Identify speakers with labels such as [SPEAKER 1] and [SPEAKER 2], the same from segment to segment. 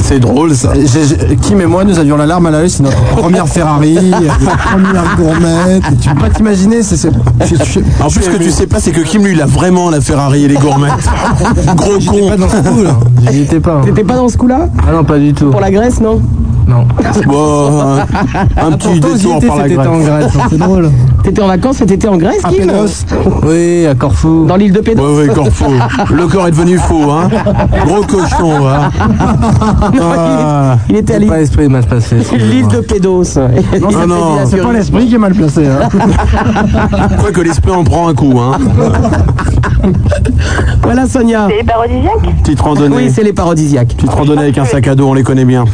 [SPEAKER 1] C'est drôle ça.
[SPEAKER 2] J'ai- j'ai- Kim et moi, nous avions la larme à l'œil, c'est notre première Ferrari, notre première gourmette. Tu peux pas t'imaginer, c'est. c'est- je- je-
[SPEAKER 1] En plus, ce que tu sais pas, c'est que Kim, lui, il a vraiment la Ferrari et les gourmettes. Gros con.
[SPEAKER 2] pas dans ce coup là. J'y étais pas. hein.
[SPEAKER 3] T'étais pas dans ce coup-là
[SPEAKER 2] Ah non, pas du tout.
[SPEAKER 3] Pour la Grèce, non Ah,
[SPEAKER 2] Non.
[SPEAKER 1] Bon, un, un petit
[SPEAKER 2] Pourtant, j'y
[SPEAKER 1] détour
[SPEAKER 2] étais,
[SPEAKER 1] par la
[SPEAKER 2] c'était
[SPEAKER 1] Grèce.
[SPEAKER 2] en Grèce. hein, C'est drôle.
[SPEAKER 3] T'étais en vacances et t'étais en Grèce,
[SPEAKER 2] À
[SPEAKER 3] Kim
[SPEAKER 2] Pénos. Oui, à Corfou.
[SPEAKER 3] Dans l'île de Pédos
[SPEAKER 1] Ouais, ouais, Corfo. Le corps est devenu faux, hein. Gros cochon, hein. Ah.
[SPEAKER 3] Il était à
[SPEAKER 2] C'est pas
[SPEAKER 3] l'île
[SPEAKER 2] l'esprit de mal se passer.
[SPEAKER 3] l'île de Pédos. Non,
[SPEAKER 1] Ah non.
[SPEAKER 2] C'est pas l'esprit qui est mal placé. Hein.
[SPEAKER 1] Quoi que l'esprit en prend un coup, hein.
[SPEAKER 3] Voilà Sonia.
[SPEAKER 4] C'est parodisiaque.
[SPEAKER 1] Petite randonnée.
[SPEAKER 3] Oui, c'est les parodisiaques.
[SPEAKER 1] Petite randonnée avec un sac à dos, on les connaît bien.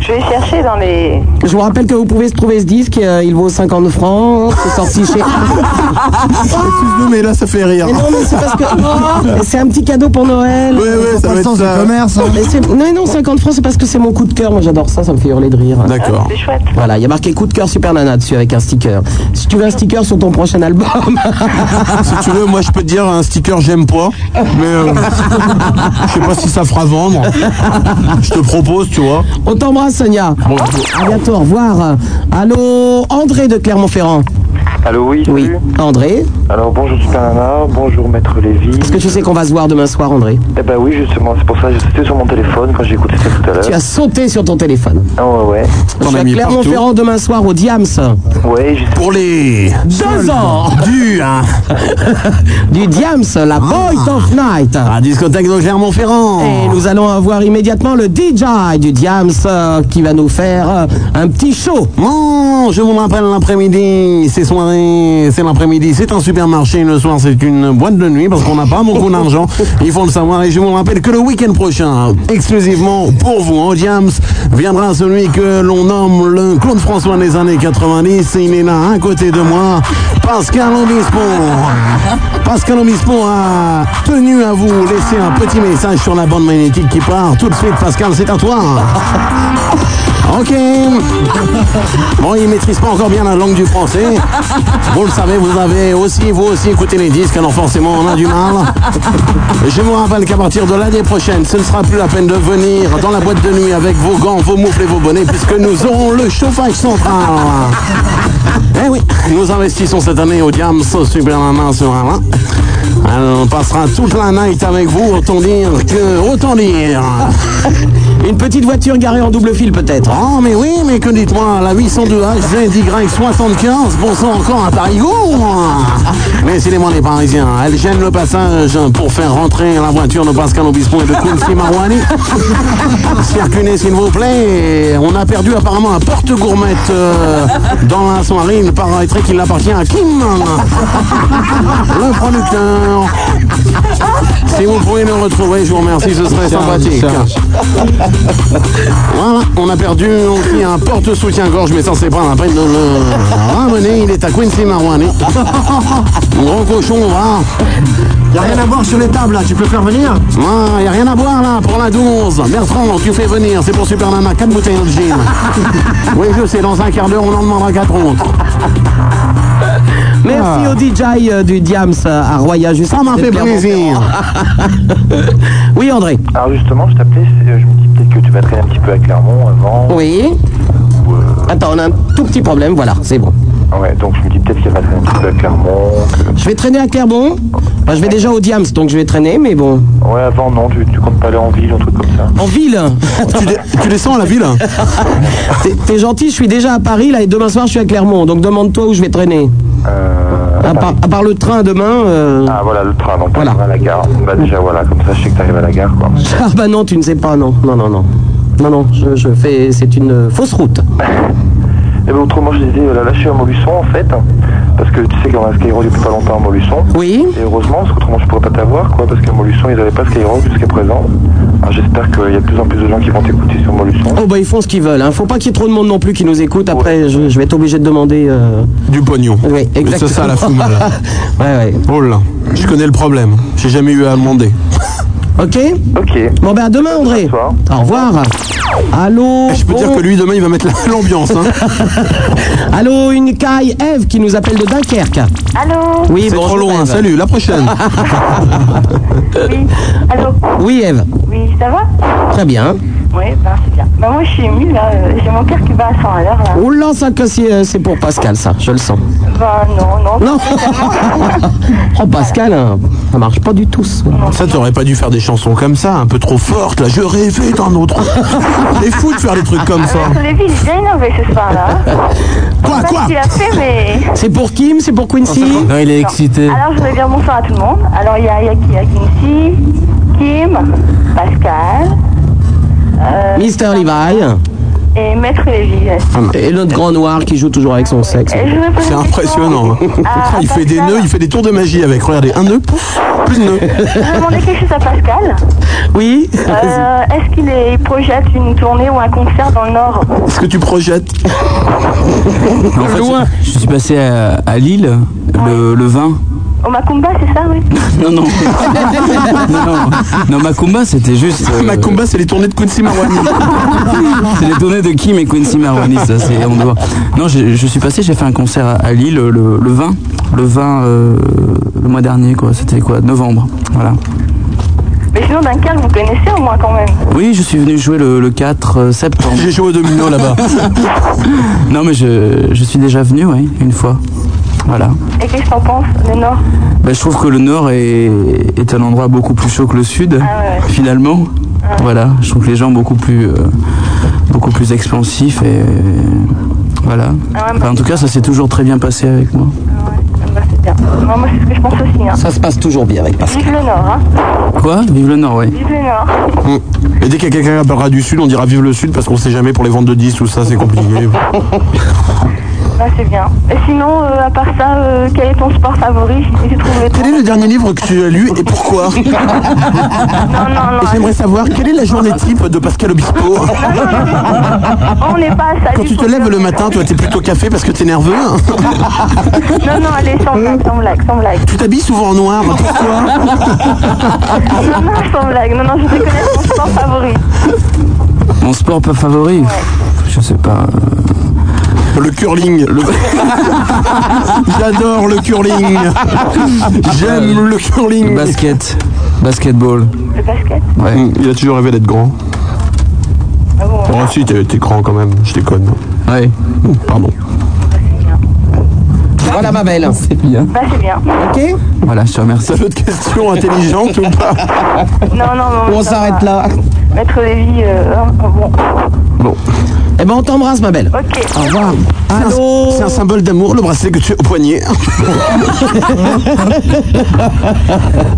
[SPEAKER 4] Je vais chercher dans les.
[SPEAKER 3] Je vous rappelle que vous pouvez se trouver ce disque, euh, il vaut 50 francs, c'est sorti chez...
[SPEAKER 1] Excuse-nous, mais là, ça fait rire.
[SPEAKER 3] Mais non, mais c'est parce que... Oh, c'est un petit cadeau pour Noël.
[SPEAKER 1] Ouais, ouais, ça
[SPEAKER 2] Pas
[SPEAKER 1] va
[SPEAKER 2] le
[SPEAKER 1] être
[SPEAKER 2] sens du
[SPEAKER 1] ça.
[SPEAKER 2] commerce. hein.
[SPEAKER 3] Mais c'est- non, non, 50 francs, c'est parce que c'est mon coup de cœur, moi j'adore ça, ça me fait hurler de rire.
[SPEAKER 1] D'accord.
[SPEAKER 4] C'est chouette.
[SPEAKER 3] Voilà, il y a marqué coup de cœur Super Nana dessus avec un sticker. Si tu veux un sticker sur ton prochain album,
[SPEAKER 1] Si tu veux, moi, je peux te dire un sticker j'aime pas, mais euh, je sais pas si ça fera vendre. Je te propose, tu vois.
[SPEAKER 3] on t'embrasse Sonia.
[SPEAKER 1] Bon,
[SPEAKER 3] À bientôt, au revoir. Allô, André de Clermont-Ferrand.
[SPEAKER 5] Allô, oui,
[SPEAKER 3] Oui,
[SPEAKER 5] salut.
[SPEAKER 3] André.
[SPEAKER 5] Alors bonjour Super Nana, bonjour Maître Lévy.
[SPEAKER 3] Est-ce que tu sais qu'on va se voir demain soir, André
[SPEAKER 5] Eh ben oui, justement, c'est pour ça que j'étais sur mon téléphone quand j'ai écouté ça tout à l'heure.
[SPEAKER 3] Tu as sauté sur ton téléphone.
[SPEAKER 5] Ah ouais,
[SPEAKER 1] Euh. T'en
[SPEAKER 3] Je suis
[SPEAKER 1] as
[SPEAKER 3] à
[SPEAKER 1] mis
[SPEAKER 3] Clermont-Ferrand demain soir au Diams.
[SPEAKER 5] ouais. Ouais, juste...
[SPEAKER 1] Pour les
[SPEAKER 3] Deux ans
[SPEAKER 1] du hein,
[SPEAKER 3] du Diams, la Boys of Night.
[SPEAKER 1] Ah. à discothèque de
[SPEAKER 3] Et
[SPEAKER 1] Clermont-Ferrand.
[SPEAKER 3] nous allons avoir immédiatement le DJ du Diams euh, qui va nous faire euh, un petit show.
[SPEAKER 1] Non, je vous le rappelle l'après-midi, c'est soirée, c'est l'après-midi, c'est un supermarché, le soir c'est une boîte de nuit parce qu'on n'a pas beaucoup d'argent, il faut le savoir et je vous rappelle que le week-end prochain, exclusivement pour vous, en James, viendra celui que l'on nomme le Claude François des années 90 et il est là à côté de moi, Pascal Obispo. Pascal Obispo a tenu à vous laisser un petit message sur la bande magnétique qui part tout de suite Pascal, c'est à toi. Ok. Bon, il maîtrise pas encore bien la langue du français. Vous le savez, vous avez aussi, vous aussi, écouté les disques, alors forcément, on a du mal. Je vous rappelle qu'à partir de l'année prochaine, ce ne sera plus la peine de venir dans la boîte de nuit avec vos gants, vos moufles et vos bonnets, puisque nous aurons le chauffage central. Eh oui, nous investissons cette année au Diams Super Nana sur un lin. Alors, On passera toute la night avec vous, autant dire que... Autant dire
[SPEAKER 3] Une petite voiture garée en double fil peut-être.
[SPEAKER 1] Oh mais oui, mais que dites-moi, la 802H ZY75, bon sang encore à Parigour Mais c'est les les parisiens, elle gêne le passage pour faire rentrer la voiture de Pascal Obispo et de Kounsi Marouani. Circulez s'il vous plaît, on a perdu apparemment un porte-gourmette euh, dans la soirée, il paraîtrait qu'il appartient à Kim, le producteur. Si vous pouvez le retrouver, je vous remercie, ce serait sympathique. Voilà, Ah, on a perdu aussi un porte-soutien-gorge, mais ça c'est pas la peine de le ramener, il est à Quincy Marouane. Gros cochon, va.
[SPEAKER 2] Y a rien à boire sur les tables là, tu peux faire venir
[SPEAKER 1] Il y a rien à boire là pour la 12. Bertrand, tu fais venir, c'est pour Super Nana, 4 bouteilles de gin. Oui, je sais, dans un quart d'heure, on en demandera 4 autres.
[SPEAKER 3] Merci au DJ euh, du Diams euh, à Roya juste
[SPEAKER 1] Ça m'a fait plaisir.
[SPEAKER 3] Oui André.
[SPEAKER 5] Alors justement, je t'appelais, c'est- euh, je me dis peut-être que tu vas traîner un petit peu à Clermont euh, avant.
[SPEAKER 3] Oui. Attends, on a un tout petit problème, voilà, c'est bon.
[SPEAKER 5] euh, Ouais, donc je me dis peut-être qu'elle va traîner un petit peu à Clermont.
[SPEAKER 3] Je vais traîner à Clermont. Enfin, je vais déjà au Diams, donc je vais traîner, mais bon.
[SPEAKER 5] Ouais, avant non, tu, tu comptes pas aller en hein. ville, un truc comme ça.
[SPEAKER 3] En ville
[SPEAKER 1] Tu, dé- tu descends à la ville hein.
[SPEAKER 3] T'es- T'es gentil, je suis déjà à Paris, là, et demain soir, je suis à Clermont, donc demande-toi où je vais traîner.
[SPEAKER 5] Euh...
[SPEAKER 3] À, part- à part le train demain, euh,
[SPEAKER 5] Ah voilà, le train, donc
[SPEAKER 3] Voilà.
[SPEAKER 5] voilà. à la gare. Bah déjà voilà, comme ça je sais que t'arrives à la gare quoi.
[SPEAKER 3] Ah bah non, tu ne sais pas, non, non, non, non. Non, non, je, je fais. C'est une euh, fausse route.
[SPEAKER 5] Et ben autrement je disais, euh, là, là je suis à Montluçon en fait, parce que tu sais qu'on a Skyrock depuis pas longtemps à Montluçon.
[SPEAKER 3] Oui
[SPEAKER 5] Et heureusement, parce qu'autrement je pourrais pas t'avoir, quoi, parce qu'à Montluçon ils n'avaient pas Skyrock jusqu'à présent. Alors j'espère qu'il y a de plus en plus de gens qui vont t'écouter sur Montluçon.
[SPEAKER 3] Oh bah ils font ce qu'ils veulent, hein. faut pas qu'il y ait trop de monde non plus qui nous écoute, après je, je vais être obligé de demander. euh,
[SPEAKER 1] Du pognon.
[SPEAKER 3] Oui, exactement.
[SPEAKER 1] C'est ça la foume là.
[SPEAKER 3] Ouais, ouais.
[SPEAKER 1] Oh là, je connais le problème. J'ai jamais eu à demander.
[SPEAKER 3] Ok
[SPEAKER 5] Ok.
[SPEAKER 3] Bon ben à demain André
[SPEAKER 5] Bonsoir.
[SPEAKER 3] Au revoir Allô
[SPEAKER 1] Eh, Je peux
[SPEAKER 3] bon-
[SPEAKER 1] dire que lui, demain, il va mettre la- l'ambiance. Hein.
[SPEAKER 3] Allô, une caille Eve qui nous appelle de Dunkerque.
[SPEAKER 4] Allô
[SPEAKER 3] Oui,
[SPEAKER 1] C'est
[SPEAKER 3] bonjour,
[SPEAKER 1] trop loin.
[SPEAKER 3] Ève.
[SPEAKER 1] Salut, la prochaine.
[SPEAKER 4] Oui. Allô
[SPEAKER 3] Oui Eve,
[SPEAKER 4] Oui, ça va
[SPEAKER 3] très bien.
[SPEAKER 4] Oui, ben c'est bien. Ben moi je suis émue là, euh, j'ai mon cœur qui bat à 100 à l'heure là.
[SPEAKER 3] On lance un c'est euh, c'est pour Pascal, ça, je le sens.
[SPEAKER 4] Ben non, non.
[SPEAKER 3] Non Oh, Pascal, hein, ça marche pas du tout. ça.
[SPEAKER 1] Ça, t'aurais pas dû faire des chansons comme ça, un peu trop fortes, là. Je rêvais d'un autre. C'est fou de faire des trucs comme ça.
[SPEAKER 4] Ah, Sur les villes, il est bien innové ce soir là.
[SPEAKER 1] Quoi,
[SPEAKER 4] Je sais pas
[SPEAKER 1] quoi
[SPEAKER 4] ce qu'il a fait, mais.
[SPEAKER 3] C'est pour Kim, c'est pour Quincy
[SPEAKER 6] Non, il est excité.
[SPEAKER 4] Alors je voudrais dire bonsoir à tout le monde. Alors il y a, il y a qui Il y a Kinsey, Kim, Pascal euh,
[SPEAKER 3] Mister Levi
[SPEAKER 4] et Maître Lévy. ouais.
[SPEAKER 3] et notre grand noir qui joue toujours avec son sexe.
[SPEAKER 4] Et je voudrais
[SPEAKER 1] Ah, C'est
[SPEAKER 4] poser une question
[SPEAKER 1] impressionnant. hein.
[SPEAKER 4] à- à
[SPEAKER 1] Il fait des
[SPEAKER 4] Pascal.
[SPEAKER 1] nœuds, il fait des tours de magie avec. Regardez, un nœud, pouf, plus de nœud.
[SPEAKER 4] Je vais demander quelque chose à Pascal.
[SPEAKER 3] Oui
[SPEAKER 4] Euh, Est-ce qu'il est- il projette une tournée ou un concert dans le Nord
[SPEAKER 1] Ce que tu projettes.
[SPEAKER 6] En fait, je, je suis passé à, à Lille le, le 20.
[SPEAKER 4] Au Macumba, c'est ça, oui
[SPEAKER 6] Non, non. non, non. Non, Macumba, c'était juste. euh,
[SPEAKER 1] Ah, Macumba, c'est les tournées de Quincy Marouane.
[SPEAKER 6] C'est les tournées de Kim et Quincy Maroni, ça, c'est on doit. Non, je, je suis passé, j'ai fait un concert à, à Lille le, le 20, le 20, euh, le mois dernier, quoi. C'était quoi, novembre, voilà.
[SPEAKER 4] Mais sinon, Dunkerque, vous connaissez au moins quand même.
[SPEAKER 6] Oui, je suis venu jouer le, le 4 euh, septembre.
[SPEAKER 1] J'ai joué au domino là-bas.
[SPEAKER 6] Non, mais je, je suis déjà venu, oui, une fois. Voilà.
[SPEAKER 4] Et qu'est-ce que t'en penses, le Nord
[SPEAKER 6] Bah, je trouve que le nord est, est un endroit beaucoup plus chaud que le sud,
[SPEAKER 4] Ah ouais. Ah.
[SPEAKER 6] finalement. Voilà, je trouve que les gens beaucoup plus, euh, beaucoup plus expansifs et voilà.
[SPEAKER 4] Ah ouais,
[SPEAKER 6] Enfin, en tout cas, ça s'est toujours très bien passé avec moi.
[SPEAKER 4] Ah bah, c'est bien. Non, moi, c'est ce que je pense aussi. Hein.
[SPEAKER 3] Ça se passe toujours bien avec Pascal.
[SPEAKER 4] Vive le Nord, hein
[SPEAKER 6] Quoi Vive le nord, oui.
[SPEAKER 4] Vive le Nord
[SPEAKER 1] Mmh. Et dès qu'il y a quelqu'un qui appellera du Sud, on dira vive le Sud parce qu'on sait jamais pour les ventes de 10, tout ça, c'est compliqué.
[SPEAKER 4] Bah, c'est bien. Et sinon, euh, à part ça, euh, quel est ton sport favori Si tu trouves le
[SPEAKER 1] Quel est le dernier livre que tu as lu et pourquoi
[SPEAKER 4] Non, non, non.
[SPEAKER 1] J'aimerais savoir quelle est la journée type de Pascal Obispo.
[SPEAKER 4] On n'est pas à ça.
[SPEAKER 1] Quand tu te lèves le matin, toi t'es plutôt café parce que t'es nerveux. hein.
[SPEAKER 4] Non, non, allez, sans blague, sans blague, sans blague.
[SPEAKER 1] Tu t'habilles souvent en noir. Pourquoi
[SPEAKER 4] Non, non, sans blague. Non, non, je voudrais connaître ton sport favori.
[SPEAKER 6] Mon sport pas favori Pff, Je sais pas. euh,
[SPEAKER 1] Le curling. le- J'adore le curling. J'aime le curling.
[SPEAKER 6] Le basket. Basketball.
[SPEAKER 4] Le basket
[SPEAKER 6] Ouais.
[SPEAKER 1] Mm, Il a toujours rêvé d'être grand.
[SPEAKER 4] Ah bon
[SPEAKER 1] Oh si, t'es t'es grand quand même, je déconne.
[SPEAKER 6] Ouais.
[SPEAKER 1] Mm, Pardon.
[SPEAKER 3] Voilà ma belle.
[SPEAKER 6] C'est bien.
[SPEAKER 4] Bah, c'est bien.
[SPEAKER 3] Ok
[SPEAKER 6] Voilà, je te remercie.
[SPEAKER 1] T'as d'autres questions intelligentes ou pas
[SPEAKER 4] Non, non, non.
[SPEAKER 3] On
[SPEAKER 4] ça
[SPEAKER 3] s'arrête
[SPEAKER 4] va.
[SPEAKER 3] là.
[SPEAKER 4] Maître Lévy, euh, hein, bon.
[SPEAKER 3] Eh ben on t'embrasse ma belle.
[SPEAKER 4] Ok.
[SPEAKER 1] Au revoir. Ah,
[SPEAKER 3] Allô
[SPEAKER 1] C'est un symbole d'amour, le bracelet que tu as au poignet.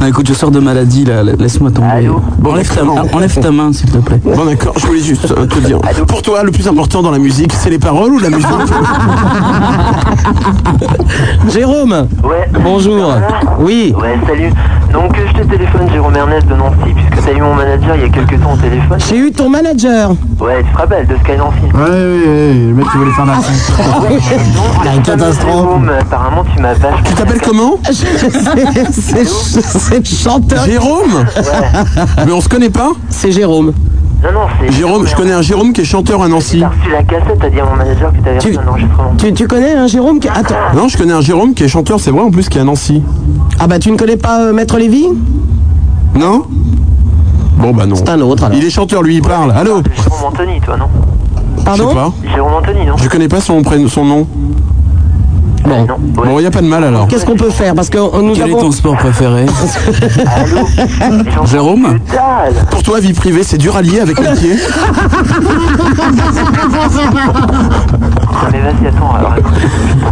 [SPEAKER 6] Non, écoute, je sors de maladie là, la- laisse-moi tomber.
[SPEAKER 4] Allô
[SPEAKER 6] Bon, enlève ta,
[SPEAKER 1] Excellent.
[SPEAKER 6] enlève ta main, s'il te plaît.
[SPEAKER 1] Bon d'accord, je voulais juste euh, te dire. Pour toi, le plus important dans la musique, c'est les paroles ou la musique
[SPEAKER 3] Jérôme
[SPEAKER 7] Ouais,
[SPEAKER 3] Bonjour. Oui.
[SPEAKER 7] ouais, salut. Donc euh, je te téléphone, Jérôme Ernest de Nancy, puisque t'as eu mon manager il y a quelques temps au téléphone.
[SPEAKER 3] J'ai eu ton manager.
[SPEAKER 7] Ouais, tu te rappelles de Sky Nancy.
[SPEAKER 2] Ouais, ouais, ouais, le mec qui voulait faire
[SPEAKER 1] Ah,
[SPEAKER 2] la
[SPEAKER 7] Donc,
[SPEAKER 2] une catastrophe.
[SPEAKER 7] Ah, Jérôme, apparemment tu m'as vachement...
[SPEAKER 1] Tu t'appelles comment
[SPEAKER 3] Je- C'est c'est le chanteur.
[SPEAKER 1] Jérôme Mais on se connaît pas
[SPEAKER 3] C'est Jérôme.
[SPEAKER 7] Non, non, c'est...
[SPEAKER 1] Jérôme, je connais un Jérôme qui est chanteur à Nancy.
[SPEAKER 7] T'as reçu la cassette, t'as dit à mon manager que t'avais
[SPEAKER 3] Tu-
[SPEAKER 7] reçu un enregistrement.
[SPEAKER 3] Tu, tu connais hein, Jérôme qui- Attends.
[SPEAKER 1] Non, je connais un Jérôme qui est chanteur, c'est vrai en plus, qui est à Nancy.
[SPEAKER 3] Ah bah tu ne connais pas euh, Maître Lévy
[SPEAKER 1] Non Bon bah non.
[SPEAKER 3] C'est un autre alors.
[SPEAKER 1] Il est chanteur, lui, il parle. Allô
[SPEAKER 7] Jérôme Anthony, toi, non
[SPEAKER 1] Je sais
[SPEAKER 3] Pardon
[SPEAKER 1] pas.
[SPEAKER 7] Jérôme Anthony, non
[SPEAKER 1] Je connais pas son prénom, son nom.
[SPEAKER 3] Bon.
[SPEAKER 7] Non,
[SPEAKER 1] Bon,
[SPEAKER 7] ouais.
[SPEAKER 1] y a pas de mal alors.
[SPEAKER 3] Qu'est-ce qu'on peut faire Parce que euh, nous
[SPEAKER 6] Quel est
[SPEAKER 3] avons.
[SPEAKER 6] ton sport préféré
[SPEAKER 7] Allô J'en-
[SPEAKER 6] Jérôme
[SPEAKER 7] Que dalle
[SPEAKER 1] Pour toi, vie privée, c'est dur à lier avec les pieds.
[SPEAKER 7] Non, Ah, mais vas-y, attends, alors...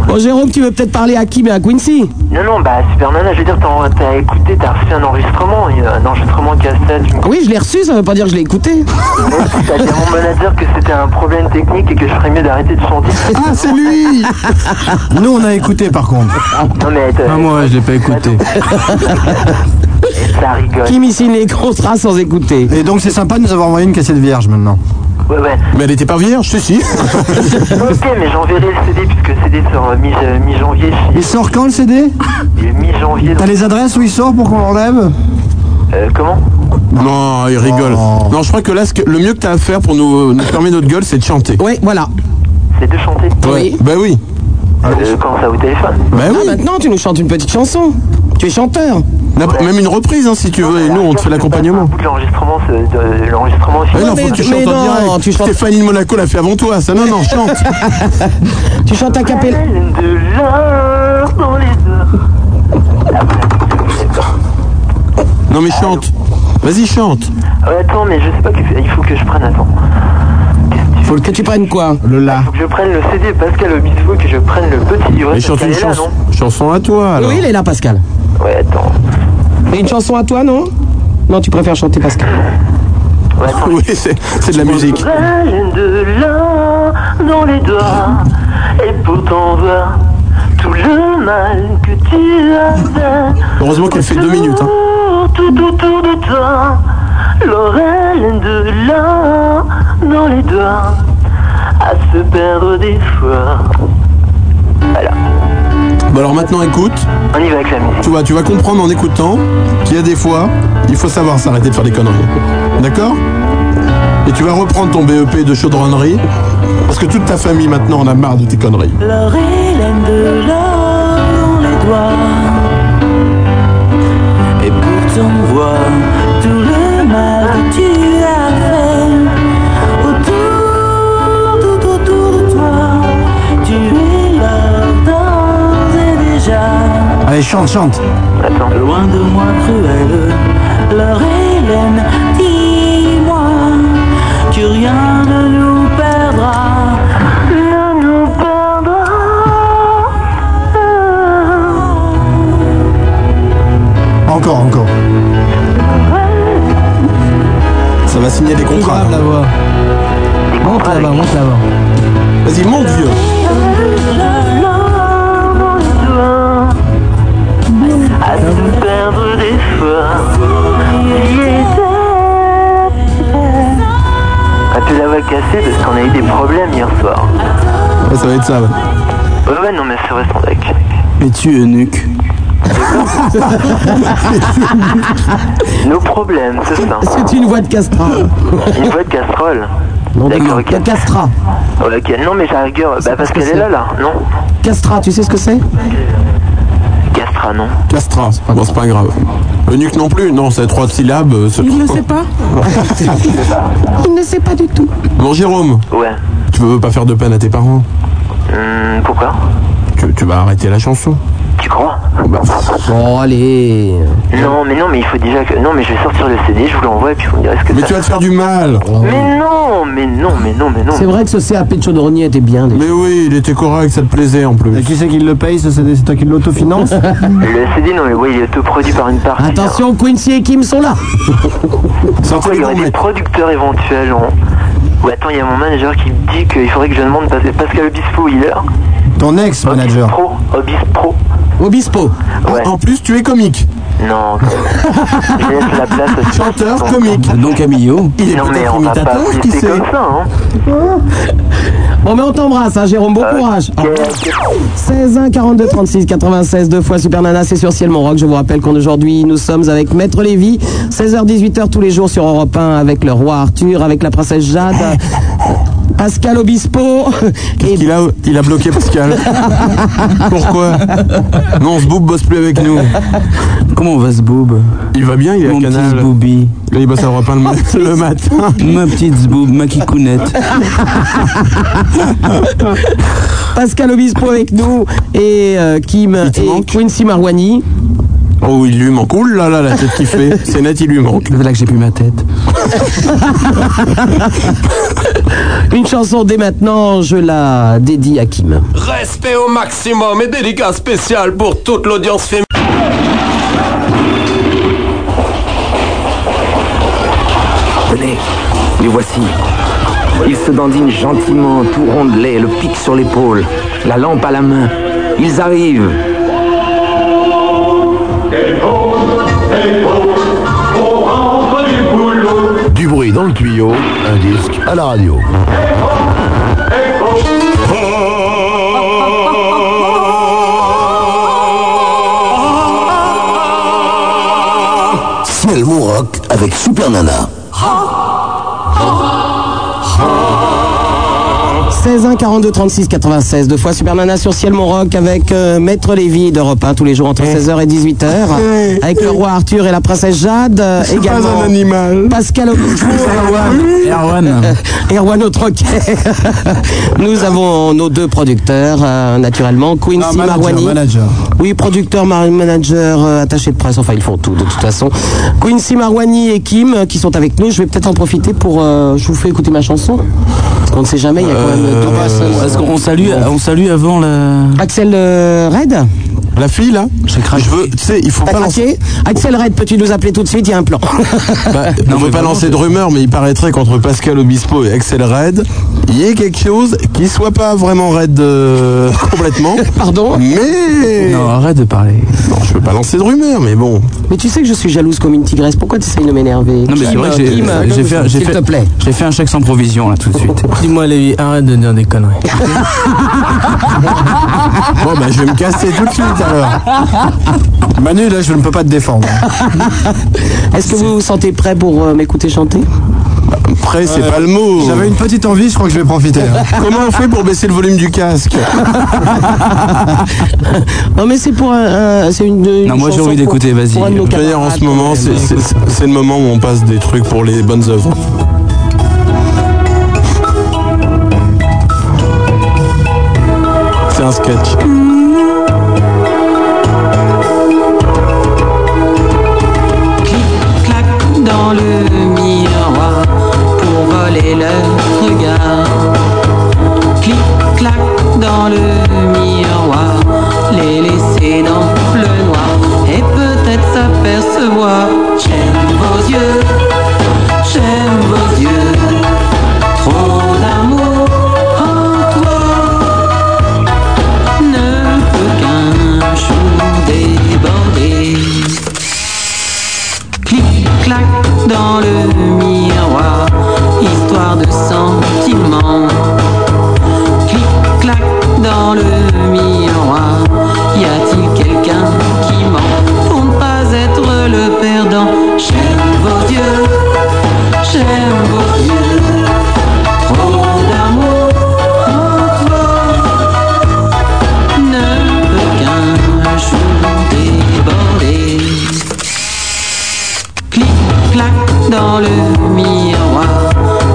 [SPEAKER 3] Bon Jérôme, tu veux peut-être parler à qui Mais à Quincy.
[SPEAKER 7] Non, non, bah, Superman, je veux dire, t'en- t'as écouté, t'as reçu un enregistrement, il y a un enregistrement cassette, je me
[SPEAKER 3] Ah Oui, je l'ai reçu, ça veut pas dire que je l'ai écouté.
[SPEAKER 1] Ah.
[SPEAKER 7] T'as dit à mon manager que c'était un problème technique et que je ferais mieux d'arrêter de chanter.
[SPEAKER 1] Ah, c'est lui
[SPEAKER 2] Nous, on a écouté par contre.
[SPEAKER 7] Non mais t'as-
[SPEAKER 6] moi, je l'ai pas écouté.
[SPEAKER 7] ça rigole.
[SPEAKER 3] Kim ici les contrats sans écouter.
[SPEAKER 2] Et donc, c'est sympa de nous avoir envoyé une cassette vierge maintenant.
[SPEAKER 7] Ouais ouais.
[SPEAKER 1] Mais elle était pas vierge, si si.
[SPEAKER 7] Ok mais j'enverrai le CD puisque le CD sort euh, mi- euh, mi-janvier.
[SPEAKER 2] Il sort quand le CD
[SPEAKER 7] Mi mi-janvier.
[SPEAKER 2] T'as les adresses où il sort pour qu'on l'enlève
[SPEAKER 7] Euh, comment
[SPEAKER 1] Non, il rigole.
[SPEAKER 2] Oh.
[SPEAKER 1] Non, je crois que là, ce que- le mieux que t'as à faire pour nous, nous fermer notre gueule, c'est de chanter.
[SPEAKER 3] Oui, voilà.
[SPEAKER 7] C'est de chanter.
[SPEAKER 3] Oui.
[SPEAKER 1] Bah oui.
[SPEAKER 7] Euh, quand ça au téléphone.
[SPEAKER 1] Bah
[SPEAKER 3] Ah,
[SPEAKER 1] oui.
[SPEAKER 3] maintenant, tu nous chantes une petite chanson. Tu es chanteur.
[SPEAKER 1] N'importe- Même une reprise, hein, si tu veux, et nous, on te fait l'accompagnement.
[SPEAKER 7] bout de l'enregistrement, c'est- de l'enregistrement aussi.
[SPEAKER 1] Mais non,
[SPEAKER 3] mais-
[SPEAKER 1] faut que tu
[SPEAKER 3] mais
[SPEAKER 1] chantes en
[SPEAKER 3] non,
[SPEAKER 1] direct.
[SPEAKER 3] tu chantes-
[SPEAKER 1] Stéphanie de Monaco l'a fait avant toi, ça. Non, non, chante.
[SPEAKER 3] Tu chantes à capella.
[SPEAKER 7] Pleine de l'or dans les heures. Ah,
[SPEAKER 1] Non, mais chante. Vas-y, chante.
[SPEAKER 7] ouais, Euh, attends, mais je sais pas, que... il faut que je prenne, attends. Qu'est-ce que tu
[SPEAKER 3] Faut que tu prennes quoi
[SPEAKER 1] Le la.
[SPEAKER 7] Faut que je prenne le CD Pascal Obispo, que je prenne le petit livret.
[SPEAKER 1] Et chante
[SPEAKER 7] Pascal
[SPEAKER 1] une
[SPEAKER 7] est là,
[SPEAKER 1] chanson. Chanson à toi, alors.
[SPEAKER 3] Oui, il est là, Pascal.
[SPEAKER 7] non Ouais, attends.
[SPEAKER 3] Et une chanson à toi, non Non, tu préfères chanter Pascal.
[SPEAKER 7] Ouais, attends.
[SPEAKER 1] Oui, c'est c'est de la musique.
[SPEAKER 7] Pleine de l'or dans les doigts, et pourtant voir tout le mal que tu as fait.
[SPEAKER 1] Heureusement qu'elle fait deux minutes. Hein.
[SPEAKER 7] Autour, Tout autour de toi, l'oreille de l'or dans les doigts, à se perdre des fois. Voilà,
[SPEAKER 1] Bah alors maintenant, écoute.
[SPEAKER 7] on y va avec la musique.
[SPEAKER 1] Tu vas, tu vas comprendre en écoutant qu'il y a des fois, il faut savoir s'arrêter de faire des conneries. D'accord Et tu vas reprendre ton BEP de chaudronnerie. Parce que toute ta famille maintenant en a marre de tes conneries.
[SPEAKER 8] L'or et l'aime de l'or dans les doigts. Et pourtant, voir tout le mal que tu as fait autour, tout autour de toi. Tu es l'or d'ores et déjà.
[SPEAKER 9] Allez, chante, chante.
[SPEAKER 7] Attends.
[SPEAKER 8] Loin de moi cruel, leur Hélène, dis-moi, tu rien ne nous perdras, ne nous perdras.
[SPEAKER 9] Encore, encore.
[SPEAKER 1] Ça va signer des contrats.
[SPEAKER 9] la voix. Ah bah,
[SPEAKER 3] Monte là-bas, monte là-bas.
[SPEAKER 1] Vas-y, mon vieux.
[SPEAKER 7] à se perdre des fois. J'y étais. Ah, tu la voix cassée parce qu'on a eu des problèmes hier soir.
[SPEAKER 1] Ouais, ça va être ça. ouais.
[SPEAKER 7] Ouais, ouais, non, mais c'est vrai, son deck.
[SPEAKER 6] Et tu eunuque
[SPEAKER 7] Nos problèmes, c'est ça.
[SPEAKER 3] C'est une voix de Castra.
[SPEAKER 7] Une voix de casserole. D'accord, ok.
[SPEAKER 3] De Castra.
[SPEAKER 7] Ouais, ok. Non, mais j'ai la rigueur. Bah, parce qu'elle est là, là. Non
[SPEAKER 3] Castra, tu sais ce que c'est
[SPEAKER 7] Castra, non.
[SPEAKER 1] Castra. Bon, c'est pas grave. Eunuque non plus. Non, c'est trois syllabes. euh, c'est-
[SPEAKER 3] Il ne sait pas. Il ne sait pas du tout.
[SPEAKER 1] Bon, Jérôme,
[SPEAKER 7] Ouais.
[SPEAKER 1] tu veux pas faire de peine à tes parents
[SPEAKER 7] Hum, pourquoi
[SPEAKER 1] tu, tu vas arrêter la chanson.
[SPEAKER 7] Tu crois
[SPEAKER 1] Oh, bah,
[SPEAKER 3] Bon, allez.
[SPEAKER 7] Non, mais non, mais il faut déjà que. Non, mais je vais sortir le CD, je vous l'envoie et puis vous me direz ce que
[SPEAKER 1] Mais
[SPEAKER 7] ça-
[SPEAKER 1] tu vas te faire du mal.
[SPEAKER 7] Mais non, mais non, mais non, mais non.
[SPEAKER 3] C'est vrai que ce CAP de chaudronnier était bien. déjà.
[SPEAKER 1] Mais oui, il était correct, ça te plaisait en
[SPEAKER 9] Et
[SPEAKER 1] plus.
[SPEAKER 9] qui c'est qui le paye ce CD C'est toi qui l'autofinance
[SPEAKER 7] Le CD, non, mais ouais, il est autoproduit par une partie.
[SPEAKER 3] Attention, Quincy et Kim sont là.
[SPEAKER 1] Sortez
[SPEAKER 7] Pourquoi
[SPEAKER 1] les
[SPEAKER 7] il y aurait des
[SPEAKER 1] gourmets.
[SPEAKER 7] producteurs éventuels en... Ouais, attends, il y a mon manager qui me dit qu'il faudrait que je demande Pas- Pascal Obispo, il est là
[SPEAKER 9] Ton ex-manager.
[SPEAKER 7] Obispo, Obispo.
[SPEAKER 3] Obispo.
[SPEAKER 7] Ouais,
[SPEAKER 1] En plus, tu es comique.
[SPEAKER 7] non, quand même. Je laisse la place à ce-
[SPEAKER 1] Chanteur, comique.
[SPEAKER 6] Don Camillo
[SPEAKER 1] Il est
[SPEAKER 7] Non, mais
[SPEAKER 1] peut-être
[SPEAKER 7] on va pas
[SPEAKER 1] imitateur, qui
[SPEAKER 7] rester
[SPEAKER 1] sait
[SPEAKER 7] comme ça, hein.
[SPEAKER 3] Bon, mais on t'embrasse, hein, Jérôme. Bon courage. Au revoir. 16 1 42 36 96 deux fois Super Nana c'est sur Ciel Mon Rock je vous rappelle qu'aujourd'hui nous sommes avec Maître Lévy 16h 18h tous les jours sur Europe 1 avec le roi Arthur avec la princesse Jade euh, Pascal Obispo et
[SPEAKER 1] Il a, il a bloqué Pascal. Pourquoi Non, ce boob bosse plus avec nous.
[SPEAKER 6] Comment on va ce boob
[SPEAKER 1] Il va bien, il est à
[SPEAKER 6] Mon petit
[SPEAKER 1] Canal.
[SPEAKER 6] booby,
[SPEAKER 1] Là, il bosse à Europe 1 le, mat- le matin.
[SPEAKER 6] ma petite zboob, ma kikounette.
[SPEAKER 3] Pascal Obispo avec nous et euh, Kim
[SPEAKER 1] te
[SPEAKER 3] et
[SPEAKER 1] manque
[SPEAKER 3] Quincy Marwani
[SPEAKER 1] Oh, il lui manque. Ouh là là, la tête qu'il fait. C'est net, il lui manque.
[SPEAKER 6] C'est là que j'ai pu ma tête.
[SPEAKER 3] une chanson dès maintenant je la dédie à Kim
[SPEAKER 10] Respect au maximum et délicat spécial pour toute l'audience féminine.
[SPEAKER 11] Tenez, les voici. Ils se dandinent gentiment, tout rondelés, le pic sur l'épaule, la lampe à la main. Ils arrivent.
[SPEAKER 12] Du bruit dans le tuyau, un disque à la radio. C'est le mot rock avec Super Nana.
[SPEAKER 3] 16 1 42 36 96. Deux fois Super Nana sur Ciel Mon Rock avec euh, Maître Lévy d'Europe 1 tous les jours entre
[SPEAKER 1] Eh.
[SPEAKER 3] 16h et 18h. Avec le roi Arthur et la princesse Jade. euh,
[SPEAKER 1] Je suis
[SPEAKER 3] également
[SPEAKER 1] pas un animal.
[SPEAKER 3] Pascal Obispo.
[SPEAKER 6] Erwan.
[SPEAKER 3] Erwan au troquet. Nous avons nos deux producteurs, euh, naturellement,
[SPEAKER 1] Ah,
[SPEAKER 2] Non,
[SPEAKER 3] Quincy
[SPEAKER 2] manager,
[SPEAKER 3] Marwani.
[SPEAKER 2] manager.
[SPEAKER 3] Oui, producteur, mar- manager, euh, attaché de presse, enfin ils font tout de toute façon. Quincy Marwani et Kim euh, qui sont avec nous, je vais peut-être en profiter pour... euh, je vous fais écouter ma chanson. Parce qu'on ne sait jamais, il y a quand même euh, deux personnes.
[SPEAKER 6] Parce Euh, qu'on salue, euh, on salue avant la.
[SPEAKER 3] Axel euh, Red
[SPEAKER 1] La fille là Je veux, tu sais, il faut
[SPEAKER 3] T'as
[SPEAKER 1] pas lancer.
[SPEAKER 3] craqué Axel Red, peux-tu nous appeler tout de suite Il y a un plan.
[SPEAKER 1] Bah,
[SPEAKER 6] Non,
[SPEAKER 1] on
[SPEAKER 6] mais
[SPEAKER 1] veut pas
[SPEAKER 6] vraiment,
[SPEAKER 1] lancer de rumeurs, mais il paraîtrait qu'entre Pascal Obispo et Axel Red, il y ait quelque chose qui soit pas vraiment Red euh, complètement.
[SPEAKER 3] Pardon
[SPEAKER 1] Mais
[SPEAKER 6] Non, arrête de parler.
[SPEAKER 1] non, je veux pas lancer de rumeurs, mais bon.
[SPEAKER 3] Mais tu sais que je suis jalouse comme une tigresse, pourquoi tu essayes de m'énerver
[SPEAKER 6] Non, mais c'est
[SPEAKER 3] Kim,
[SPEAKER 6] vrai que j'ai-
[SPEAKER 3] Kim,
[SPEAKER 6] j'ai fait, j'ai
[SPEAKER 3] S'il te
[SPEAKER 6] fait,
[SPEAKER 3] plaît.
[SPEAKER 6] j'ai fait un chèque sans provision là tout de suite.
[SPEAKER 13] Dis-moi, Lévi, arrête de dire des conneries.
[SPEAKER 1] Bon, bah, je vais me casser tout de suite
[SPEAKER 8] Ah,
[SPEAKER 1] alors.
[SPEAKER 2] Manu, là, je ne peux pas te défendre.
[SPEAKER 3] Est-ce que vous vous sentez prêt pour euh, m'écouter chanter
[SPEAKER 1] Prêt, c'est pas le mot.
[SPEAKER 2] J'avais une petite envie, je crois que je vais profiter. hein.
[SPEAKER 1] Comment on fait pour baisser le volume du casque
[SPEAKER 3] Non mais c'est pour un, un- c'est une, une
[SPEAKER 6] Non, moi, j'ai
[SPEAKER 3] chanson
[SPEAKER 6] envie
[SPEAKER 3] pour-
[SPEAKER 6] d'écouter, vas-y.
[SPEAKER 3] pour un de nos
[SPEAKER 1] D'ailleurs, en
[SPEAKER 3] camarades. euh,
[SPEAKER 1] ce moment, c'est- c'est c'est le moment où on passe des trucs pour les bonnes œuvres. C'est un sketch.
[SPEAKER 14] claque dans le miroir pour voler le regard. Clic, clac dans le miroir, les laisser dans le noir et peut-être s'apercevoir. J'aime vos yeux, j'aime vos yeux, trop d'amour en toi ne peut qu'un jour déborder. Clic, clac dans le miroir, histoire de sentiments. Clic, clac dans le miroir, y a-t-il quelqu'un qui ment pour ne pas être le perdant J'aime vos yeux, j'aime vos yeux, trop d'amour en toi ne peut qu'un jour déborder. Clic, clac dans le miroir,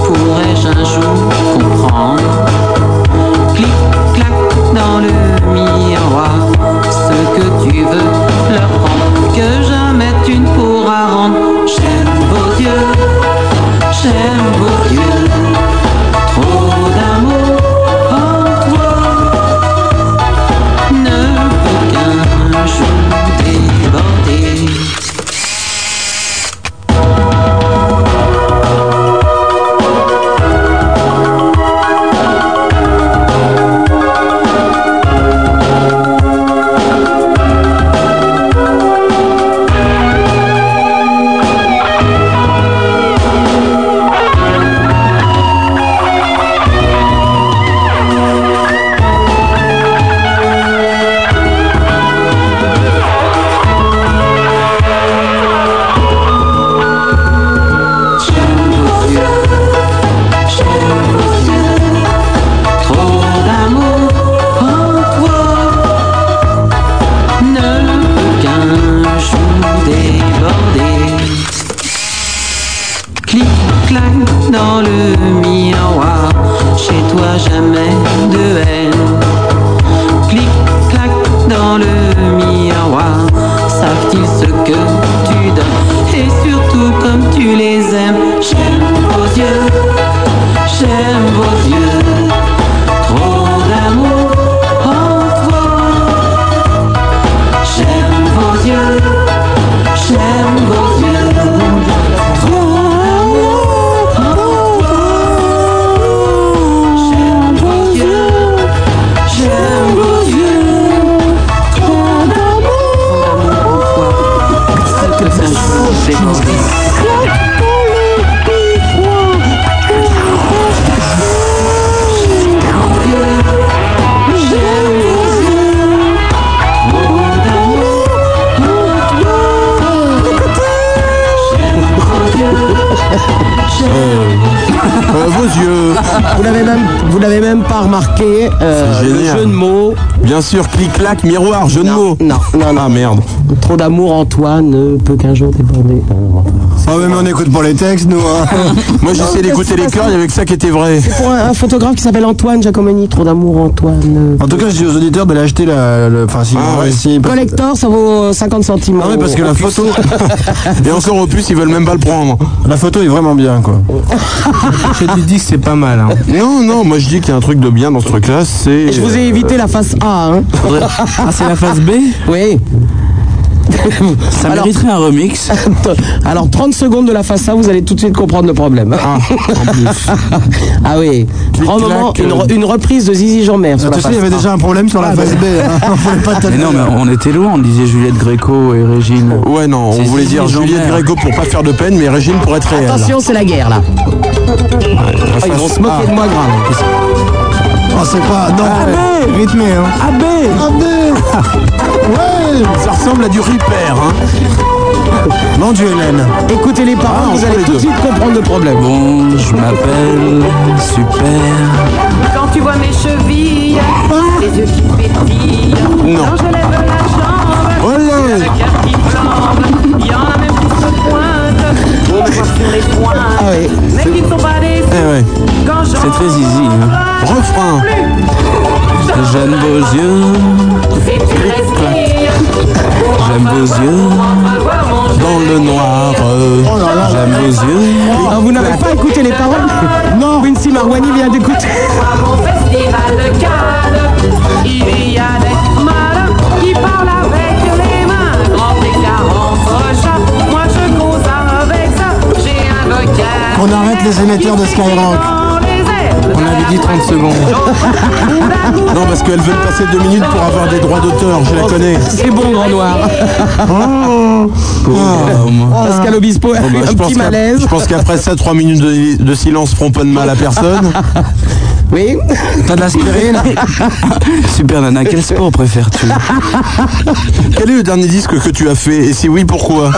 [SPEAKER 14] pourrais-je un jour comprendre Clic, clac dans le miroir, ce que tu veux leur prendre, que jamais tu ne pourras rendre. J'aime vos yeux, j'aime vos yeux, trop d'amour en toi ne peut qu'un jour déborder. Trop d'amour en toi ne peut qu'un jour déborder. Clic, clac dans le miroir, chez toi jamais de haine. Clic, clac dans le miroir, savent-ils ce que tu donnes Et surtout comme tu les aimes, j'aime vos yeux, j'aime vos yeux. Trop d'amour en toi, j'aime vos yeux, j'aime vos yeux. Trop d'amour en toi, j'aime vos yeux, j'aime vos yeux. Trop d'amour en toi, ce que ça joue, c'est mon
[SPEAKER 3] Euh,
[SPEAKER 6] Euh,
[SPEAKER 3] pas remarqué euh,
[SPEAKER 1] C'est
[SPEAKER 3] le
[SPEAKER 1] génial.
[SPEAKER 3] jeu de mots.
[SPEAKER 1] Bien sûr, clic-clac, miroir, jeu de mots.
[SPEAKER 3] Non, non, non. Ah
[SPEAKER 1] merde.
[SPEAKER 3] Trop d'amour, Antoine, ne peut qu'un jour déborder.
[SPEAKER 2] Ah ouais, mais on écoute pas les textes, nous. hein.
[SPEAKER 1] Moi j'essayais d'écouter les chœurs, il y avait que ça qui était vrai.
[SPEAKER 3] C'est pour un, un photographe qui s'appelle Antoine Giacomoni. Trop d'amour, Antoine.
[SPEAKER 2] En tout cas, je dis aux auditeurs de l'acheter la. le- Enfin, si.
[SPEAKER 1] Ah, ouais.
[SPEAKER 2] si-
[SPEAKER 3] Collector, ça vaut euh, 50 centimes.
[SPEAKER 6] Ah
[SPEAKER 2] Non, mais Ah parce que la photo.
[SPEAKER 1] Oh. Et encore au plus, ils veulent même pas le prendre.
[SPEAKER 2] La photo est vraiment bien, quoi.
[SPEAKER 1] Je te dis que c'est pas mal. hein. Non, non, moi je dis qu'il y a un truc de bien dans ce truc-là, c'est. euh,
[SPEAKER 3] Et je vous ai évité la face A. Hein.
[SPEAKER 6] Euh, Ah, c'est la phase B
[SPEAKER 3] Oui.
[SPEAKER 6] Ça mériterait un remix.
[SPEAKER 3] Alors 30 secondes de la face A, vous allez tout de suite comprendre le problème. Ah, oui. Grand moment, une,
[SPEAKER 6] euh.
[SPEAKER 3] re- une reprise de Zizi Jean-Mer.
[SPEAKER 2] Ah,
[SPEAKER 3] sur la
[SPEAKER 2] tu sais, il y
[SPEAKER 3] face
[SPEAKER 2] avait
[SPEAKER 3] A. Ah,
[SPEAKER 2] déjà un problème sur
[SPEAKER 1] Ah,
[SPEAKER 2] la
[SPEAKER 1] bah,
[SPEAKER 2] face B. hein. On voulait pas
[SPEAKER 6] Mais
[SPEAKER 2] tellement-
[SPEAKER 6] non, mais on était loin, on disait Juliette Gréco et Régine.
[SPEAKER 1] Ouais, non, on voulait dire Juliette Gréco pour pas faire de peine, mais Régine pour être réelle.
[SPEAKER 3] Attention, c'est la guerre là. Ah, ils vont se moquer de moi grave.
[SPEAKER 2] Oh, c'est pas. Non,
[SPEAKER 3] Ah,
[SPEAKER 2] ouais. rythmé, hein.
[SPEAKER 3] AB
[SPEAKER 2] Ouais
[SPEAKER 1] Ça ressemble à du repair, hein.
[SPEAKER 2] hein. Mon Dieu, Hélène.
[SPEAKER 3] Écoutez les
[SPEAKER 1] Ah,
[SPEAKER 3] paroles, vous allez tout de suite comprendre le problème.
[SPEAKER 6] Bon, je m'appelle Super.
[SPEAKER 15] Quand tu vois mes chevilles, les yeux qui pétillent,
[SPEAKER 1] Non.
[SPEAKER 15] quand je lève la jambe, le regard qui flambe, il y en a même qui se pointent, on me voit sur les
[SPEAKER 8] Ah
[SPEAKER 15] pointes, mais qui ne sont pas des
[SPEAKER 1] Eh ouais.
[SPEAKER 15] quand
[SPEAKER 6] C'est
[SPEAKER 15] j'en
[SPEAKER 6] très easy. hein.
[SPEAKER 1] Refrain.
[SPEAKER 6] J'aime vos yeux.
[SPEAKER 15] si tu respires,
[SPEAKER 6] J'aime vos yeux.
[SPEAKER 1] Dans le noir.
[SPEAKER 2] Oh
[SPEAKER 6] J'aime vos yeux.
[SPEAKER 3] Ah, vous n'avez pas écouté les paroles Non, Wincy Marwani vient d'écouter.
[SPEAKER 15] à mon festival de Cannes, il y a des malins qui parlent avec les mains, grand écart entre chats, moi je cause avec ça, j'ai un vocabulaire.
[SPEAKER 2] Qu'on arrête les émetteurs de Skyrock.
[SPEAKER 6] On avait dit 30 secondes.
[SPEAKER 1] Non, parce qu'elles veulent passer deux minutes pour avoir des droits d'auteur, je la connais.
[SPEAKER 3] C'est bon, Grand Noir.
[SPEAKER 1] Oh.
[SPEAKER 2] Ah.
[SPEAKER 3] Pascal Obispo a
[SPEAKER 1] Bon,
[SPEAKER 3] eu
[SPEAKER 1] bah, je
[SPEAKER 3] un
[SPEAKER 1] pense
[SPEAKER 3] petit
[SPEAKER 1] qu'ap-
[SPEAKER 3] malaise.
[SPEAKER 1] Je pense qu'après ça, trois minutes de, de silence feront pas de mal à personne.
[SPEAKER 3] Oui.
[SPEAKER 2] T'as de l'aspirine
[SPEAKER 6] Super Nana, quel sport préfères-tu
[SPEAKER 1] Quel est le dernier disque que tu as fait Et si oui, pourquoi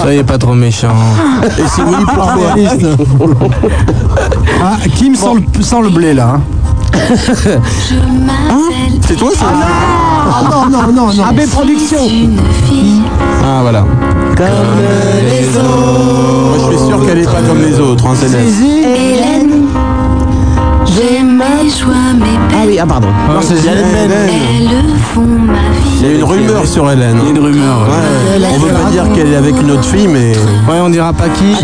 [SPEAKER 13] Soyez pas trop méchant.
[SPEAKER 1] Et si oui, pourquoi
[SPEAKER 2] Ah, Kim sans, le, sans le blé, là. hein.
[SPEAKER 1] C'est toi ça
[SPEAKER 2] Ah non, non, non, non.
[SPEAKER 3] AB Productions.
[SPEAKER 1] Ah voilà. Moi je suis sûr qu'elle est pas comme les autres, hein, celle-là.
[SPEAKER 8] Hélène, j'ai mes joies, mes
[SPEAKER 3] Ah oui, ah pardon.
[SPEAKER 2] Non, c'est Hélène Hélène.
[SPEAKER 8] elles font ma vie.
[SPEAKER 1] Il y a une rumeur sur Hélène. hein.
[SPEAKER 6] Il y a une rumeur. ouais.
[SPEAKER 1] Ouais, on veut pas dire qu'elle est avec une autre fille, mais
[SPEAKER 2] Ouais, on dira pas qui.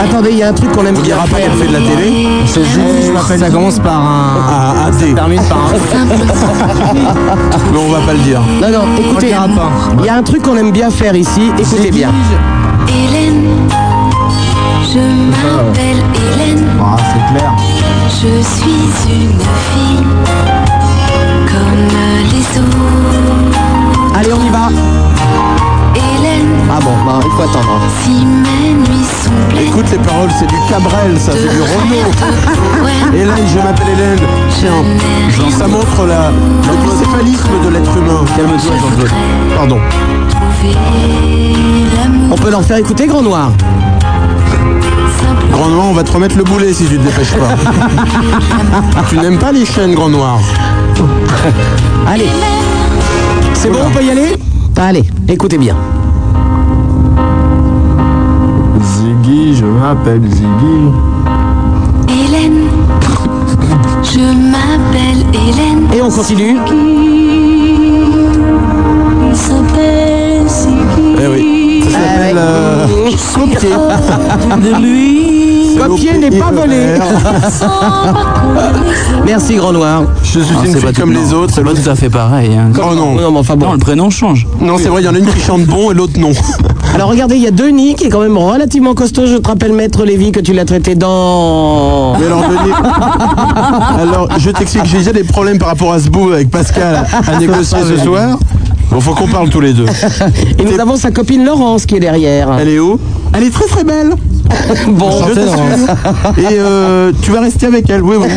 [SPEAKER 3] Attendez, il y a un truc qu'on aime
[SPEAKER 1] on
[SPEAKER 3] bien.
[SPEAKER 1] dira pas qu'elle fait de la télé.
[SPEAKER 2] C'est Zizi, je m'appelle.
[SPEAKER 13] Ça commence par un.
[SPEAKER 1] Ah,
[SPEAKER 13] Ça
[SPEAKER 1] athée.
[SPEAKER 13] termine par un.
[SPEAKER 1] Mais on va pas le dire.
[SPEAKER 3] Non, non,
[SPEAKER 13] On le
[SPEAKER 3] écoutez,
[SPEAKER 13] dira pas.
[SPEAKER 3] il y a un truc qu'on aime bien faire ici. Écoutez bien.
[SPEAKER 8] Hélène, je m'appelle Hélène,
[SPEAKER 2] Ah, c'est clair.
[SPEAKER 8] je suis une fille comme les autres.
[SPEAKER 3] Allez, on y va.
[SPEAKER 8] Hélène,
[SPEAKER 3] Ah bon, bah, il faut attendre. hein.
[SPEAKER 8] si mes nuits sont pleines
[SPEAKER 1] Écoute les paroles, c'est du Cabrel, ça, c'est du Renaud.
[SPEAKER 8] de poèmes,
[SPEAKER 1] Hélène, je m'appelle Hélène. Tiens, ça montre la, le bicéphalisme de l'être humain.
[SPEAKER 6] Calme-toi, Jean-Claude.
[SPEAKER 1] Pardon.
[SPEAKER 8] trouver l'amour
[SPEAKER 3] On peut leur faire écouter Grand Noir.
[SPEAKER 8] simple.
[SPEAKER 1] Grand Noir, on va te remettre le boulet si tu te dépêches pas. tu n'aimes pas les chaînes, Grand Noir
[SPEAKER 3] Allez. C'est bon, on peut y aller Allez, écoutez bien.
[SPEAKER 2] Ziggy, je m'appelle Ziggy.
[SPEAKER 8] Hélène, je m'appelle Hélène,
[SPEAKER 3] Et on continue.
[SPEAKER 8] il s'appelle Sylvie.
[SPEAKER 1] Eh oui. Ça s'appelle. euh,
[SPEAKER 3] Ah, Copier.
[SPEAKER 6] De lui.
[SPEAKER 1] le
[SPEAKER 3] Copier n'est pas volé. Merci, Grand Noir.
[SPEAKER 1] Je suis
[SPEAKER 6] Ah,
[SPEAKER 1] une
[SPEAKER 6] c'est
[SPEAKER 1] fille
[SPEAKER 6] pas
[SPEAKER 1] comme
[SPEAKER 6] tout-
[SPEAKER 1] les
[SPEAKER 6] non,
[SPEAKER 1] autres.
[SPEAKER 6] C'est pas tout à fait pareil. hein.
[SPEAKER 1] Oh non.
[SPEAKER 3] Non, mais enfin
[SPEAKER 6] Non,
[SPEAKER 3] bon.
[SPEAKER 6] le prénom change.
[SPEAKER 1] Non, c'est vrai, il y en a une qui chante bon et l'autre non.
[SPEAKER 3] Alors regardez, il y a Denis qui est quand même relativement costaud. Je te rappelle, Maître Lévy, que tu l'as traité dans.
[SPEAKER 1] Mais alors, Denis- alors je t'explique, j'ai déjà des problèmes par rapport à ce bout avec Pascal à négocier ce soir. Bon, faut qu'on parle tous les deux.
[SPEAKER 3] Et nous avons sa copine Laurence qui est derrière.
[SPEAKER 1] Elle est où Elle est très très belle. Bon, je t'assure. Et euh, tu vas rester avec elle, oui, oui.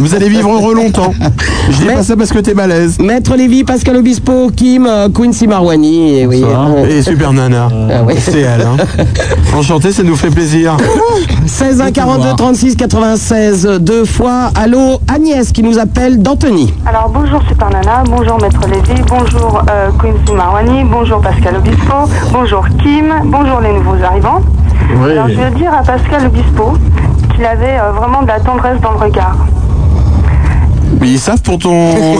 [SPEAKER 1] Vous allez vivre heureux longtemps. Je dis pas ça parce que t'es balèze.
[SPEAKER 3] Maître Lévy, Pascal Obispo, Kim, euh, Quincy Marwani, et oui. euh,
[SPEAKER 1] Bonsoir. Et Super Nana.
[SPEAKER 3] oui.
[SPEAKER 1] C'est elle. Hein. Enchanté, ça nous fait plaisir.
[SPEAKER 3] 16 1 42 36 96 deux fois. Allô Agnès qui nous appelle d'Antony.
[SPEAKER 4] Alors bonjour Super Nana, bonjour Maître Lévy, bonjour euh, Quincy Marwani, bonjour Pascal Obispo, bonjour Kim, bonjour les nouveaux arrivants.
[SPEAKER 1] Oui.
[SPEAKER 4] Alors je veux dire à Pascal Obispo qu'il avait euh, vraiment de la tendresse dans le regard.
[SPEAKER 1] Mais ils savent pour ton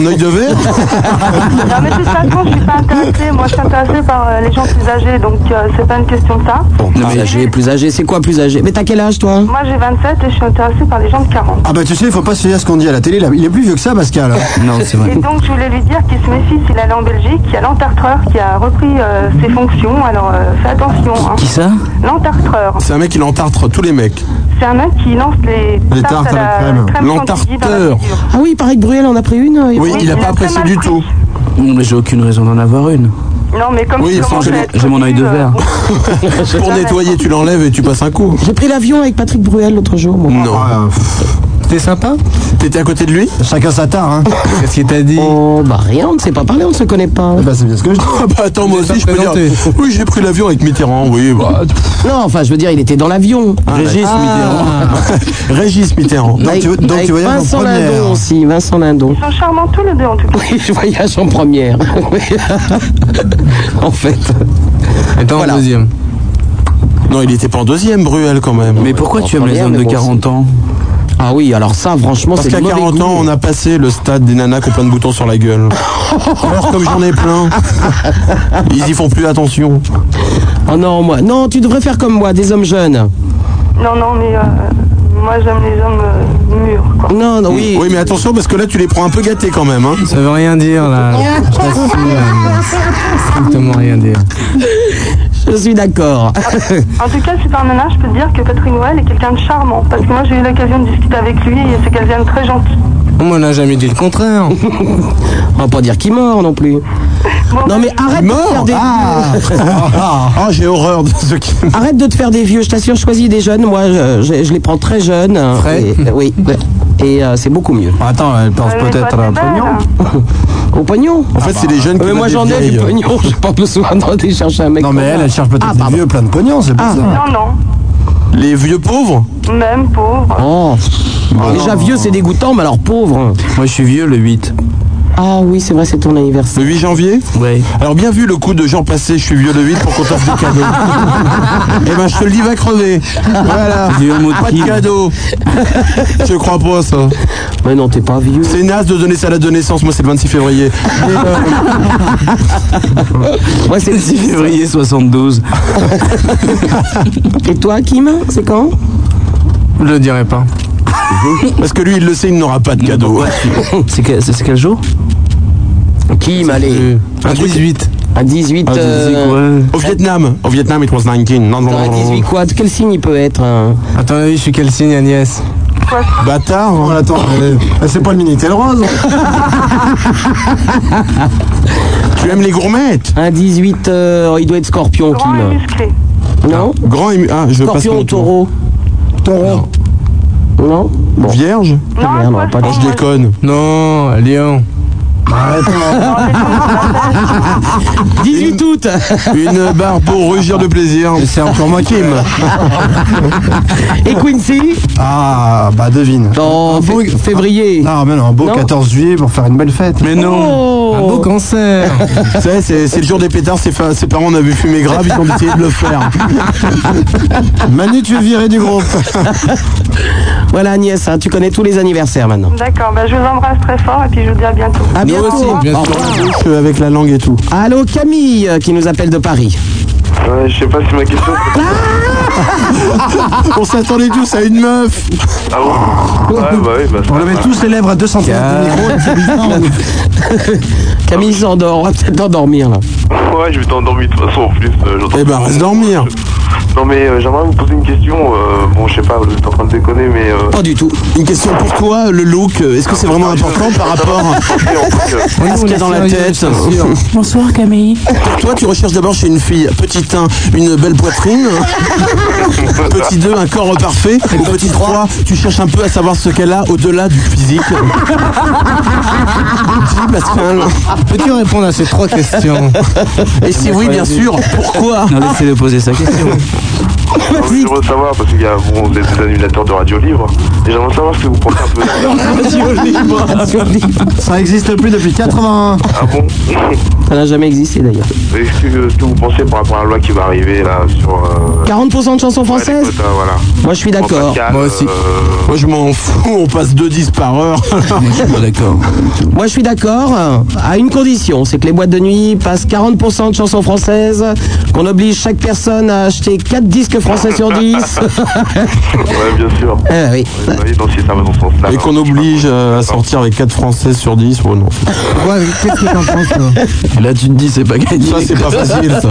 [SPEAKER 1] œil de verre
[SPEAKER 4] non mais de toute façon je suis pas intéressée, moi je suis intéressée par euh, les gens plus âgés donc euh, c'est pas une question de ça.
[SPEAKER 3] plus
[SPEAKER 6] ah.
[SPEAKER 3] âgé, plus âgé, c'est quoi plus âgé Mais t'as quel âge toi
[SPEAKER 4] Moi j'ai 27 et je suis intéressée par les gens de 40.
[SPEAKER 2] Ah bah tu sais, il faut pas se fier à ce qu'on dit à la télé. Là. Il est plus vieux que ça, Pascal.
[SPEAKER 6] Non, c'est
[SPEAKER 4] Et donc je voulais lui dire qu'il se méfie s'il allait en Belgique, il y a l'entartreur qui a repris euh, ses fonctions, alors euh, fais attention. hein.
[SPEAKER 1] Qui ça
[SPEAKER 4] L'entartreur.
[SPEAKER 1] C'est un mec qui entartre tous les mecs.
[SPEAKER 4] C'est un mec qui lance les,
[SPEAKER 1] Les tartes à la crème.
[SPEAKER 4] chantilly dans la
[SPEAKER 1] L'entarteur.
[SPEAKER 4] figure.
[SPEAKER 3] Ah oui, il paraît que Bruel en a pris une. euh,
[SPEAKER 6] Oui,
[SPEAKER 4] Oui,
[SPEAKER 6] il a
[SPEAKER 4] il
[SPEAKER 6] pas
[SPEAKER 4] a
[SPEAKER 6] apprécié
[SPEAKER 4] très mal
[SPEAKER 6] du
[SPEAKER 4] pris.
[SPEAKER 6] tout. Non, mais j'ai aucune raison d'en avoir une.
[SPEAKER 4] Non, mais comme tu commences
[SPEAKER 6] j'ai
[SPEAKER 4] à
[SPEAKER 6] mon-
[SPEAKER 4] être
[SPEAKER 6] j'ai mon œil de verre.
[SPEAKER 1] Pour nettoyer, tu l'enlèves et tu passes un coup.
[SPEAKER 3] J'ai pris l'avion avec Patrick Bruel l'autre jour. moi.
[SPEAKER 1] Non.
[SPEAKER 2] T'es sympa
[SPEAKER 1] T'étais à côté de lui
[SPEAKER 2] Chacun sa tare, hein.
[SPEAKER 1] Qu'est-ce qu'il t'a dit
[SPEAKER 3] Oh bah rien, on ne s'est pas parlé, on ne se connaît pas.
[SPEAKER 2] Bah c'est bien ce que je dis.
[SPEAKER 1] Ah bah attends, moi aussi je peux dire. Oui, j'ai pris l'avion avec Mitterrand, oui. Bah.
[SPEAKER 3] Non, enfin je veux dire, il était dans l'avion.
[SPEAKER 1] Ah,
[SPEAKER 3] Ah,
[SPEAKER 1] Régis Mitterrand. Régis Mitterrand.
[SPEAKER 3] Avec- avec Vincent Lindon aussi, Vincent Lindon.
[SPEAKER 4] Ils sont charmants tous les deux en tout cas.
[SPEAKER 3] Oui, je voyage en première. Oui. en fait.
[SPEAKER 1] Et pas en deuxième. Non, il était pas en deuxième, Bruel quand même.
[SPEAKER 6] Mais pourquoi tu aimes les hommes de 40 ans
[SPEAKER 3] Ah oui, alors ça, franchement,
[SPEAKER 1] Parce
[SPEAKER 3] c'est
[SPEAKER 1] qu'à
[SPEAKER 3] du mauvais
[SPEAKER 1] 40
[SPEAKER 3] goût.
[SPEAKER 1] ans, on a passé le stade des nanas qui ont plein de boutons sur la gueule. Alors comme j'en ai plein, ils y font plus attention.
[SPEAKER 3] Oh non, moi. Non, tu devrais faire comme moi, des hommes jeunes.
[SPEAKER 4] Non, non, mais euh, moi j'aime les hommes euh, mûrs. Quoi.
[SPEAKER 3] Non, non, oui.
[SPEAKER 1] Oui, mais attention parce que là, tu les prends un peu gâtés quand même. Hein.
[SPEAKER 13] Ça veut rien dire là. Je t'assure, euh, strictement rien dire.
[SPEAKER 3] Je suis d'accord.
[SPEAKER 4] En tout cas, Super Nana, je peux te dire que Patrick Noël est quelqu'un de charmant. Parce que moi j'ai eu l'occasion de discuter avec lui et c'est quelqu'un de très gentil.
[SPEAKER 13] Moi, on n'a jamais dit le contraire.
[SPEAKER 3] on va pas dire qu'il meurt non plus. non mais arrête de te faire des
[SPEAKER 1] Ah, ah, j'ai horreur de ce qui.
[SPEAKER 3] Arrête de te faire des vieux, je t'assure, choisis des jeunes. Moi, je, je- je les prends très jeunes. euh,
[SPEAKER 13] Frais.
[SPEAKER 3] et- oui. Et euh, c'est beaucoup mieux.
[SPEAKER 2] Attends, elle pense
[SPEAKER 4] Ouais, mais toi, t'es belle, hein.
[SPEAKER 3] Au pognon Ah,
[SPEAKER 1] En fait, c'est les jeunes qui
[SPEAKER 3] Mais
[SPEAKER 1] veulent
[SPEAKER 3] moi
[SPEAKER 1] des
[SPEAKER 3] j'en ai du
[SPEAKER 1] vieilles.
[SPEAKER 3] pognon, j'ai pas besoin d'aller chercher un mec.
[SPEAKER 2] Non mais
[SPEAKER 3] comme
[SPEAKER 2] elle,
[SPEAKER 3] ça.
[SPEAKER 2] elle cherche peut-être
[SPEAKER 3] Ah,
[SPEAKER 2] des
[SPEAKER 3] pardon.
[SPEAKER 2] vieux plein de pognon, c'est pas
[SPEAKER 3] Ah.
[SPEAKER 2] ça.
[SPEAKER 4] Non, non,
[SPEAKER 1] Les vieux pauvres
[SPEAKER 4] même pauvre.
[SPEAKER 3] Oh. Déjà vieux, c'est dégoûtant, mais alors pauvre.
[SPEAKER 6] Moi, je suis vieux, le 8.
[SPEAKER 3] Ah oui, c'est vrai, c'est ton anniversaire.
[SPEAKER 1] Le 8 janvier
[SPEAKER 6] Ouais.
[SPEAKER 1] Alors bien vu le coup de Jean Passé, je suis vieux le 8 pour qu'on t'offre des cadeaux. Eh ben je te le dis, va crever. Voilà.
[SPEAKER 6] Vieux mot
[SPEAKER 1] Pas de cadeau. Je crois pas ça.
[SPEAKER 3] Mais non, t'es pas vieux.
[SPEAKER 1] C'est naze de donner sa date de naissance, moi c'est le 26 février. Mais, euh,
[SPEAKER 3] Moi, c'est
[SPEAKER 6] 6 février 72.
[SPEAKER 3] Et toi, Kim C'est quand
[SPEAKER 13] Je le dirai pas.
[SPEAKER 1] parce que lui il le sait, il n'aura pas de cadeau.
[SPEAKER 6] C'est que- c'est- c'est quel jour
[SPEAKER 3] Kim, allez.
[SPEAKER 1] Un truc-
[SPEAKER 3] À
[SPEAKER 2] Ah,
[SPEAKER 3] 18. euh,
[SPEAKER 1] Au Vietnam. Au Vietnam it was 19. Non, non,
[SPEAKER 3] attends, à
[SPEAKER 1] non, non,
[SPEAKER 3] 18
[SPEAKER 1] non.
[SPEAKER 3] quoi Quel signe il peut être hein
[SPEAKER 13] Attends, je suis quel signe, Agnès
[SPEAKER 1] Bâtard.
[SPEAKER 2] Oh,
[SPEAKER 1] hein.
[SPEAKER 2] attends, elle- elle, c'est pas le Minitel rose. hein.
[SPEAKER 1] Tu aimes les gourmettes
[SPEAKER 3] Un 18, euh, il doit être scorpion,
[SPEAKER 4] Grand et
[SPEAKER 3] Kim.
[SPEAKER 4] musclé.
[SPEAKER 3] Non
[SPEAKER 1] Grand ému. Ah, je passe
[SPEAKER 3] Scorpion
[SPEAKER 1] mon
[SPEAKER 3] ou
[SPEAKER 1] tour.
[SPEAKER 3] taureau
[SPEAKER 2] Taureau.
[SPEAKER 3] Non Bon. Ah,
[SPEAKER 1] Vierge
[SPEAKER 4] Non,
[SPEAKER 3] merde, on va
[SPEAKER 4] toi,
[SPEAKER 3] pas
[SPEAKER 1] Oh, je
[SPEAKER 4] moi,
[SPEAKER 1] déconne. hein.
[SPEAKER 13] Non, Lyon.
[SPEAKER 3] août
[SPEAKER 1] Une barre pour rugir de plaisir.
[SPEAKER 2] C'est encore moi qui me.
[SPEAKER 3] Et Quincy
[SPEAKER 2] Ah bah devine.
[SPEAKER 3] Non,
[SPEAKER 2] beau-
[SPEAKER 3] fé- février.
[SPEAKER 1] Ah,
[SPEAKER 2] Non mais non, un beau
[SPEAKER 3] Non.
[SPEAKER 2] 14 juillet pour faire une belle fête.
[SPEAKER 6] Mais non
[SPEAKER 13] Un beau
[SPEAKER 3] Oh
[SPEAKER 13] cancer.
[SPEAKER 1] Tu sais, c'est c'est le jour des pétards, ses, fa- ses parents on a vu fumer grave, ils ont essayé de le faire. ah.
[SPEAKER 2] Manu tu es viré du groupe.
[SPEAKER 3] Voilà Agnès, hein, tu connais tous les anniversaires maintenant.
[SPEAKER 4] D'accord, bah, je vous embrasse très fort et puis je vous dis à bientôt.
[SPEAKER 3] À bientôt.
[SPEAKER 1] Bien sûr, la bouche, euh, avec la langue et tout.
[SPEAKER 3] Allô Camille euh, qui nous appelle de Paris.
[SPEAKER 5] Ouais, je sais pas si ma question.
[SPEAKER 1] Ah On s'attendait tous à une meuf.
[SPEAKER 5] Ah bon Ouais, bah oui, bah.
[SPEAKER 2] On le met tous les lèvres à 200 de micro. et c'est bizarre, hein. on-
[SPEAKER 3] Camille s'endort, on va peut-être t'endormir là.
[SPEAKER 5] Ouais, je vais t'endormir de toute façon en plus. euh, j'entends-
[SPEAKER 1] Eh ben, reste dormir.
[SPEAKER 5] Non mais euh, j'aimerais vous poser une question. euh, bon, je sais pas, vous êtes en train de déconner, mais. euh,
[SPEAKER 2] Oh,
[SPEAKER 1] Pas du tout. Une question pour toi, le look, euh, est-ce que c'est vraiment important par rapport
[SPEAKER 5] euh,
[SPEAKER 1] à ce qu'il y a dans la tête
[SPEAKER 6] Bonsoir Camille.
[SPEAKER 1] Pour toi, tu recherches d'abord chez une fille, petit 1, une belle poitrine, petit 2, un corps parfait, et petit 3, tu cherches un peu à savoir ce qu'elle a au-delà du physique. Dis, Pascal.
[SPEAKER 13] Ah, Peux-tu répondre à ces trois questions
[SPEAKER 1] Et si oui, bien sûr, pourquoi
[SPEAKER 6] Non, laissez-le poser sa question.
[SPEAKER 5] Alors, je voudrais savoir, parce qu'il y a bon, vous êtes des animateurs de radio libre, et j'aimerais savoir ce que vous pensez un peu.
[SPEAKER 2] Ça n'existe plus depuis 81.
[SPEAKER 5] Ah bon
[SPEAKER 3] Ça n'a jamais existé d'ailleurs.
[SPEAKER 5] Et ce que, ce que vous pensez par rapport à la loi qui va arriver là sur. euh,
[SPEAKER 3] 40% de chansons
[SPEAKER 5] les
[SPEAKER 3] françaises
[SPEAKER 5] quotas, voilà. euh,
[SPEAKER 3] Moi je suis d'accord.
[SPEAKER 1] Moi aussi. Moi je m'en fous, on passe 2 10 par heure.
[SPEAKER 6] Moi je suis pas d'accord.
[SPEAKER 3] Moi je suis d'accord euh, à une condition, c'est que les boîtes de nuit passent 40% de chansons françaises, qu'on oblige chaque personne à acheter 4 disques français sur 10.
[SPEAKER 5] ouais, bien sûr.
[SPEAKER 3] Ah oui.
[SPEAKER 5] Ouais, bah oui, donc si ça va dans ce sens-là.
[SPEAKER 1] Et qu'on oblige euh, à sortir les 4 Françaises sur 10, oh non.
[SPEAKER 2] Ouais, qu'est-ce que t'en penses, toi
[SPEAKER 6] Là tu te dis c'est pas gagné.
[SPEAKER 1] Ça c'est pas facile ça.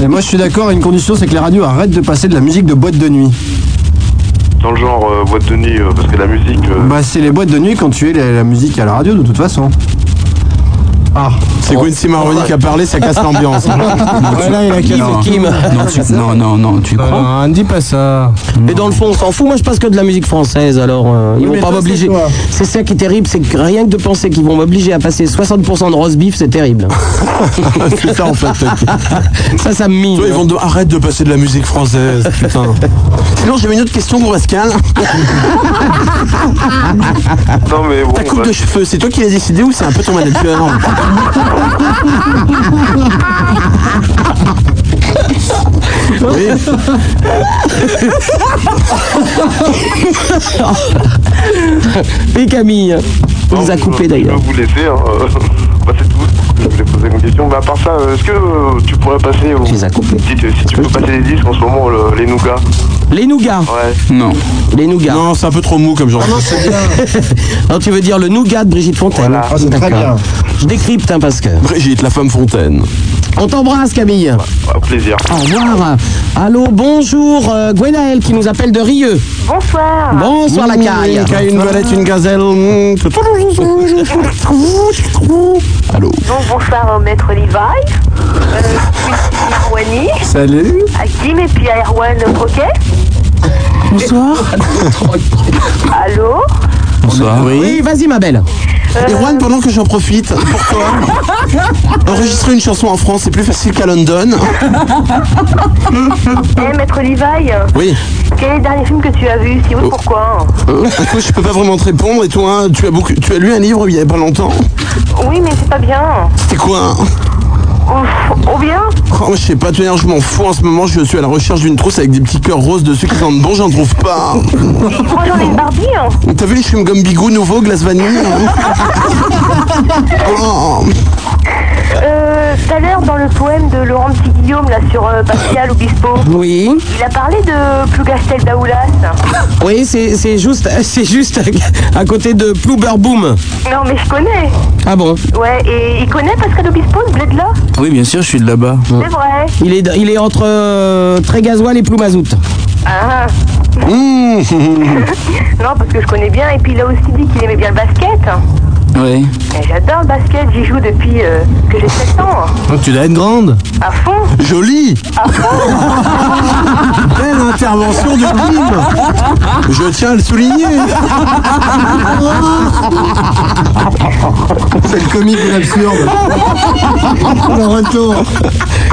[SPEAKER 2] Mais moi, je suis d'accord à une condition, c'est que les radios arrêtent de passer de la musique de boîte de nuit.
[SPEAKER 5] Dans le genre euh, boîte de nuit, euh, parce que la musique. euh,
[SPEAKER 2] Bah, c'est les boîtes de nuit quand tu es la, la musique à la radio, de toute façon. Ah,
[SPEAKER 1] C'est
[SPEAKER 6] Oh.
[SPEAKER 1] Quincy Maroni qui a parlé, ça casse l'ambiance. hein.
[SPEAKER 2] là, il a
[SPEAKER 3] Kim,
[SPEAKER 6] Non.
[SPEAKER 3] Kim.
[SPEAKER 6] Non, tu- non, non,
[SPEAKER 1] Oh,
[SPEAKER 6] non, tu
[SPEAKER 13] Ah,
[SPEAKER 6] crois
[SPEAKER 1] Hein
[SPEAKER 13] Non, ne dis pas ça.
[SPEAKER 3] Mais dans le fond, on s'en fout. Moi, je passe que de la musique française, alors euh, ils
[SPEAKER 2] Euh, mais
[SPEAKER 3] vont
[SPEAKER 2] toi,
[SPEAKER 3] pas
[SPEAKER 2] c'est
[SPEAKER 3] m'obliger.
[SPEAKER 2] toi.
[SPEAKER 3] C'est ça qui est terrible, c'est que rien que de penser qu'ils vont m'obliger à passer 60% de roast beef, c'est terrible.
[SPEAKER 1] c'est ça en fait.
[SPEAKER 3] ça, ça me mine. hein.
[SPEAKER 1] Toi, ils vont te- arrête de passer de la musique française, putain. Sinon, j'avais une autre question pour Pascal.
[SPEAKER 5] Non mais bon.
[SPEAKER 1] Ta coupe
[SPEAKER 5] bah,
[SPEAKER 1] de cheveux, c'est toi qui l'as décidé ou c'est un peu ton manager Oui.
[SPEAKER 3] Et Camille, il
[SPEAKER 5] non,
[SPEAKER 3] nous a
[SPEAKER 5] je-
[SPEAKER 3] coupé
[SPEAKER 5] Je
[SPEAKER 3] d'ailleurs.
[SPEAKER 5] vais vous laisser. hein, euh, bah, c'est tout. Je voulais poser une question. Bah, à part ça, euh, est-ce que euh, tu pourrais passer. au-
[SPEAKER 3] Tu les as coupés.
[SPEAKER 5] Si tu, si tu peux passer les disques en ce moment, le- les nougats.
[SPEAKER 3] Les nougats.
[SPEAKER 5] Ouais.
[SPEAKER 6] Non.
[SPEAKER 3] Les nougats.
[SPEAKER 1] Non, c'est un peu trop mou comme
[SPEAKER 2] Ah
[SPEAKER 1] genre.
[SPEAKER 3] Alors, tu veux dire le nougat de Brigitte Fontaine.
[SPEAKER 5] Voilà.
[SPEAKER 2] Ah, c'est très bien.
[SPEAKER 3] D'accord. Je décrypte, hein, parce que.
[SPEAKER 1] Brigitte, la femme fontaine.
[SPEAKER 3] On t'embrasse, Camille.
[SPEAKER 5] Ah, plaisir.
[SPEAKER 3] Au revoir. Allô, bonjour, euh, Gwenaëlle qui nous appelle de Rieux.
[SPEAKER 4] Bonsoir.
[SPEAKER 3] Bonsoir, la caille.
[SPEAKER 4] Mmh,
[SPEAKER 1] une belette, une gazelle. mm, tout-
[SPEAKER 4] Donc bonsoir au maître Levi, euh, Christine Arwani,
[SPEAKER 2] Salut.
[SPEAKER 4] à Kim et puis à Erwan Croquet.
[SPEAKER 6] Bonsoir.
[SPEAKER 4] Allô
[SPEAKER 6] Bonsoir.
[SPEAKER 3] Oui, vas-y, ma belle.
[SPEAKER 2] Euh,
[SPEAKER 1] Et Juan, pendant que j'en profite, pour toi, enregistrer une chanson en France, c'est plus facile qu'à London.
[SPEAKER 4] Eh maître Levi, euh,
[SPEAKER 1] Oui. Oh.
[SPEAKER 4] quel est le dernier film que tu as vu Si oui, pourquoi
[SPEAKER 1] Euh, écoute, je peux pas vraiment te répondre. Et toi, hein, tu as, beaucoup, tu as lu un livre il y a pas longtemps
[SPEAKER 4] Oui, mais c'est pas bien.
[SPEAKER 1] C'était quoi hein
[SPEAKER 4] Ouf. Oh bien
[SPEAKER 1] Oh, je sais pas, tenir, je m'en fous en ce moment, je suis à la recherche d'une trousse avec des petits cœurs roses dessus qui sentent bon, j'en trouve pas.
[SPEAKER 4] Moi j'en ai une Barbie. hein.
[SPEAKER 1] T'as vu les chewing-gum bigou nouveaux, glace vanille hein Oh,
[SPEAKER 4] Euh, Tout à l'heure dans le poème de Laurent Petit Guillaume là sur euh, Pascal Obispo,
[SPEAKER 3] Oui.
[SPEAKER 4] il a parlé de Plougastel d'Aoulas.
[SPEAKER 3] Oui, c'est c'est juste, c'est juste à, à côté de Plouberboom.
[SPEAKER 4] Non mais je connais.
[SPEAKER 3] Ah bon
[SPEAKER 4] Ouais, et il connaît Pascal Obispo, ce bled là
[SPEAKER 6] Oui, bien sûr, je suis de là-bas.
[SPEAKER 4] C'est vrai.
[SPEAKER 3] Il est, il est entre euh, Trégasoil et Ploumazout.
[SPEAKER 4] Ah.
[SPEAKER 1] Mmh.
[SPEAKER 4] Non, parce que je connais bien. Et puis il a aussi dit qu'il aimait bien le basket.
[SPEAKER 6] Oui.
[SPEAKER 4] Et J'adore le basket, j'y joue depuis euh, que j'ai 7 ans.
[SPEAKER 13] Donc tu dois être grande.
[SPEAKER 4] À fond.
[SPEAKER 1] Joli Belle intervention de Kim Je tiens à le souligner
[SPEAKER 2] C'est le comique de l'absurde. le retour.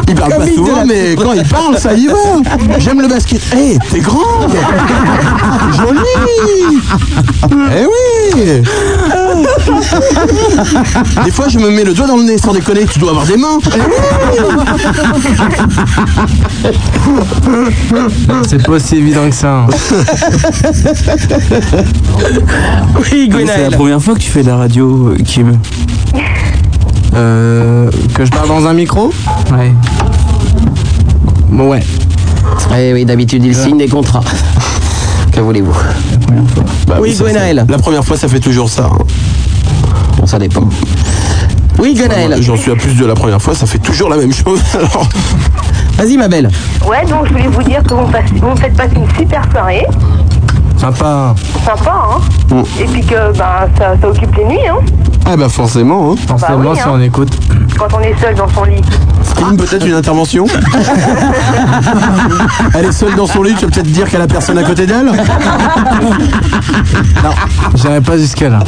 [SPEAKER 1] Il parle pas
[SPEAKER 3] Comique de
[SPEAKER 1] souvent,
[SPEAKER 3] la-
[SPEAKER 1] mais quand il parle, ça y va J'aime le basket. Eh, t'es grande Jolie Eh oui Des fois, je me mets le doigt dans le nez, sans déconner, tu dois avoir des mains Eh
[SPEAKER 13] C'est pas aussi évident que ça. hein.
[SPEAKER 3] Oui,
[SPEAKER 6] C'est la
[SPEAKER 3] Gwenaël.
[SPEAKER 6] première fois que tu fais de la radio, euh, Kim.
[SPEAKER 13] Euh, que
[SPEAKER 3] Bah,
[SPEAKER 13] je parle dans un micro Ouais. Bon ouais.
[SPEAKER 3] Eh oui, d'habitude, il signe des contrats. Que voulez-vous Bah, Oui, Gwenaël.
[SPEAKER 1] La première fois, ça fait toujours ça. hein.
[SPEAKER 3] Bon, ça dépend. Oui, Gwenaël.
[SPEAKER 1] J'en suis à plus de la première fois, ça fait toujours la même chose. Alors,
[SPEAKER 3] Vas-y, ma belle.
[SPEAKER 4] Ouais, donc je voulais vous dire que vous me, passez- vous me faites passer une super soirée.
[SPEAKER 16] Sympa.
[SPEAKER 4] Sympa, hein
[SPEAKER 1] Mm.
[SPEAKER 4] Et puis que bah, ça, ça occupe les nuits, hein
[SPEAKER 1] Ah bah forcément. Hein.
[SPEAKER 4] Forcément, Bah oui, si hein. on
[SPEAKER 1] écoute.
[SPEAKER 4] Quand on est seul dans son lit.
[SPEAKER 1] Kim, Ah, peut-être une intervention Elle est seule dans son lit, tu vas peut-être dire qu'elle a personne à côté d'elle Non, j'irai pas jusqu'à là.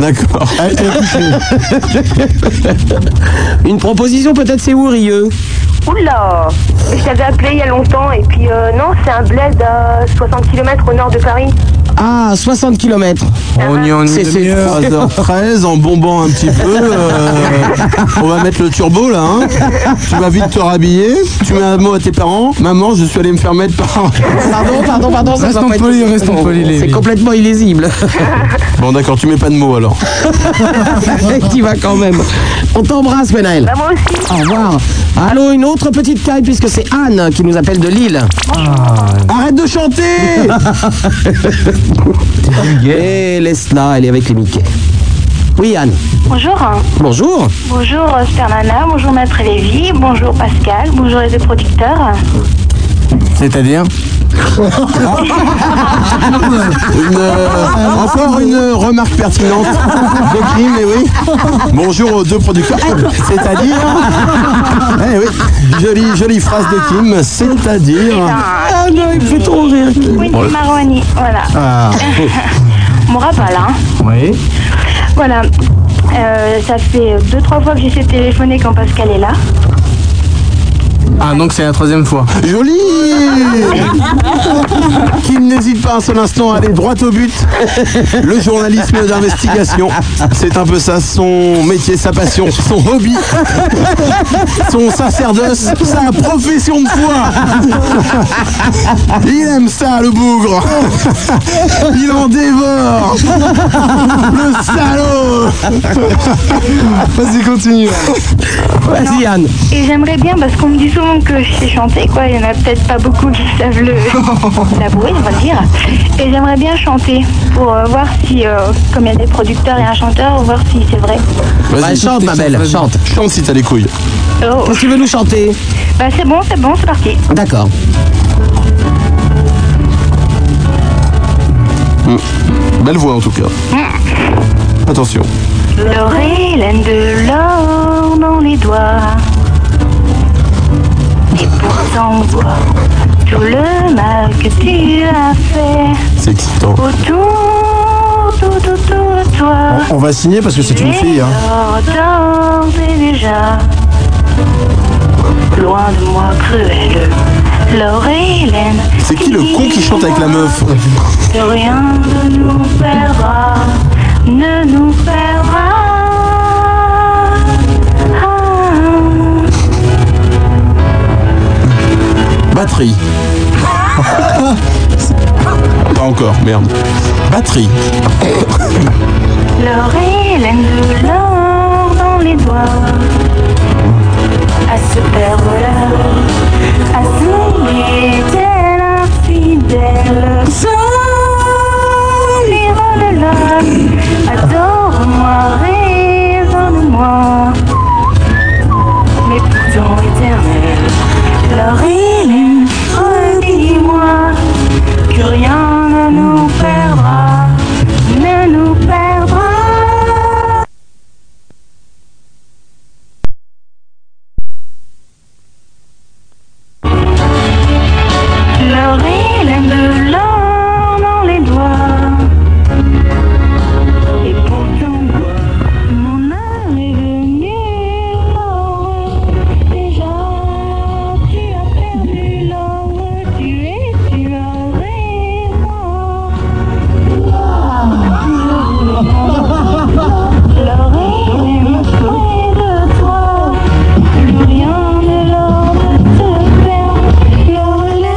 [SPEAKER 1] D'accord.
[SPEAKER 3] Une proposition, peut-être, c'est où, Rieux
[SPEAKER 4] Oula Mais je t'avais appelé il y a longtemps et puis euh, non, c'est un bled à 60 km au nord de Paris.
[SPEAKER 3] Ah, 60 km.
[SPEAKER 1] On y est en
[SPEAKER 3] C'est- c'est-
[SPEAKER 1] 3h13 en bombant un petit peu. euh, on va mettre le turbo là. hein. Tu vas vite te rhabiller. Tu mets un mot à tes parents. Maman, je suis allé me faire mettre par.
[SPEAKER 3] Pardon, pardon, pardon. ça
[SPEAKER 1] Restons
[SPEAKER 3] doit pas être-
[SPEAKER 1] polis, restons polis, les
[SPEAKER 3] C'est
[SPEAKER 1] filles.
[SPEAKER 3] complètement illisible.
[SPEAKER 1] Bon d'accord, tu mets pas de mots alors.
[SPEAKER 3] tu vas quand même. On t'embrasse, Wenaël.
[SPEAKER 4] Bah, moi aussi.
[SPEAKER 3] Au revoir. Allô, une autre petite caille, puisque c'est Anne qui nous appelle de Lille. Arrête de chanter Et laisse-la, Eh, elle est avec les Mickey. Oui, Anne.
[SPEAKER 8] Bonjour.
[SPEAKER 3] Bonjour.
[SPEAKER 8] Bonjour euh, Supernana, bonjour Maître Lévy, bonjour Pascal, bonjour les deux producteurs.
[SPEAKER 6] C'est-à-dire
[SPEAKER 1] Une, euh, encore une remarque pertinente de Kim, eh oui. Bonjour aux deux producteurs. C'est-à-dire. Eh oui, jolie, jolie phrase de Kim, c'est-à-dire.
[SPEAKER 8] Ah
[SPEAKER 3] non, il me fait trop rire.
[SPEAKER 8] Quincy Maroni, voilà.
[SPEAKER 1] Ah.
[SPEAKER 8] Mon rappel, hein.
[SPEAKER 1] Oui.
[SPEAKER 8] Voilà. Euh, ça fait deux trois fois que j'essaie de téléphoner quand Pascal est là.
[SPEAKER 17] Ah, donc c'est la troisième fois.
[SPEAKER 1] Joli Qui n'hésite pas un seul instant à aller droit au but. Le journalisme d'investigation, c'est un peu ça, son métier, sa passion, son hobby, son sacerdoce, sa profession de foi. Il aime ça, le bougre. Il en dévore. Le salaud. Vas-y, continue.
[SPEAKER 3] Vas-y, Anne.
[SPEAKER 8] Et j'aimerais bien parce qu'on me dit souvent que je sais chanter quoi, il y en a peut-être pas beaucoup qui savent le l'avouer, on va dire. Et j'aimerais bien chanter pour euh, voir si euh, comme il y a des producteurs et un chanteur, voir si c'est vrai.
[SPEAKER 1] Vas-y, Bah, chante, ma belle, chante. Chante si t'as les couilles.
[SPEAKER 3] Qu'est-ce que tu veux nous chanter
[SPEAKER 8] Oh. Bah c'est bon, c'est bon, c'est parti.
[SPEAKER 3] D'accord.
[SPEAKER 1] Mm. Belle voix en tout cas. Attention.
[SPEAKER 8] L'or et Mmh. laine de l'or dans les doigts. Et pourtant, on voit tout le mal que tu as fait
[SPEAKER 1] C'est excitant.
[SPEAKER 8] autour, tout autour de toi.
[SPEAKER 16] On va signer parce que c'est une fille. hein.
[SPEAKER 8] Dors, dors, et déjà, loin de moi cruel, l'or et laine
[SPEAKER 1] C'est qui le con qui chante avec la meuf
[SPEAKER 8] que rien ne nous perdra, ne nous perdra. Ah.
[SPEAKER 1] Batterie. Pas encore, merde. Batterie.
[SPEAKER 8] L'or et laine de l'or dans les doigts. À se perdre là, à s'oublier tel infidèle. Solire de l'homme, adore-moi, raisonne-moi. Mais pourtant éternel, l'or et laine, redis-moi que rien ne nous perdra, ne nous perdra. L'or et l'aime de l'or dans les doigts. Et pourtant, mon âme est venue l'or. Déjà, tu as perdu l'or. Tu es, tu as raison. L'or et l'aime près de toi. Plus rien ne l'or ne te perd. L'or et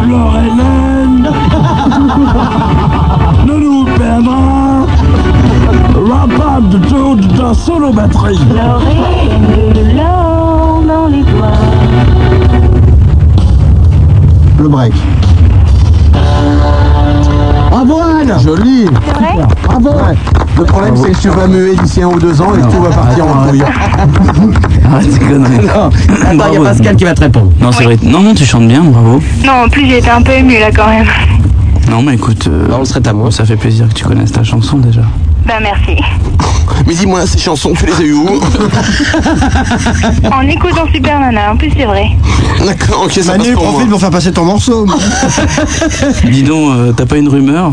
[SPEAKER 18] Laurelène Ne nous perdra Rabat de tour de ta solo batterie
[SPEAKER 8] de l'or dans les doigts.
[SPEAKER 16] Le break.
[SPEAKER 3] Bravo, Anne
[SPEAKER 1] Joli
[SPEAKER 8] C'est vrai
[SPEAKER 16] Bravo
[SPEAKER 1] Le problème, c'est que tu vas muer d'ici un ou deux ans et que tout va partir en couille.
[SPEAKER 6] Arrête tes conneries. Attends, il y a Pascal
[SPEAKER 3] qui va te répondre.
[SPEAKER 6] Non, c'est vrai. Non, non, tu chantes bien, bravo.
[SPEAKER 4] Non, en plus j'étais un peu émue là quand même.
[SPEAKER 6] Non, mais écoute. on serait amoureux. Ça fait plaisir que tu connaisses ta chanson déjà.
[SPEAKER 4] Bah merci.
[SPEAKER 6] Mais dis-moi, ces chansons, tu les as eues où
[SPEAKER 4] en écoutant Super Nana, en plus c'est vrai.
[SPEAKER 1] D'accord, ok,
[SPEAKER 8] ça Manu, profite pour faire passer ton morceau.
[SPEAKER 6] Dis donc, euh, t'as pas une rumeur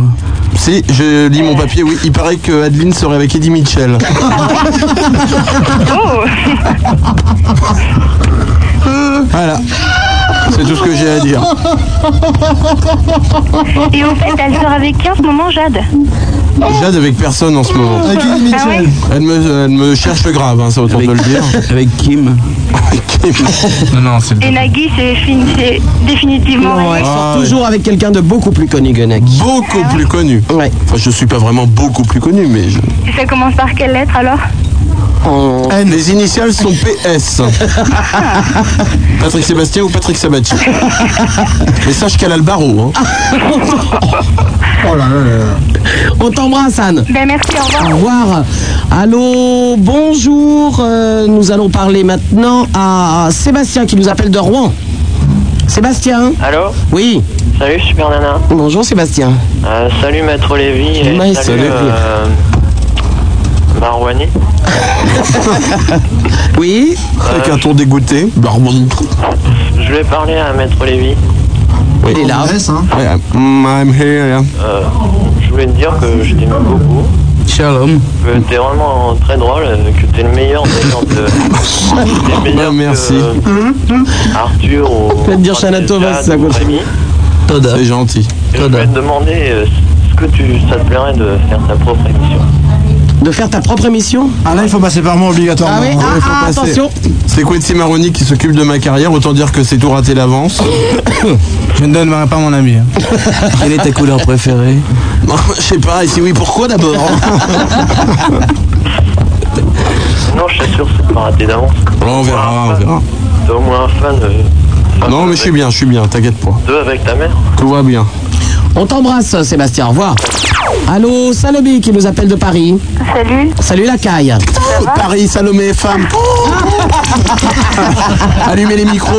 [SPEAKER 1] Si, je lis mon papier, oui. Il paraît que Adeline serait avec Eddie Mitchell.
[SPEAKER 4] Oh
[SPEAKER 1] Voilà. C'est tout ce que j'ai à dire.
[SPEAKER 4] Et au fait, elle sort avec qui en ce moment, Jade
[SPEAKER 1] Jade avec personne en ce moment.
[SPEAKER 4] Avec Eddie Mitchell. Ah ouais.
[SPEAKER 1] Elle me, elle me cherche grave, hein, ça autant de le dire.
[SPEAKER 6] Avec Kim.
[SPEAKER 1] non, non, c'est
[SPEAKER 4] Et Nagui, c'est fini- c'est définitivement.
[SPEAKER 3] Non,
[SPEAKER 4] réglé.
[SPEAKER 3] elle sort toujours avec quelqu'un de beaucoup plus connu que Nagui.
[SPEAKER 1] Ah Beaucoup plus connu.
[SPEAKER 3] Ouais.
[SPEAKER 1] Enfin, je suis pas vraiment beaucoup plus connu, mais je...
[SPEAKER 4] Et ça commence par quelle lettre alors
[SPEAKER 3] Oh.
[SPEAKER 1] en- les initiales sont PS. Patrick Sébastien ou Patrick Sabatier. Mais sache qu'elle a le barreau. Hein.
[SPEAKER 3] Oh là là. On t'embrasse, Anne.
[SPEAKER 4] Ben merci, au revoir.
[SPEAKER 3] Au revoir. Allô, bonjour. Euh, nous allons parler maintenant à Sébastien qui nous appelle de Rouen. Sébastien
[SPEAKER 7] Allô
[SPEAKER 3] Oui.
[SPEAKER 7] Salut Super Nana.
[SPEAKER 3] Bonjour Sébastien.
[SPEAKER 7] Euh, salut Maître Lévy et
[SPEAKER 3] Maître
[SPEAKER 7] salut
[SPEAKER 3] Lévy.
[SPEAKER 7] euh, Marouani.
[SPEAKER 3] oui
[SPEAKER 1] Avec un ton dégoûté. bah, Barman.
[SPEAKER 7] Je voulais parler à Maître Lévy.
[SPEAKER 1] Oui.
[SPEAKER 7] Il est là.
[SPEAKER 1] Ouais, mm, I'm here, yeah.
[SPEAKER 7] Euh, je voulais te dire que je t'aime beaucoup.
[SPEAKER 6] Shalom.
[SPEAKER 7] Que Euh, t'es vraiment très drôle, euh, que t'es le meilleur des gens de... t'es meilleur merci. Arthur ou...
[SPEAKER 3] Je vais te dire Shana
[SPEAKER 7] Jade
[SPEAKER 3] Thomas, ça
[SPEAKER 7] ou
[SPEAKER 3] coûte.
[SPEAKER 7] Rémi.
[SPEAKER 1] C'est gentil.
[SPEAKER 7] Et Je voulais te demander euh, ce que tu, ça te plairait de faire ta propre émission.
[SPEAKER 3] De faire ta propre émission
[SPEAKER 8] Ah là, il faut passer par moi obligatoirement.
[SPEAKER 3] Ah oui, ah,
[SPEAKER 1] Ouais, faut
[SPEAKER 3] ah,
[SPEAKER 1] passer.
[SPEAKER 3] attention.
[SPEAKER 1] C'est Quentin Maroni qui s'occupe de ma carrière, autant dire que c'est tout raté d'avance.
[SPEAKER 19] Je ne donnerai pas mon
[SPEAKER 1] hein.
[SPEAKER 19] ami.
[SPEAKER 6] Quelle est ta couleur préférée
[SPEAKER 1] Non, Je sais pas, et si oui, pourquoi d'abord
[SPEAKER 7] Non, je t'assure, c'est pas raté d'avance.
[SPEAKER 1] On verra, on verra.
[SPEAKER 7] T'es au moins un fan, euh,
[SPEAKER 1] Non, mais je suis bien, je suis bien, t'inquiète pas.
[SPEAKER 7] deux avec ta mère.
[SPEAKER 1] Tout va bien.
[SPEAKER 3] On t'embrasse Sébastien, au revoir. Allô, Salomé qui nous appelle de Paris.
[SPEAKER 4] Salut.
[SPEAKER 3] Salut la caille.
[SPEAKER 1] Paris, Salomé, femme. Oh. Allumez les micros.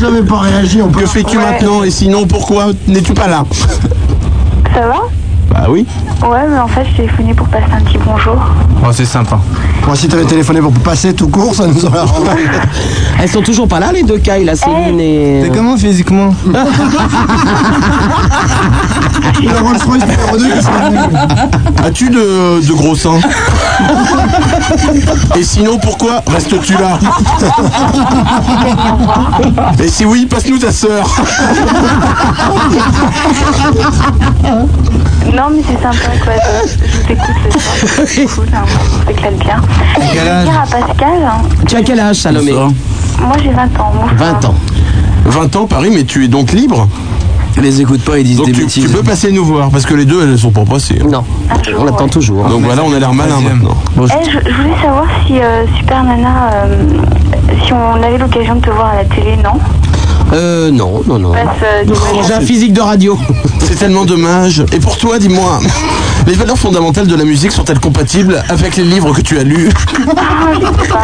[SPEAKER 1] J'avais pas réagi. On que fais-tu maintenant Et sinon, pourquoi n'es-tu pas là
[SPEAKER 4] Ça va
[SPEAKER 1] Bah oui.
[SPEAKER 4] Ouais, mais en fait, je téléphoné pour passer un petit bonjour.
[SPEAKER 19] Oh, c'est sympa.
[SPEAKER 8] Moi, si t'avais téléphoné pour passer tout court, ça nous aurait arrangé.
[SPEAKER 3] Elles sont toujours pas là les deux cailles, là Céline et...
[SPEAKER 19] T'es comment physiquement
[SPEAKER 8] Le Rolls Royce numéro 2 qui sera venu.
[SPEAKER 1] As-tu de, de gros seins Et sinon, pourquoi restes-tu là Et si oui, passe-nous ta sœur.
[SPEAKER 4] Non, mais c'est sympa, quoi. Je je t'écoute, c'est sympa. C'est cool, hein. On s'éclate bien. Je vais dire à Pascal, hein.
[SPEAKER 3] Tu as quel âge Salomé
[SPEAKER 4] moi j'ai 20 ans. Mon
[SPEAKER 3] 20 ans.
[SPEAKER 1] 20 ans, Paris, mais tu es donc libre
[SPEAKER 6] les écoute pas, ils disent
[SPEAKER 1] donc
[SPEAKER 6] des
[SPEAKER 1] tu,
[SPEAKER 6] bêtises.
[SPEAKER 1] tu peux passer nous voir, parce que les deux, elles sont pas passées.
[SPEAKER 3] Non, on l'attend toujours.
[SPEAKER 1] Donc voilà, on a l'air malin maintenant.
[SPEAKER 4] Eh, je, je voulais savoir si euh, Super Nana, euh, si on avait l'occasion de te voir à la télé, non
[SPEAKER 3] Euh, non, non, non.
[SPEAKER 4] Passe, euh, des
[SPEAKER 3] J'ai un
[SPEAKER 4] messages.
[SPEAKER 3] physique de radio.
[SPEAKER 1] C'est tellement dommage. Et pour toi, dis-moi, les valeurs fondamentales de la musique sont-elles compatibles avec les livres que tu as lus
[SPEAKER 4] Ah, je sais pas.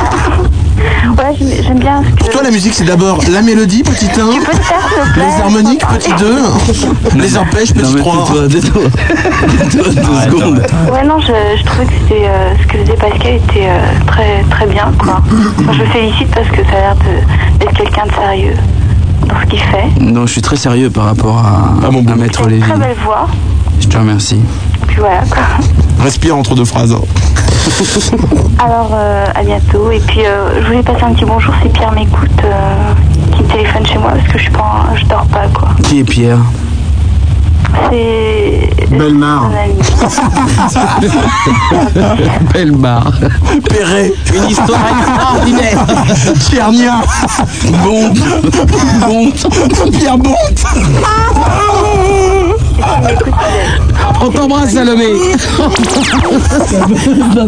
[SPEAKER 4] Ouais, j'aime j'aime bien. ce que-
[SPEAKER 1] Pour toi, la musique, c'est d'abord la mélodie, petit 1,
[SPEAKER 4] Tu peux te faire, s'il te plaît
[SPEAKER 1] les harmoniques, petit 2, les arpèges, petit 3.
[SPEAKER 4] Ouais, non, je, je trouvais que c'était euh, ce que faisait Pascal était euh, très très bien, quoi. Enfin, je le félicite parce que ça a l'air de- d'être quelqu'un de sérieux dans ce qu'il fait.
[SPEAKER 6] Non, je suis très sérieux par rapport à,
[SPEAKER 1] Ah,
[SPEAKER 6] à Maître Lévy.
[SPEAKER 4] Très belle voix.
[SPEAKER 6] Je te remercie.
[SPEAKER 4] Puis voilà, quoi.
[SPEAKER 1] Respire entre deux phrases.
[SPEAKER 4] Alors, euh, à bientôt. Et puis, euh, je voulais passer un petit bonjour si Pierre m'écoute, euh, qui me téléphone chez moi parce que je suis pas, en- je dors pas, quoi.
[SPEAKER 6] Qui est Pierre
[SPEAKER 4] C'est
[SPEAKER 8] Belmar.
[SPEAKER 4] mon ami.
[SPEAKER 3] Belle barre.
[SPEAKER 1] Perret.
[SPEAKER 3] Une histoire extraordinaire.
[SPEAKER 1] Tchernia. Bon. Bon. Pierre Bon.
[SPEAKER 3] On t'embrasse, Salomé.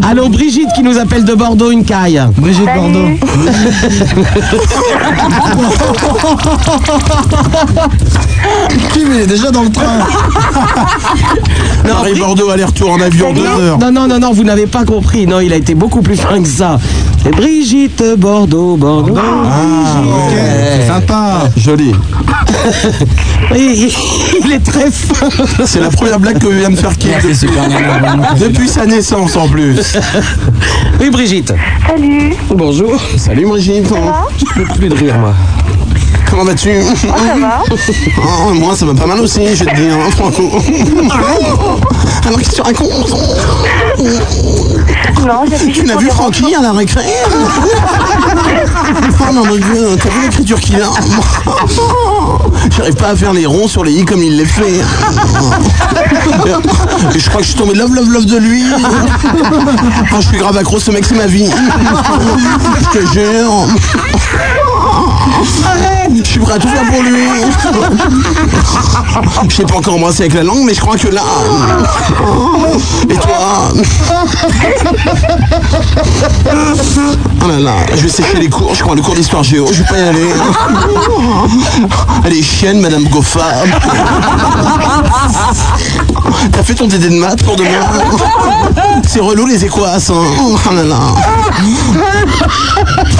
[SPEAKER 3] Allô, Brigitte qui nous appelle de Bordeaux, une caille.
[SPEAKER 19] Brigitte Bordeaux.
[SPEAKER 8] Qui
[SPEAKER 2] arrive, il est déjà dans le train.
[SPEAKER 1] Paris Bordeaux aller-retour en avion deux heures.
[SPEAKER 3] Non, non, non, non, vous n'avez pas compris. Non, il a été beaucoup plus fin que ça. C'est Brigitte Bordeaux, Bordeaux.
[SPEAKER 2] Ah,
[SPEAKER 3] Ah,
[SPEAKER 2] C'est sympa.
[SPEAKER 1] Ah, Joli.
[SPEAKER 3] il, il est très fin.
[SPEAKER 1] C'est la première blague que vient de faire Kim. Depuis sa naissance en plus.
[SPEAKER 3] Oui, Brigitte.
[SPEAKER 20] Salut.
[SPEAKER 3] Bonjour.
[SPEAKER 1] Salut Brigitte. Je peux plus de rire moi. Comment vas-tu
[SPEAKER 20] Ça va
[SPEAKER 1] Oh, Moi ça va pas mal aussi, je vais te dire, hein, franco. Alors qu'est-ce que tu racontes
[SPEAKER 20] Non,
[SPEAKER 1] Tu n'as vu Francky à la récré Oh non, mon dieu, t'as vu l'écriture qu'il a J'arrive pas à faire les ronds sur les i comme il les fait. Et je crois que je suis tombé love, love, love de lui. Oh, je suis grave accro, ce mec c'est ma vie. Je te jure. Arrête Je suis prêt à tout faire pour lui. Je sais pas encore embrassé avec la langue, mais je crois que là. Et toi Oh là là, je vais sécher les cours, je crois, le cours d'histoire géo, je vais pas y aller. Elle est chienne, Madame Goffard. T'as fait ton DD de maths pour demain C'est relou les équasses. hein. Oh là là.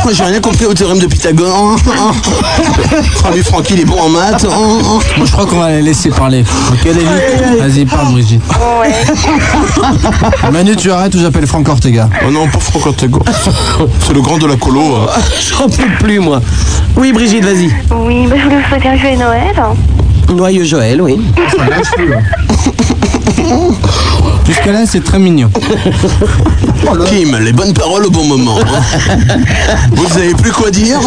[SPEAKER 1] Moi, J'ai rien compris au théorème de Pythagore. Ah mais Francky il est bon en maths. Oh, oh.
[SPEAKER 13] Moi, je crois qu'on va les laisser parler. Ok, David Vas-y, parle, Brigitte.
[SPEAKER 2] Manu, tu arrêtes ou j'appelle Franck Ortega
[SPEAKER 1] Oh non, pas Franck Ortega. C'est le grand de la colo. hein.
[SPEAKER 3] J'en peux plus, moi. Oui, Eh, Brigitte, vas-y.
[SPEAKER 20] Oui, bah, je voulais vous souhaiter un joyeux Noël.
[SPEAKER 3] Noyeux Joël, oui.
[SPEAKER 13] Jusqu'à là, c'est très mignon.
[SPEAKER 1] Kim, les bonnes paroles au bon moment. hein. Vous avez plus quoi dire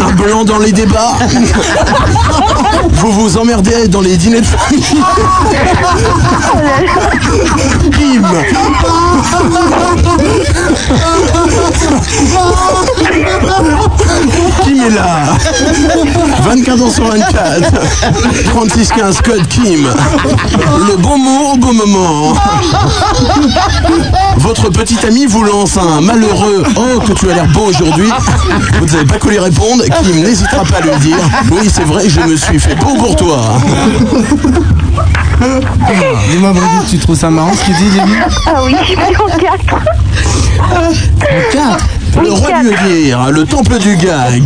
[SPEAKER 1] Un blanc dans les débats Vous vous emmerdez dans les dîners de famille Kim Kim est là 24 ans sur 24 3615 code Kim Le bon mot au bon moment Votre petit ami vous lance un malheureux Oh que tu as l'air beau aujourd'hui Vous ne savez pas quoi lui répondre Kim n'hésitera pas à lui dire Oui c'est vrai je me suis fait beau pour toi
[SPEAKER 13] Ah, Dis-moi, Brigitte, tu trouves ça marrant ce qu'il dit, David
[SPEAKER 20] Ah oui, je suis en quatre.
[SPEAKER 1] Le roi de Meulière, le temple du gag,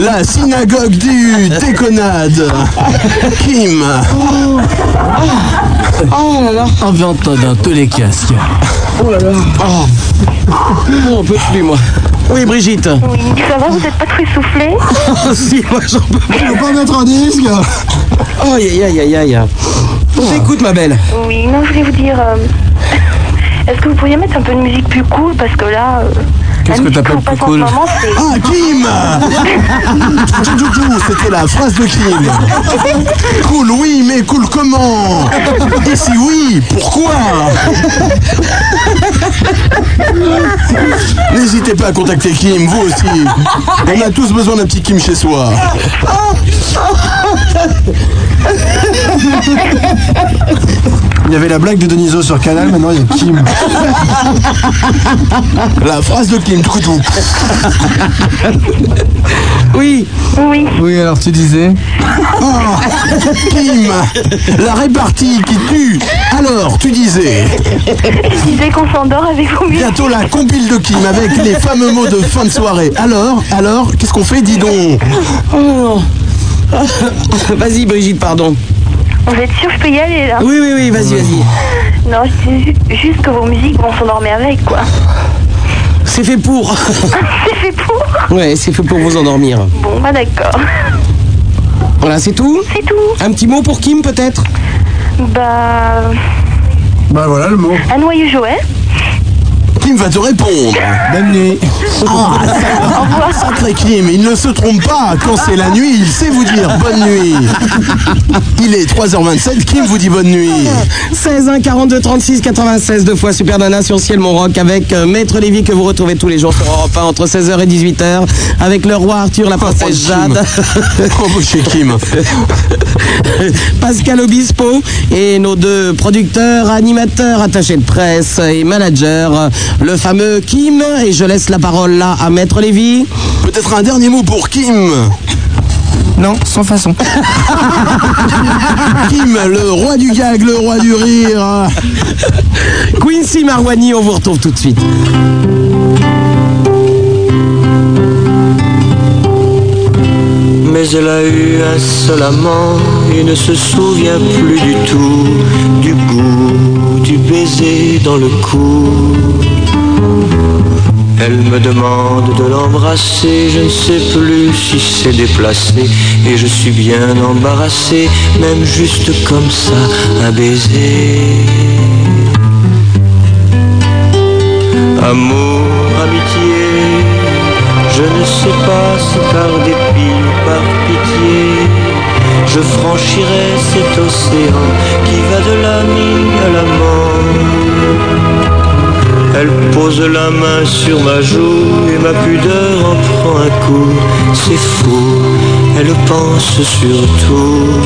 [SPEAKER 1] la synagogue du déconnade, Kim,
[SPEAKER 13] Oh là là. On veut entendre dans tous les casques.
[SPEAKER 3] Oh là là. Bon, on peut plus, moi. Oui, Brigitte.
[SPEAKER 20] Oui, ça va, vous n'êtes pas trop essoufflé
[SPEAKER 3] Oh, si, moi, j'en peux plus.
[SPEAKER 2] On peut mettre un disque
[SPEAKER 3] Aïe, aïe, aïe, aïe, aïe. On t'écoute, ma belle.
[SPEAKER 20] Oui, non, je voulais vous dire, euh, est-ce que vous pourriez mettre un peu de musique plus cool Parce que là, euh, la
[SPEAKER 13] Qu'est-ce que
[SPEAKER 20] musique
[SPEAKER 13] t'appelles
[SPEAKER 20] qu'on
[SPEAKER 13] plus
[SPEAKER 20] passe en
[SPEAKER 13] cool
[SPEAKER 20] ce moment, c'est...
[SPEAKER 1] ah Kim,
[SPEAKER 3] Ah,
[SPEAKER 1] Djoudjoudjou, c'était la phrase de Kim. Cool oui, mais cool comment Et si oui, pourquoi N'hésitez pas à contacter Kim, vous aussi. On a tous besoin d'un petit Kim chez soi.
[SPEAKER 2] Il y avait la blague de Deniso sur Canal, maintenant il y a Kim.
[SPEAKER 1] La phrase de Kim, tout tout.
[SPEAKER 3] Oui.
[SPEAKER 20] Oui,
[SPEAKER 13] Oui, alors tu disais
[SPEAKER 1] Ah, Kim, la répartie qui tue. Alors, tu disais
[SPEAKER 20] je disais qu'on s'endort avec vos musiques.
[SPEAKER 1] bientôt la compile de Kim avec les fameux mots de fin de soirée. Alors, alors, qu'est-ce qu'on fait, dis donc
[SPEAKER 3] Oh non. Vas-y, Brigitte, pardon.
[SPEAKER 20] Vous êtes sûr que je peux y aller, là
[SPEAKER 3] Oui, oui, oui, vas-y, vas-y.
[SPEAKER 20] Non, je dis ju- juste que vos musiques vont s'endormir avec, quoi.
[SPEAKER 3] C'est fait pour.
[SPEAKER 20] c'est fait pour
[SPEAKER 3] Ouais, c'est fait pour vous endormir.
[SPEAKER 20] Bon, bah d'accord.
[SPEAKER 3] Voilà, c'est tout
[SPEAKER 20] C'est tout.
[SPEAKER 3] Un petit mot pour Kim, peut-être
[SPEAKER 20] Bah,
[SPEAKER 2] Bah voilà le mot.
[SPEAKER 20] un noyau Joël.
[SPEAKER 1] Kim va te répondre.
[SPEAKER 2] Bonne nuit.
[SPEAKER 1] Ah, ça- sacré Kim, il ne se trompe pas. Quand c'est la nuit, il sait vous dire bonne nuit. Il est 3h27, Kim vous dit bonne nuit.
[SPEAKER 3] 16 1 42 36 96 deux fois Super Nana sur Ciel Mon Rock avec euh, Maître Lévy que vous retrouvez tous les jours sur Europe 1 entre 16h et 18h avec le roi Arthur, la princesse
[SPEAKER 1] Kim.
[SPEAKER 3] Jade,
[SPEAKER 1] Oh, chez Kim.
[SPEAKER 3] Pascal Obispo et nos deux producteurs, animateurs, attachés de presse et managers, euh, le fameux Kim et je laisse la parole là à Maître Lévy.
[SPEAKER 1] Peut-être un dernier mot pour Kim.
[SPEAKER 21] Non, sans façon.
[SPEAKER 1] Kim, le roi du gag, le roi du rire.
[SPEAKER 3] Quincy Marwani, on vous retrouve tout de suite.
[SPEAKER 22] Mais elle a eu insolemment et ne se souvient plus du tout du goût du baiser dans le cou. Elle me demande de l'embrasser, je ne sais plus si c'est déplacé et je suis bien embarrassé, même juste comme ça, un baiser. Amour, amitié, je ne sais pas si par dépit ou par pitié, je franchirai cet océan qui va de la mine à la mort. Elle pose la main sur ma joue et ma pudeur en prend un coup. C'est fou, elle pense surtout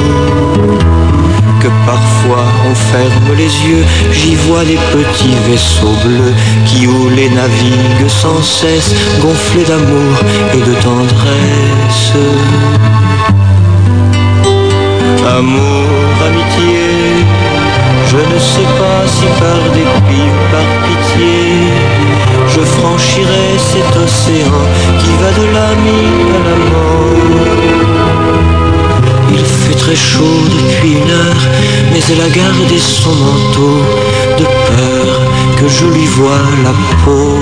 [SPEAKER 22] que parfois on ferme les yeux. J'y vois des petits vaisseaux bleus qui où les naviguent sans cesse, gonflés d'amour et de tendresse. Amour, amitié, je ne sais pas si par dépit ou par pitié, je franchirai cet océan qui va de la mine à la mort. Il fait très chaud depuis une heure, mais elle a gardé son manteau de peur que je lui voie la peau.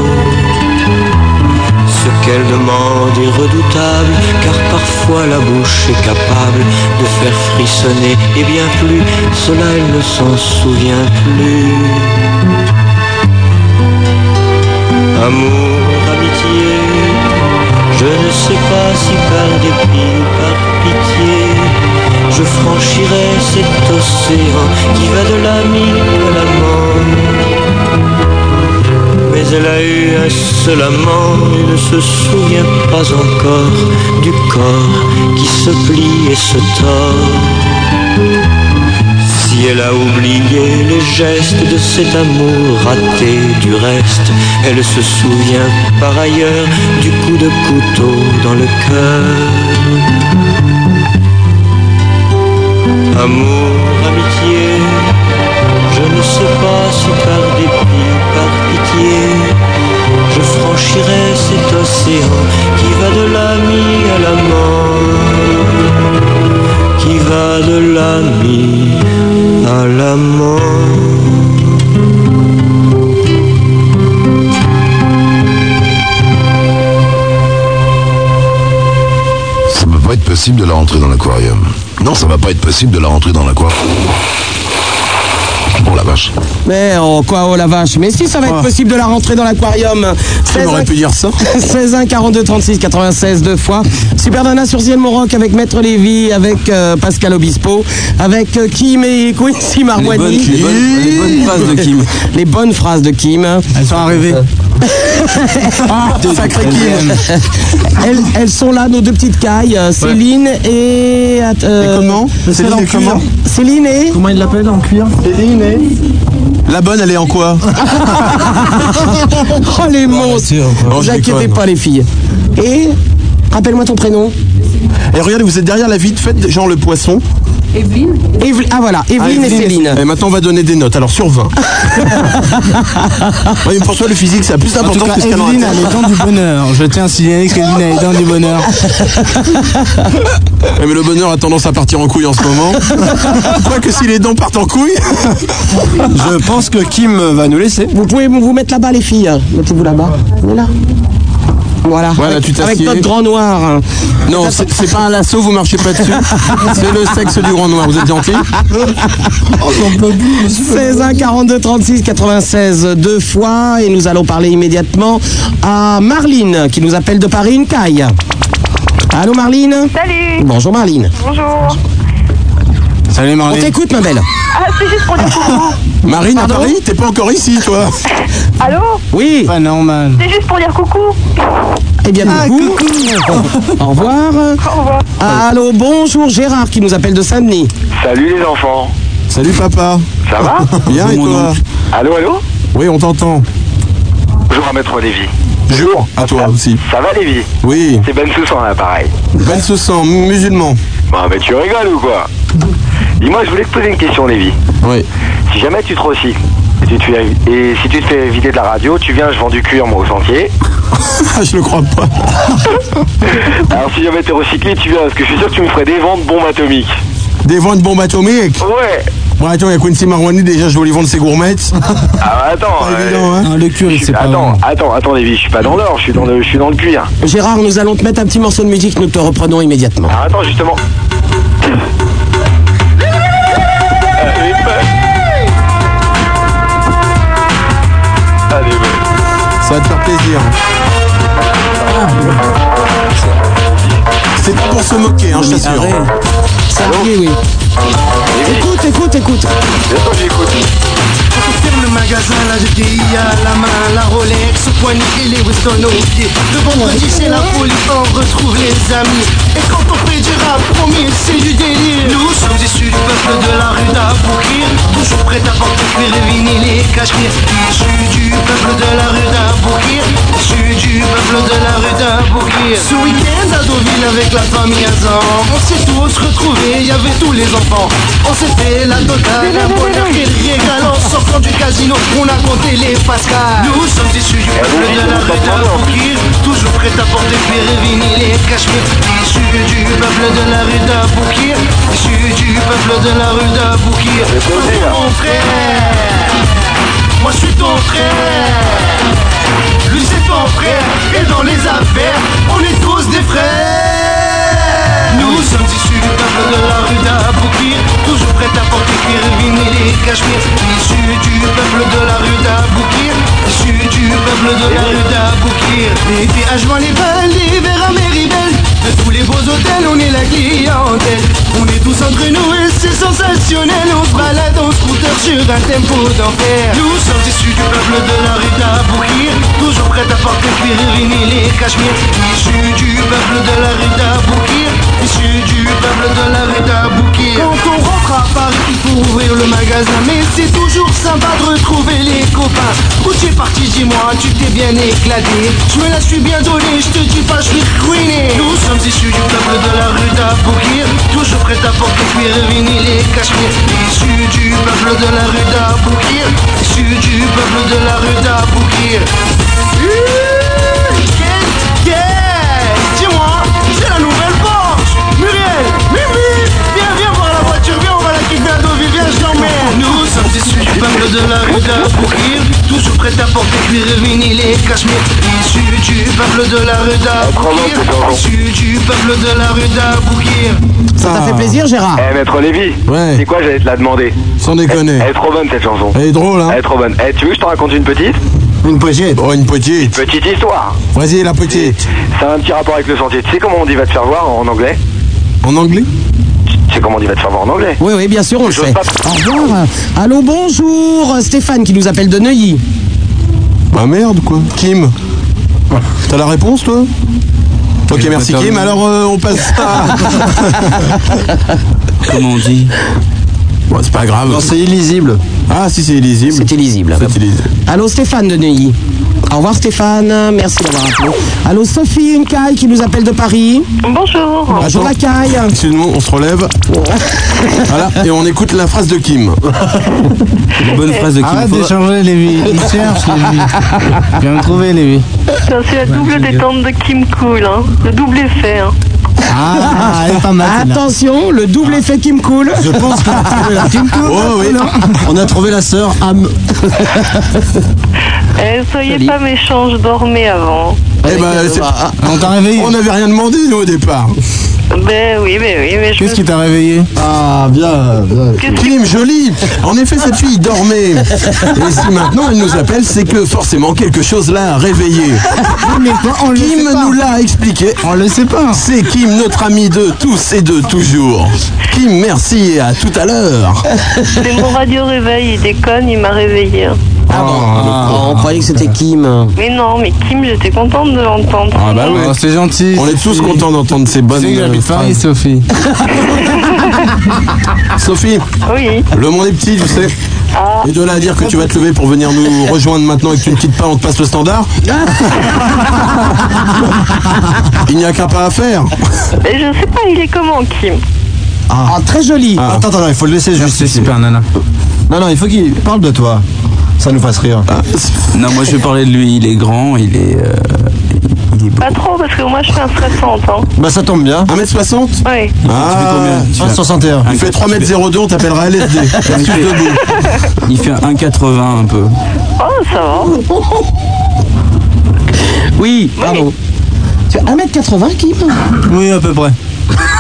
[SPEAKER 22] Ce qu'elle demande est redoutable, car parfois la bouche est capable de faire frissonner, et bien plus, cela elle ne s'en souvient plus. Amour, amitié, je ne sais pas si par dépit ou par pitié, je franchirai cet océan qui va de la mine à la mort. Mais elle a eu insolemment et ne se souvient pas encore du corps qui se plie et se tord. Si elle a oublié les gestes de cet amour raté du reste, elle se souvient par ailleurs du coup de couteau dans le cœur. Amour, amitié, je ne sais pas si par dépit ou par pitié, je franchirai cet océan qui va de l'ami à la mort, qui va de l'ami à la mort.
[SPEAKER 23] Ça peut pas être possible de la rentrer dans l'aquarium. Non, ça va pas être possible de la rentrer dans l'aquarium. Oh la vache.
[SPEAKER 3] Mais oh quoi oh la vache Mais si ça va être possible de la rentrer dans l'aquarium
[SPEAKER 1] On aurait pu dire ça
[SPEAKER 3] 16 1 42 36 96 deux fois Super Nana sur Ciel Monroc avec Maître Lévy Avec euh, Pascal Obispo Avec euh, Kim et Quincy Marwani
[SPEAKER 6] bonnes- les bonnes- les bonnes phrases de Kim.
[SPEAKER 3] Les bonnes phrases de Kim Elles sont arrivées ah,
[SPEAKER 6] sacré Kim.
[SPEAKER 3] elles, elles sont là, nos deux petites cailles, euh, Céline et. euh,
[SPEAKER 1] comment Céline et comment
[SPEAKER 3] Céline et.
[SPEAKER 2] Comment il l'appelle en cuir
[SPEAKER 1] Céline et. La bonne, elle est en quoi
[SPEAKER 3] oh les monstres
[SPEAKER 1] Non,
[SPEAKER 3] Vous
[SPEAKER 1] je
[SPEAKER 3] inquiétez
[SPEAKER 1] déconne.
[SPEAKER 3] pas les filles. Et rappelle-moi ton prénom.
[SPEAKER 1] Et regardez, vous êtes derrière la vide, faites genre le poisson.
[SPEAKER 3] Evelyne. ah voilà,
[SPEAKER 1] Ah,
[SPEAKER 3] Evelyne et Céline.
[SPEAKER 1] Et maintenant, on va donner des notes. Alors, sur 20. Ouais, mais pour toi, le physique, c'est plus
[SPEAKER 13] En tout
[SPEAKER 1] important
[SPEAKER 13] cas,
[SPEAKER 1] que ce qu'elle en
[SPEAKER 13] Evelyne a
[SPEAKER 1] raconte.
[SPEAKER 13] les dents du bonheur. Je tiens à signaler qu'Evelyne a les dents du bonheur.
[SPEAKER 1] Ouais, Eh, mais le bonheur a tendance à partir en couille en ce moment. Quoique si les dents partent en couille.
[SPEAKER 2] Je pense que Kim va nous laisser.
[SPEAKER 3] Vous pouvez vous mettre là-bas les filles. Mettez-vous là-bas. On est là. Voilà.
[SPEAKER 1] Voilà, tu t'assieds.
[SPEAKER 3] Avec notre grand noir.
[SPEAKER 1] Non, c'est c'est pas un lasso, vous marchez pas dessus. C'est le sexe du grand noir, vous êtes gentil. Oh,
[SPEAKER 3] 16 1 42 36 96 deux fois et nous allons parler immédiatement à Marline qui nous appelle de Paris une caille. Allô Marline
[SPEAKER 20] Salut
[SPEAKER 3] Bonjour Marline.
[SPEAKER 20] Bonjour.
[SPEAKER 1] Salut
[SPEAKER 3] On t'écoute ma belle.
[SPEAKER 20] Ah, c'est juste pour dire coucou.
[SPEAKER 1] Marine à Paris, t'es pas encore ici, toi.
[SPEAKER 20] Allô
[SPEAKER 3] Oui.
[SPEAKER 13] Pas normal.
[SPEAKER 20] C'est juste pour dire coucou.
[SPEAKER 3] Eh bien,
[SPEAKER 1] Ah,
[SPEAKER 3] du coup, Au revoir. Allô, bonjour Gérard qui nous appelle de Saint-Denis.
[SPEAKER 5] Salut les enfants.
[SPEAKER 1] Salut papa.
[SPEAKER 5] Ça va
[SPEAKER 1] Bien et
[SPEAKER 5] Mon
[SPEAKER 1] toi
[SPEAKER 5] oncle. Allô, allô
[SPEAKER 1] Oui, on t'entend.
[SPEAKER 5] Bonjour à Maître Lévy.
[SPEAKER 1] Jour. À toi aussi.
[SPEAKER 5] Ça va, Lévi
[SPEAKER 1] Oui.
[SPEAKER 5] C'est Ben Soussan, là, pareil.
[SPEAKER 1] Ben Soussan, musulman.
[SPEAKER 5] Bah, mais tu rigoles ou quoi Dis-moi, je voulais te poser une question, Lévi.
[SPEAKER 1] Oui.
[SPEAKER 5] Si jamais tu te recycles et, tu te fais, et si tu te fais vider de la radio, tu viens, je vends du cuir, moi, au sentier.
[SPEAKER 1] je le crois pas.
[SPEAKER 5] Alors, si jamais t'es recyclé, tu viens, parce que je suis sûr que tu me ferais des ventes bombes atomiques.
[SPEAKER 1] Des ventes bombes atomiques
[SPEAKER 5] Ouais.
[SPEAKER 1] Bon, attends, il y a Quincy Marwani, déjà, je dois lui vendre ses gourmettes. hein.
[SPEAKER 5] Ah, attends. euh,
[SPEAKER 1] le cul,
[SPEAKER 5] je suis-
[SPEAKER 3] hein.
[SPEAKER 5] Attends, attends, attends, Lévi, je suis pas dans l'or, je suis dans le, je suis dans le cuir.
[SPEAKER 3] Gérard, nous allons te mettre un petit morceau de musique, nous te reprenons immédiatement.
[SPEAKER 5] Ah, attends, justement.
[SPEAKER 1] Ça va te faire plaisir.
[SPEAKER 3] Ah,
[SPEAKER 1] C'est pas pour se moquer, hein, je t'assure.
[SPEAKER 3] Ça oui, oui. Écoute, écoute, écoute.
[SPEAKER 21] Ferme le magasin, la GTI à la main, la Rolex au poignet et les Weston au pied. Le vendredi, c'est la folie, on retrouve les amis. Et quand on fait du rap, promis, c'est du délire. Nous sommes issus du peuple de la rue d'Aboukir, toujours prêt à porter cuir et vinyle et cachemire. Issus du peuple de la rue d'Aboukir, issus du peuple de la rue d'Aboukir. Ce week-end à Deauville avec la famille Azan, on s'est tous retrouvés, il y avait tous les enfants. On s'est fait la totale, un bonheur qui régale en sortant du casino, on a compté les Pascal. Nous sommes issus du peuple de la rue d'Aboukir, toujours prêt à porter cuir et vinyle et cachemire. Issus du peuple de la rue d'Aboukir, issus du peuple de la rue d'Aboukir. Moi, c'est mon frère, moi je suis ton frère. Lui c'est ton frère, et dans les affaires, on est tous des frères. Nous sommes issus du peuple de la rue d'Aboukir, toujours prêt à porter cuir, vinyle et cachemire. Issus du peuple de la rue d'Aboukir, issus du peuple de la rue d'Aboukir. L'été à joint les balles, l'hiver à Méribel, de tous les beaux hôtels, on est la clientèle. On est tous entre nous et c'est sensationnel. On se balade en scooter sur un tempo d'enfer. Nous sommes issus du peuple de la rue d'Aboukir. Toujours prêt à porter cuir, vinyle et cachemire. Issus du peuple de la rue d'Aboukir. Issus du peuple de la rue d'Aboukir. Quand on rentre à Paris, il faut ouvrir le magasin. Mais c'est toujours sympa de retrouver les copains. Où tu es parti, dis-moi, tu t'es bien éclaté. Je me la suis bien donnée, je te dis pas, je suis ruiné. Nous sommes issus du peuple de la rue d'Aboukir. Toujours prêt à porter cuir, vinyle et cachemire. Issus du peuple de la rue d'Aboukir. Issus du peuple de la rue d'Aboukir. Hum, yes, yes. Dis-moi, c'est la nouvelle Porsche. Muriel, Mimi, viens, viens voir la voiture, viens, on va la quitter à Deauville, viens, je t'emmène. Nous sommes issus du peuple de la rue d'Aboukir. Toujours prêt à porter cuir, vinyle et cachemire. Issus du peuple de la rue d'Aboukir. Issus du peuple de la rue d'Aboukir.
[SPEAKER 3] Ça t'a fait plaisir, Gérard
[SPEAKER 5] Eh, maître Lévy, c'est quoi, j'allais te la demander
[SPEAKER 1] Sans déconner.
[SPEAKER 5] Elle est trop bonne, cette chanson.
[SPEAKER 1] Elle est drôle, hein
[SPEAKER 5] Elle est trop bonne. Eh, tu veux que je te raconte une petite
[SPEAKER 1] Une petite. Oh, une petite.
[SPEAKER 5] Petite histoire.
[SPEAKER 1] Vas-y, la petite.
[SPEAKER 5] Ça a un petit rapport avec le sentier. Tu sais comment on dit va te faire voir en anglais
[SPEAKER 1] En anglais
[SPEAKER 5] Tu sais comment on dit va te faire voir en anglais
[SPEAKER 3] Oui, oui, bien sûr, on le fait. Au revoir. Allô, bonjour. Stéphane qui nous appelle de Neuilly.
[SPEAKER 1] Bah merde, quoi. Kim. T'as la réponse, toi Ok, merci Kim. Alors, euh, on passe à...
[SPEAKER 6] Comment on dit
[SPEAKER 1] Bon, c'est pas grave.
[SPEAKER 2] c'est illisible.
[SPEAKER 1] Ah, si, c'est illisible.
[SPEAKER 3] C'est illisible.
[SPEAKER 1] C'est illisible.
[SPEAKER 3] Allô, Stéphane de Neuilly. Au revoir, Stéphane. Merci d'avoir appelé. Allô, Sophie, une caille qui nous appelle de Paris.
[SPEAKER 20] Bonjour.
[SPEAKER 3] Bonjour, la caille.
[SPEAKER 1] Excuse-nous, on se relève. voilà, et on écoute la phrase de Kim. Une bonne phrase de Kim.
[SPEAKER 13] Arrête
[SPEAKER 1] Faudra-
[SPEAKER 13] d'échanger, Lévi. Il cherche, Lévi. Viens me trouver, Lévi.
[SPEAKER 20] Ça, C'est la double détente de Kim Cool, hein. le double effet. hein.
[SPEAKER 13] Ah, elle est pas mal. celle-là.
[SPEAKER 3] Attention, le double effet qui me coule.
[SPEAKER 2] Je pense qu'on a trouvé la
[SPEAKER 1] Oh, oui.
[SPEAKER 2] On a trouvé la sœur Am.
[SPEAKER 20] Eh, soyez pas méchants, je dormais avant.
[SPEAKER 1] Eh ben, c'est-
[SPEAKER 2] Ah, On t'a réveillé.
[SPEAKER 1] On n'avait rien demandé, nous, au départ.
[SPEAKER 20] Ben oui, ben oui, mais je me
[SPEAKER 2] Qu'est-ce qui t'a réveillé Ah, bien.
[SPEAKER 1] Kim, jolie En effet, cette fille dormait. Et si maintenant elle nous appelle, c'est que forcément quelque chose l'a réveillée. Kim nous l'a expliqué.
[SPEAKER 2] On le sait pas.
[SPEAKER 1] C'est Kim, notre ami de tous et de toujours. Kim, merci et à tout à l'heure.
[SPEAKER 20] C'est mon radio réveil, il déconne, il m'a réveillé. hein.
[SPEAKER 2] Ah,
[SPEAKER 3] Ah, on croyait que c'était Kim.
[SPEAKER 20] Mais non, mais Kim, j'étais contente de l'entendre.
[SPEAKER 1] Ah bah ouais.
[SPEAKER 13] C'est gentil.
[SPEAKER 1] On est tous contents d'entendre ces bonnes
[SPEAKER 13] C'est
[SPEAKER 1] euh,
[SPEAKER 13] j'habite Paris,
[SPEAKER 1] phrases.
[SPEAKER 13] Sophie.
[SPEAKER 1] Sophie,
[SPEAKER 20] Oui.
[SPEAKER 1] le monde est petit, je sais.
[SPEAKER 2] Ah.
[SPEAKER 1] Et de là à dire que tu vas te lever pour venir nous rejoindre maintenant et que tu ne quittes pas, on te passe le standard
[SPEAKER 3] Ah,
[SPEAKER 1] Il n'y a qu'un pas à faire.
[SPEAKER 20] Mais je sais pas, il est comment, Kim
[SPEAKER 2] Ah, très joli. Attends, attends, il faut le laisser juste. C'est super, nana. Non, non, il faut qu'il parle de toi. Ça nous fasse rire.
[SPEAKER 1] Ah.
[SPEAKER 6] Non, moi je vais parler de lui, il est grand, il est. euh,
[SPEAKER 20] Pas trop, parce que moi je fais un 60. Hein.
[SPEAKER 2] Bah, ça tombe bien.
[SPEAKER 1] 1m60
[SPEAKER 20] Oui.
[SPEAKER 1] Ah,
[SPEAKER 2] Tu fais combien, tu fais 61.
[SPEAKER 1] Il fait 3m02, on t'appellera LSD.
[SPEAKER 6] Il fait- Il fait 1,80 un peu.
[SPEAKER 20] Oh, ça va.
[SPEAKER 6] Oui,
[SPEAKER 3] pardon. Tu as 1m80, Kim
[SPEAKER 2] Oui, à peu près.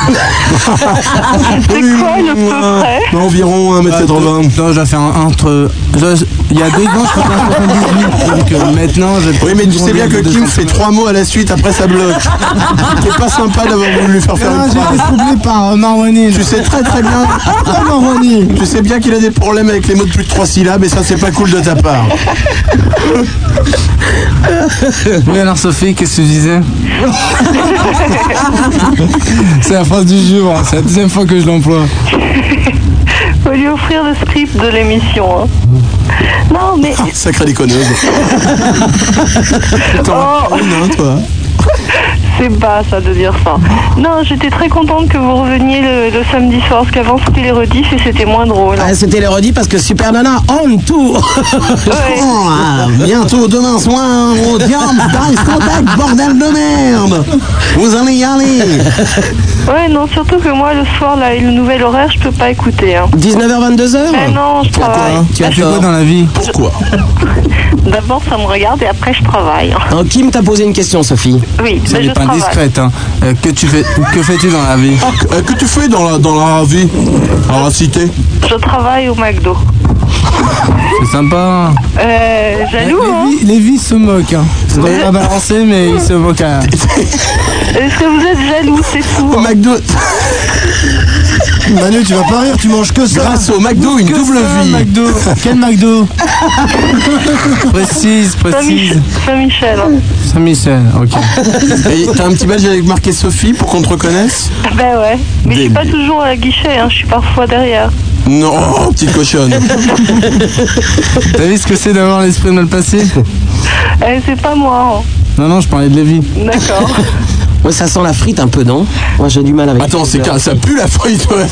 [SPEAKER 1] C'est quoi le peu près Bah, Environ 1m80.
[SPEAKER 13] Non, j'ai fait un, entre. je- Il y a deux ans, je faisais un 78. Donc euh, maintenant, je.
[SPEAKER 1] Oui, mais tu sais bien que Kim fait trois mots à la suite, après ça bloque. C'est pas sympa d'avoir voulu lui faire faire une
[SPEAKER 13] J'ai été
[SPEAKER 1] phrase.
[SPEAKER 13] troublé par euh, Marwani.
[SPEAKER 1] Tu sais très très bien. Tu sais bien qu'il a des problèmes avec les mots de plus de trois syllabes et ça c'est pas cool de ta part.
[SPEAKER 13] Oui, alors Sophie, qu'est-ce que tu disais C'est la phrase du jour, c'est la deuxième fois que je l'emploie.
[SPEAKER 20] Faut lui offrir le script de l'émission. hein. Non, mais.
[SPEAKER 1] Sacré déconneuse.
[SPEAKER 20] Oh,
[SPEAKER 13] hein,
[SPEAKER 1] toi.
[SPEAKER 20] c'est bas ça de dire ça. Non, j'étais très contente que vous reveniez le, le samedi soir, parce qu'avant c'était les rediffs et c'était moins drôle.
[SPEAKER 3] Ah, C'était le redit parce que Super Nana on tour.
[SPEAKER 1] Oh, ah, bientôt demain soir au Diam Dice Contact, bordel de merde Vous allez y aller
[SPEAKER 20] Ouais, non, surtout que moi le soir là et le nouvel horaire, je peux pas écouter. hein.
[SPEAKER 3] 19h22h
[SPEAKER 20] Mais non, je travaille.
[SPEAKER 13] Tu as fait
[SPEAKER 3] tort.
[SPEAKER 13] quoi dans la vie
[SPEAKER 1] Pourquoi
[SPEAKER 20] D'abord ça me regarde et après je travaille.
[SPEAKER 3] Hein, Kim t'a posé une question, Sophie.
[SPEAKER 20] Oui,
[SPEAKER 13] Ce
[SPEAKER 20] mais
[SPEAKER 13] n'est
[SPEAKER 20] je
[SPEAKER 13] pas
[SPEAKER 20] travaille.
[SPEAKER 13] indiscrète. Hein. Euh, que tu fais, que fais-tu dans la vie
[SPEAKER 1] Euh, Que tu fais dans la, dans la vie Dans la cité
[SPEAKER 20] Je travaille au McDo.
[SPEAKER 13] C'est sympa.
[SPEAKER 20] Euh, jaloux, hein
[SPEAKER 13] Lévi, Lévi se moque. Hein. Je dois pas balancer, mais il se moque. hein.
[SPEAKER 20] Est-ce que vous êtes jaloux, c'est fou hein
[SPEAKER 1] Au McDo.
[SPEAKER 2] Manu, tu vas pas rire, tu manges que ça.
[SPEAKER 1] Grâce au McDo, une double
[SPEAKER 13] Ah,
[SPEAKER 1] vie
[SPEAKER 13] McDo. Quel McDo Précise, précise.
[SPEAKER 20] Saint-Michel. hein.
[SPEAKER 13] Saint-Michel, ok.
[SPEAKER 1] Et t'as un petit badge avec marqué Sophie pour qu'on te reconnaisse
[SPEAKER 20] Ben ouais. Mais je suis pas
[SPEAKER 1] Débile.
[SPEAKER 20] toujours à la guichet, hein, je suis parfois derrière.
[SPEAKER 1] Non, petite cochonne
[SPEAKER 13] T'as vu ce que c'est d'avoir l'esprit mal passé
[SPEAKER 20] Eh, c'est pas moi. hein.
[SPEAKER 13] Non, non, je parlais de Lévi.
[SPEAKER 20] D'accord.
[SPEAKER 3] Ouais, ça sent la frite un peu, non Moi j'ai du mal avec.
[SPEAKER 1] Attends, c'est
[SPEAKER 3] ça.
[SPEAKER 1] car- ça pue la frite ouais.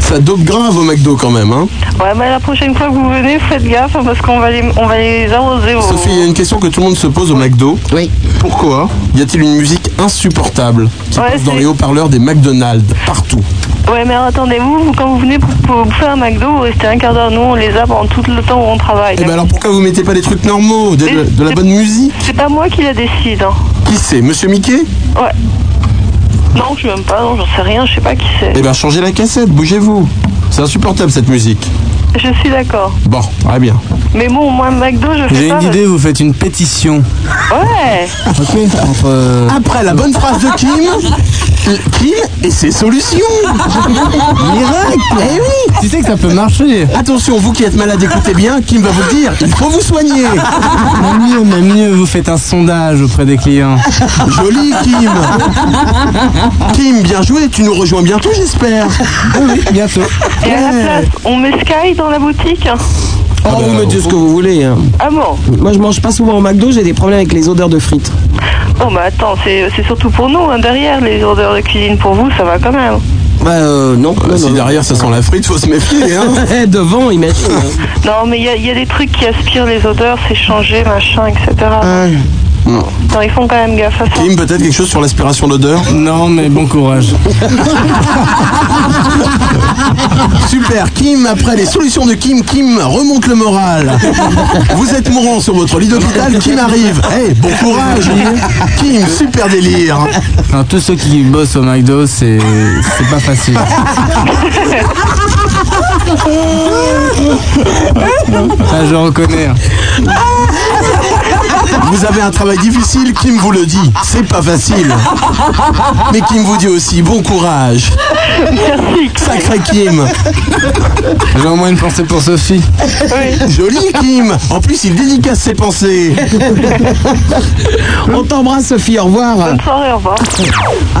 [SPEAKER 1] Ça dope grave au McDo quand même hein.
[SPEAKER 20] Ouais, mais la prochaine fois que vous venez, faites gaffe hein, parce qu'on va les, on va les arroser. Au...
[SPEAKER 1] Sophie, il y a une question que tout le monde se pose au McDo.
[SPEAKER 3] Oui.
[SPEAKER 1] Pourquoi y a-t-il une musique insupportable qui
[SPEAKER 20] Ouais,
[SPEAKER 1] passe dans
[SPEAKER 20] c'est-
[SPEAKER 1] les haut-parleurs des McDonald's partout
[SPEAKER 20] Ouais, mais attendez, vous, vous, quand vous venez pour, pour bouffer un McDo, vous restez un quart d'heure. Nous, on les a pendant tout le temps où on travaille.
[SPEAKER 1] Eh ben alors pourquoi vous mettez pas des trucs normaux, de, de- de la bonne musique
[SPEAKER 20] C'est pas moi qui la décide. hein.
[SPEAKER 1] Qui c'est Monsieur Mickey
[SPEAKER 20] Ouais. Non, je sais même pas, non, j'en sais rien, je sais pas qui c'est.
[SPEAKER 1] Eh ben changez la cassette, bougez-vous. C'est insupportable cette musique.
[SPEAKER 20] Je suis d'accord.
[SPEAKER 1] Bon, très bien.
[SPEAKER 20] Mais bon, moi, McDo, je fais
[SPEAKER 13] J'ai
[SPEAKER 20] pas.
[SPEAKER 13] une idée, vous faites une pétition.
[SPEAKER 20] Ouais.
[SPEAKER 13] Ok, entre. euh,
[SPEAKER 1] Après la bonne phrase de Kim, le- Kim et ses solutions.
[SPEAKER 13] Miracle
[SPEAKER 1] Eh oui
[SPEAKER 13] Tu sais que ça peut marcher.
[SPEAKER 1] Attention, vous qui êtes malade, écoutez bien, Kim va vous le dire, il faut vous soigner.
[SPEAKER 13] Même mieux, même mieux, vous faites un sondage auprès des clients.
[SPEAKER 1] Joli Kim Kim, bien joué, tu nous rejoins bientôt j'espère
[SPEAKER 13] Oui, Ah oui, bientôt.
[SPEAKER 20] Et à
[SPEAKER 3] Euh.
[SPEAKER 20] la place, on met Sky dans la boutique
[SPEAKER 3] Oh, vous mettez ce que vous voulez. hein.
[SPEAKER 20] Ah bon
[SPEAKER 3] Moi je mange pas souvent au McDo, j'ai des problèmes avec les odeurs de frites.
[SPEAKER 20] Oh mais attends, c'est c'est surtout pour nous, hein, derrière les odeurs de cuisine pour vous, ça va quand même.
[SPEAKER 3] Bah euh, non. non,
[SPEAKER 1] Si
[SPEAKER 3] non.
[SPEAKER 1] derrière ça sent la frite, faut se méfier hein
[SPEAKER 3] Eh, Devant, imagine. hein.
[SPEAKER 20] Non mais il y a, il y a des trucs qui aspirent les odeurs, c'est changé, machin, etc. Non, ils font quand même gaffe à ça.
[SPEAKER 1] Kim, peut-être quelque chose sur l'aspiration d'odeur
[SPEAKER 13] Non, mais bon courage.
[SPEAKER 1] Super, Kim, après les solutions de Kim, Kim remonte le moral. Vous êtes mourant sur votre lit d'hôpital, Kim arrive. Eh, bon courage Kim, super délire
[SPEAKER 13] Enfin, tous ceux qui bossent au McDo, c'est c'est pas facile. Ah, je reconnais. hein.
[SPEAKER 1] Vous avez un travail difficile, Kim vous le dit, c'est pas facile. Mais Kim vous dit aussi, bon courage
[SPEAKER 20] Merci.
[SPEAKER 1] Sacré Kim
[SPEAKER 13] J'ai au moins une pensée pour Sophie.
[SPEAKER 1] Joli Kim En plus, il dédicace ses pensées
[SPEAKER 3] On t'embrasse Sophie, au revoir.
[SPEAKER 20] Bonne soirée, au revoir.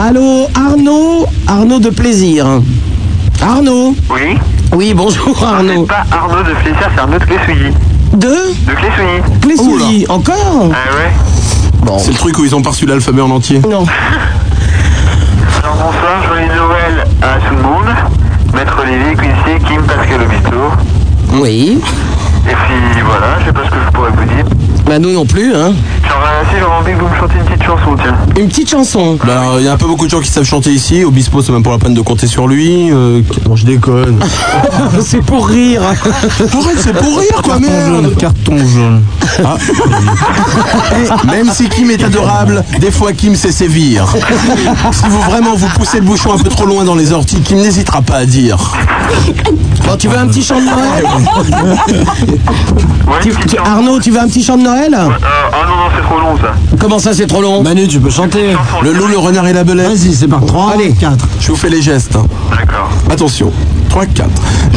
[SPEAKER 3] Allô, Arnaud Arnaud de plaisir. Arnaud
[SPEAKER 7] Oui
[SPEAKER 3] Oui, bonjour Arnaud.
[SPEAKER 5] Ah, C'est pas Arnaud de Flessard, c'est Arnaud de Clessouilly.
[SPEAKER 3] De
[SPEAKER 5] De Clessouilly.
[SPEAKER 3] Clessouilly, encore
[SPEAKER 5] Ah ouais
[SPEAKER 1] C'est le truc où ils ont pas reçu l'alphabet en entier
[SPEAKER 3] Non.
[SPEAKER 5] Alors bonsoir, joyeux Noël à tout le monde. Maître Lévy, Quincy, Kim, Pascal Obispo.
[SPEAKER 3] Oui.
[SPEAKER 5] Et puis voilà, je sais pas ce que je pourrais vous dire.
[SPEAKER 3] Bah nous non plus, hein.
[SPEAKER 5] J'aurais euh, si j'aurais envie que vous me chantiez une petite chanson, tiens.
[SPEAKER 3] Une petite chanson.
[SPEAKER 1] Bah, alors, il y a un peu beaucoup de gens qui savent chanter ici. Obispo, c'est même pas la peine de compter sur lui. Euh, non, je déconne.
[SPEAKER 3] c'est pour rire.
[SPEAKER 1] Arrête, c'est pour rire, quoi, merde.
[SPEAKER 13] Carton jaune.
[SPEAKER 1] Ah. Eh, Même si Kim est adorable, des fois Kim sait sévir. Si vous vraiment vous poussez le bouchon un peu trop loin dans les orties, Kim n'hésitera pas à dire.
[SPEAKER 3] Bon, tu veux un petit chant de
[SPEAKER 5] Euh,
[SPEAKER 3] Noël Tu- tu- Arnaud, tu veux un petit chant de Noël
[SPEAKER 20] euh.
[SPEAKER 5] Ah non, non, c'est trop long ça.
[SPEAKER 3] Comment ça, c'est trop long
[SPEAKER 2] Manu, tu peux chanter.
[SPEAKER 1] Le loup, le renard et la belette.
[SPEAKER 2] Vas-y, c'est parti. 3, Allez. 4.
[SPEAKER 1] Je vous fais les gestes. hein.
[SPEAKER 5] D'accord.
[SPEAKER 1] Attention. 3, 4.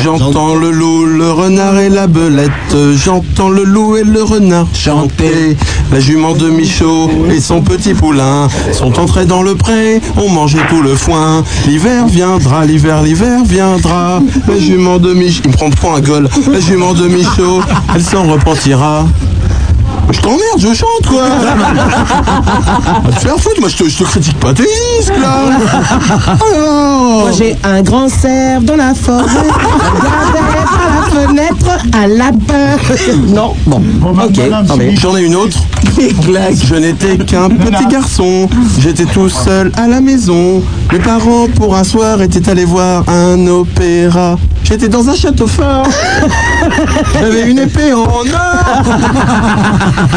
[SPEAKER 1] J'entends le loup, le renard et la belette. J'entends le loup et le renard chanter. La jument de Michaud et son petit poulain sont entrés dans le pré, ont mangé tout le foin. L'hiver viendra, l'hiver, l'hiver viendra. La jument de Michaud. Il me prend pour un gueule. La jument de Michaud, elle s'en repentira. Je t'emmerde, je chante quoi Ah, Va te faire foutre, moi je te, je te critique pas tes disques là
[SPEAKER 3] Moi j'ai un grand cerf dans la forêt, regardez par la fenêtre, un lapin. non, bon, ok, allez.
[SPEAKER 1] Ah J'en ai une autre. Je n'étais qu'un petit garçon. J'étais tout seul à la maison. Mes parents, pour un soir, étaient allés voir un opéra. J'étais dans un château fort. J'avais une épée en or.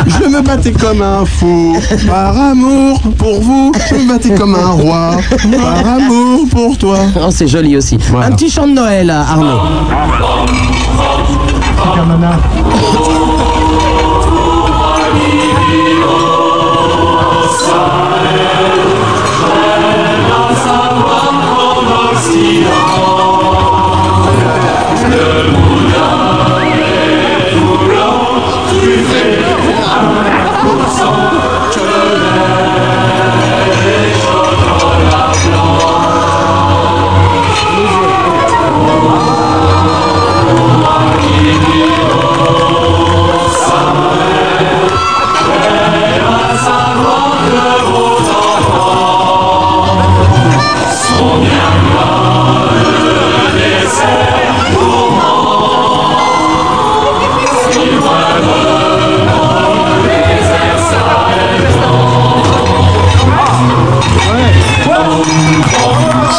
[SPEAKER 1] Je me battais comme un fou. Par amour pour vous, je me battais comme un roi. Par amour pour toi.
[SPEAKER 3] Oh, c'est joli aussi. Un petit chant de Noël, Arnaud.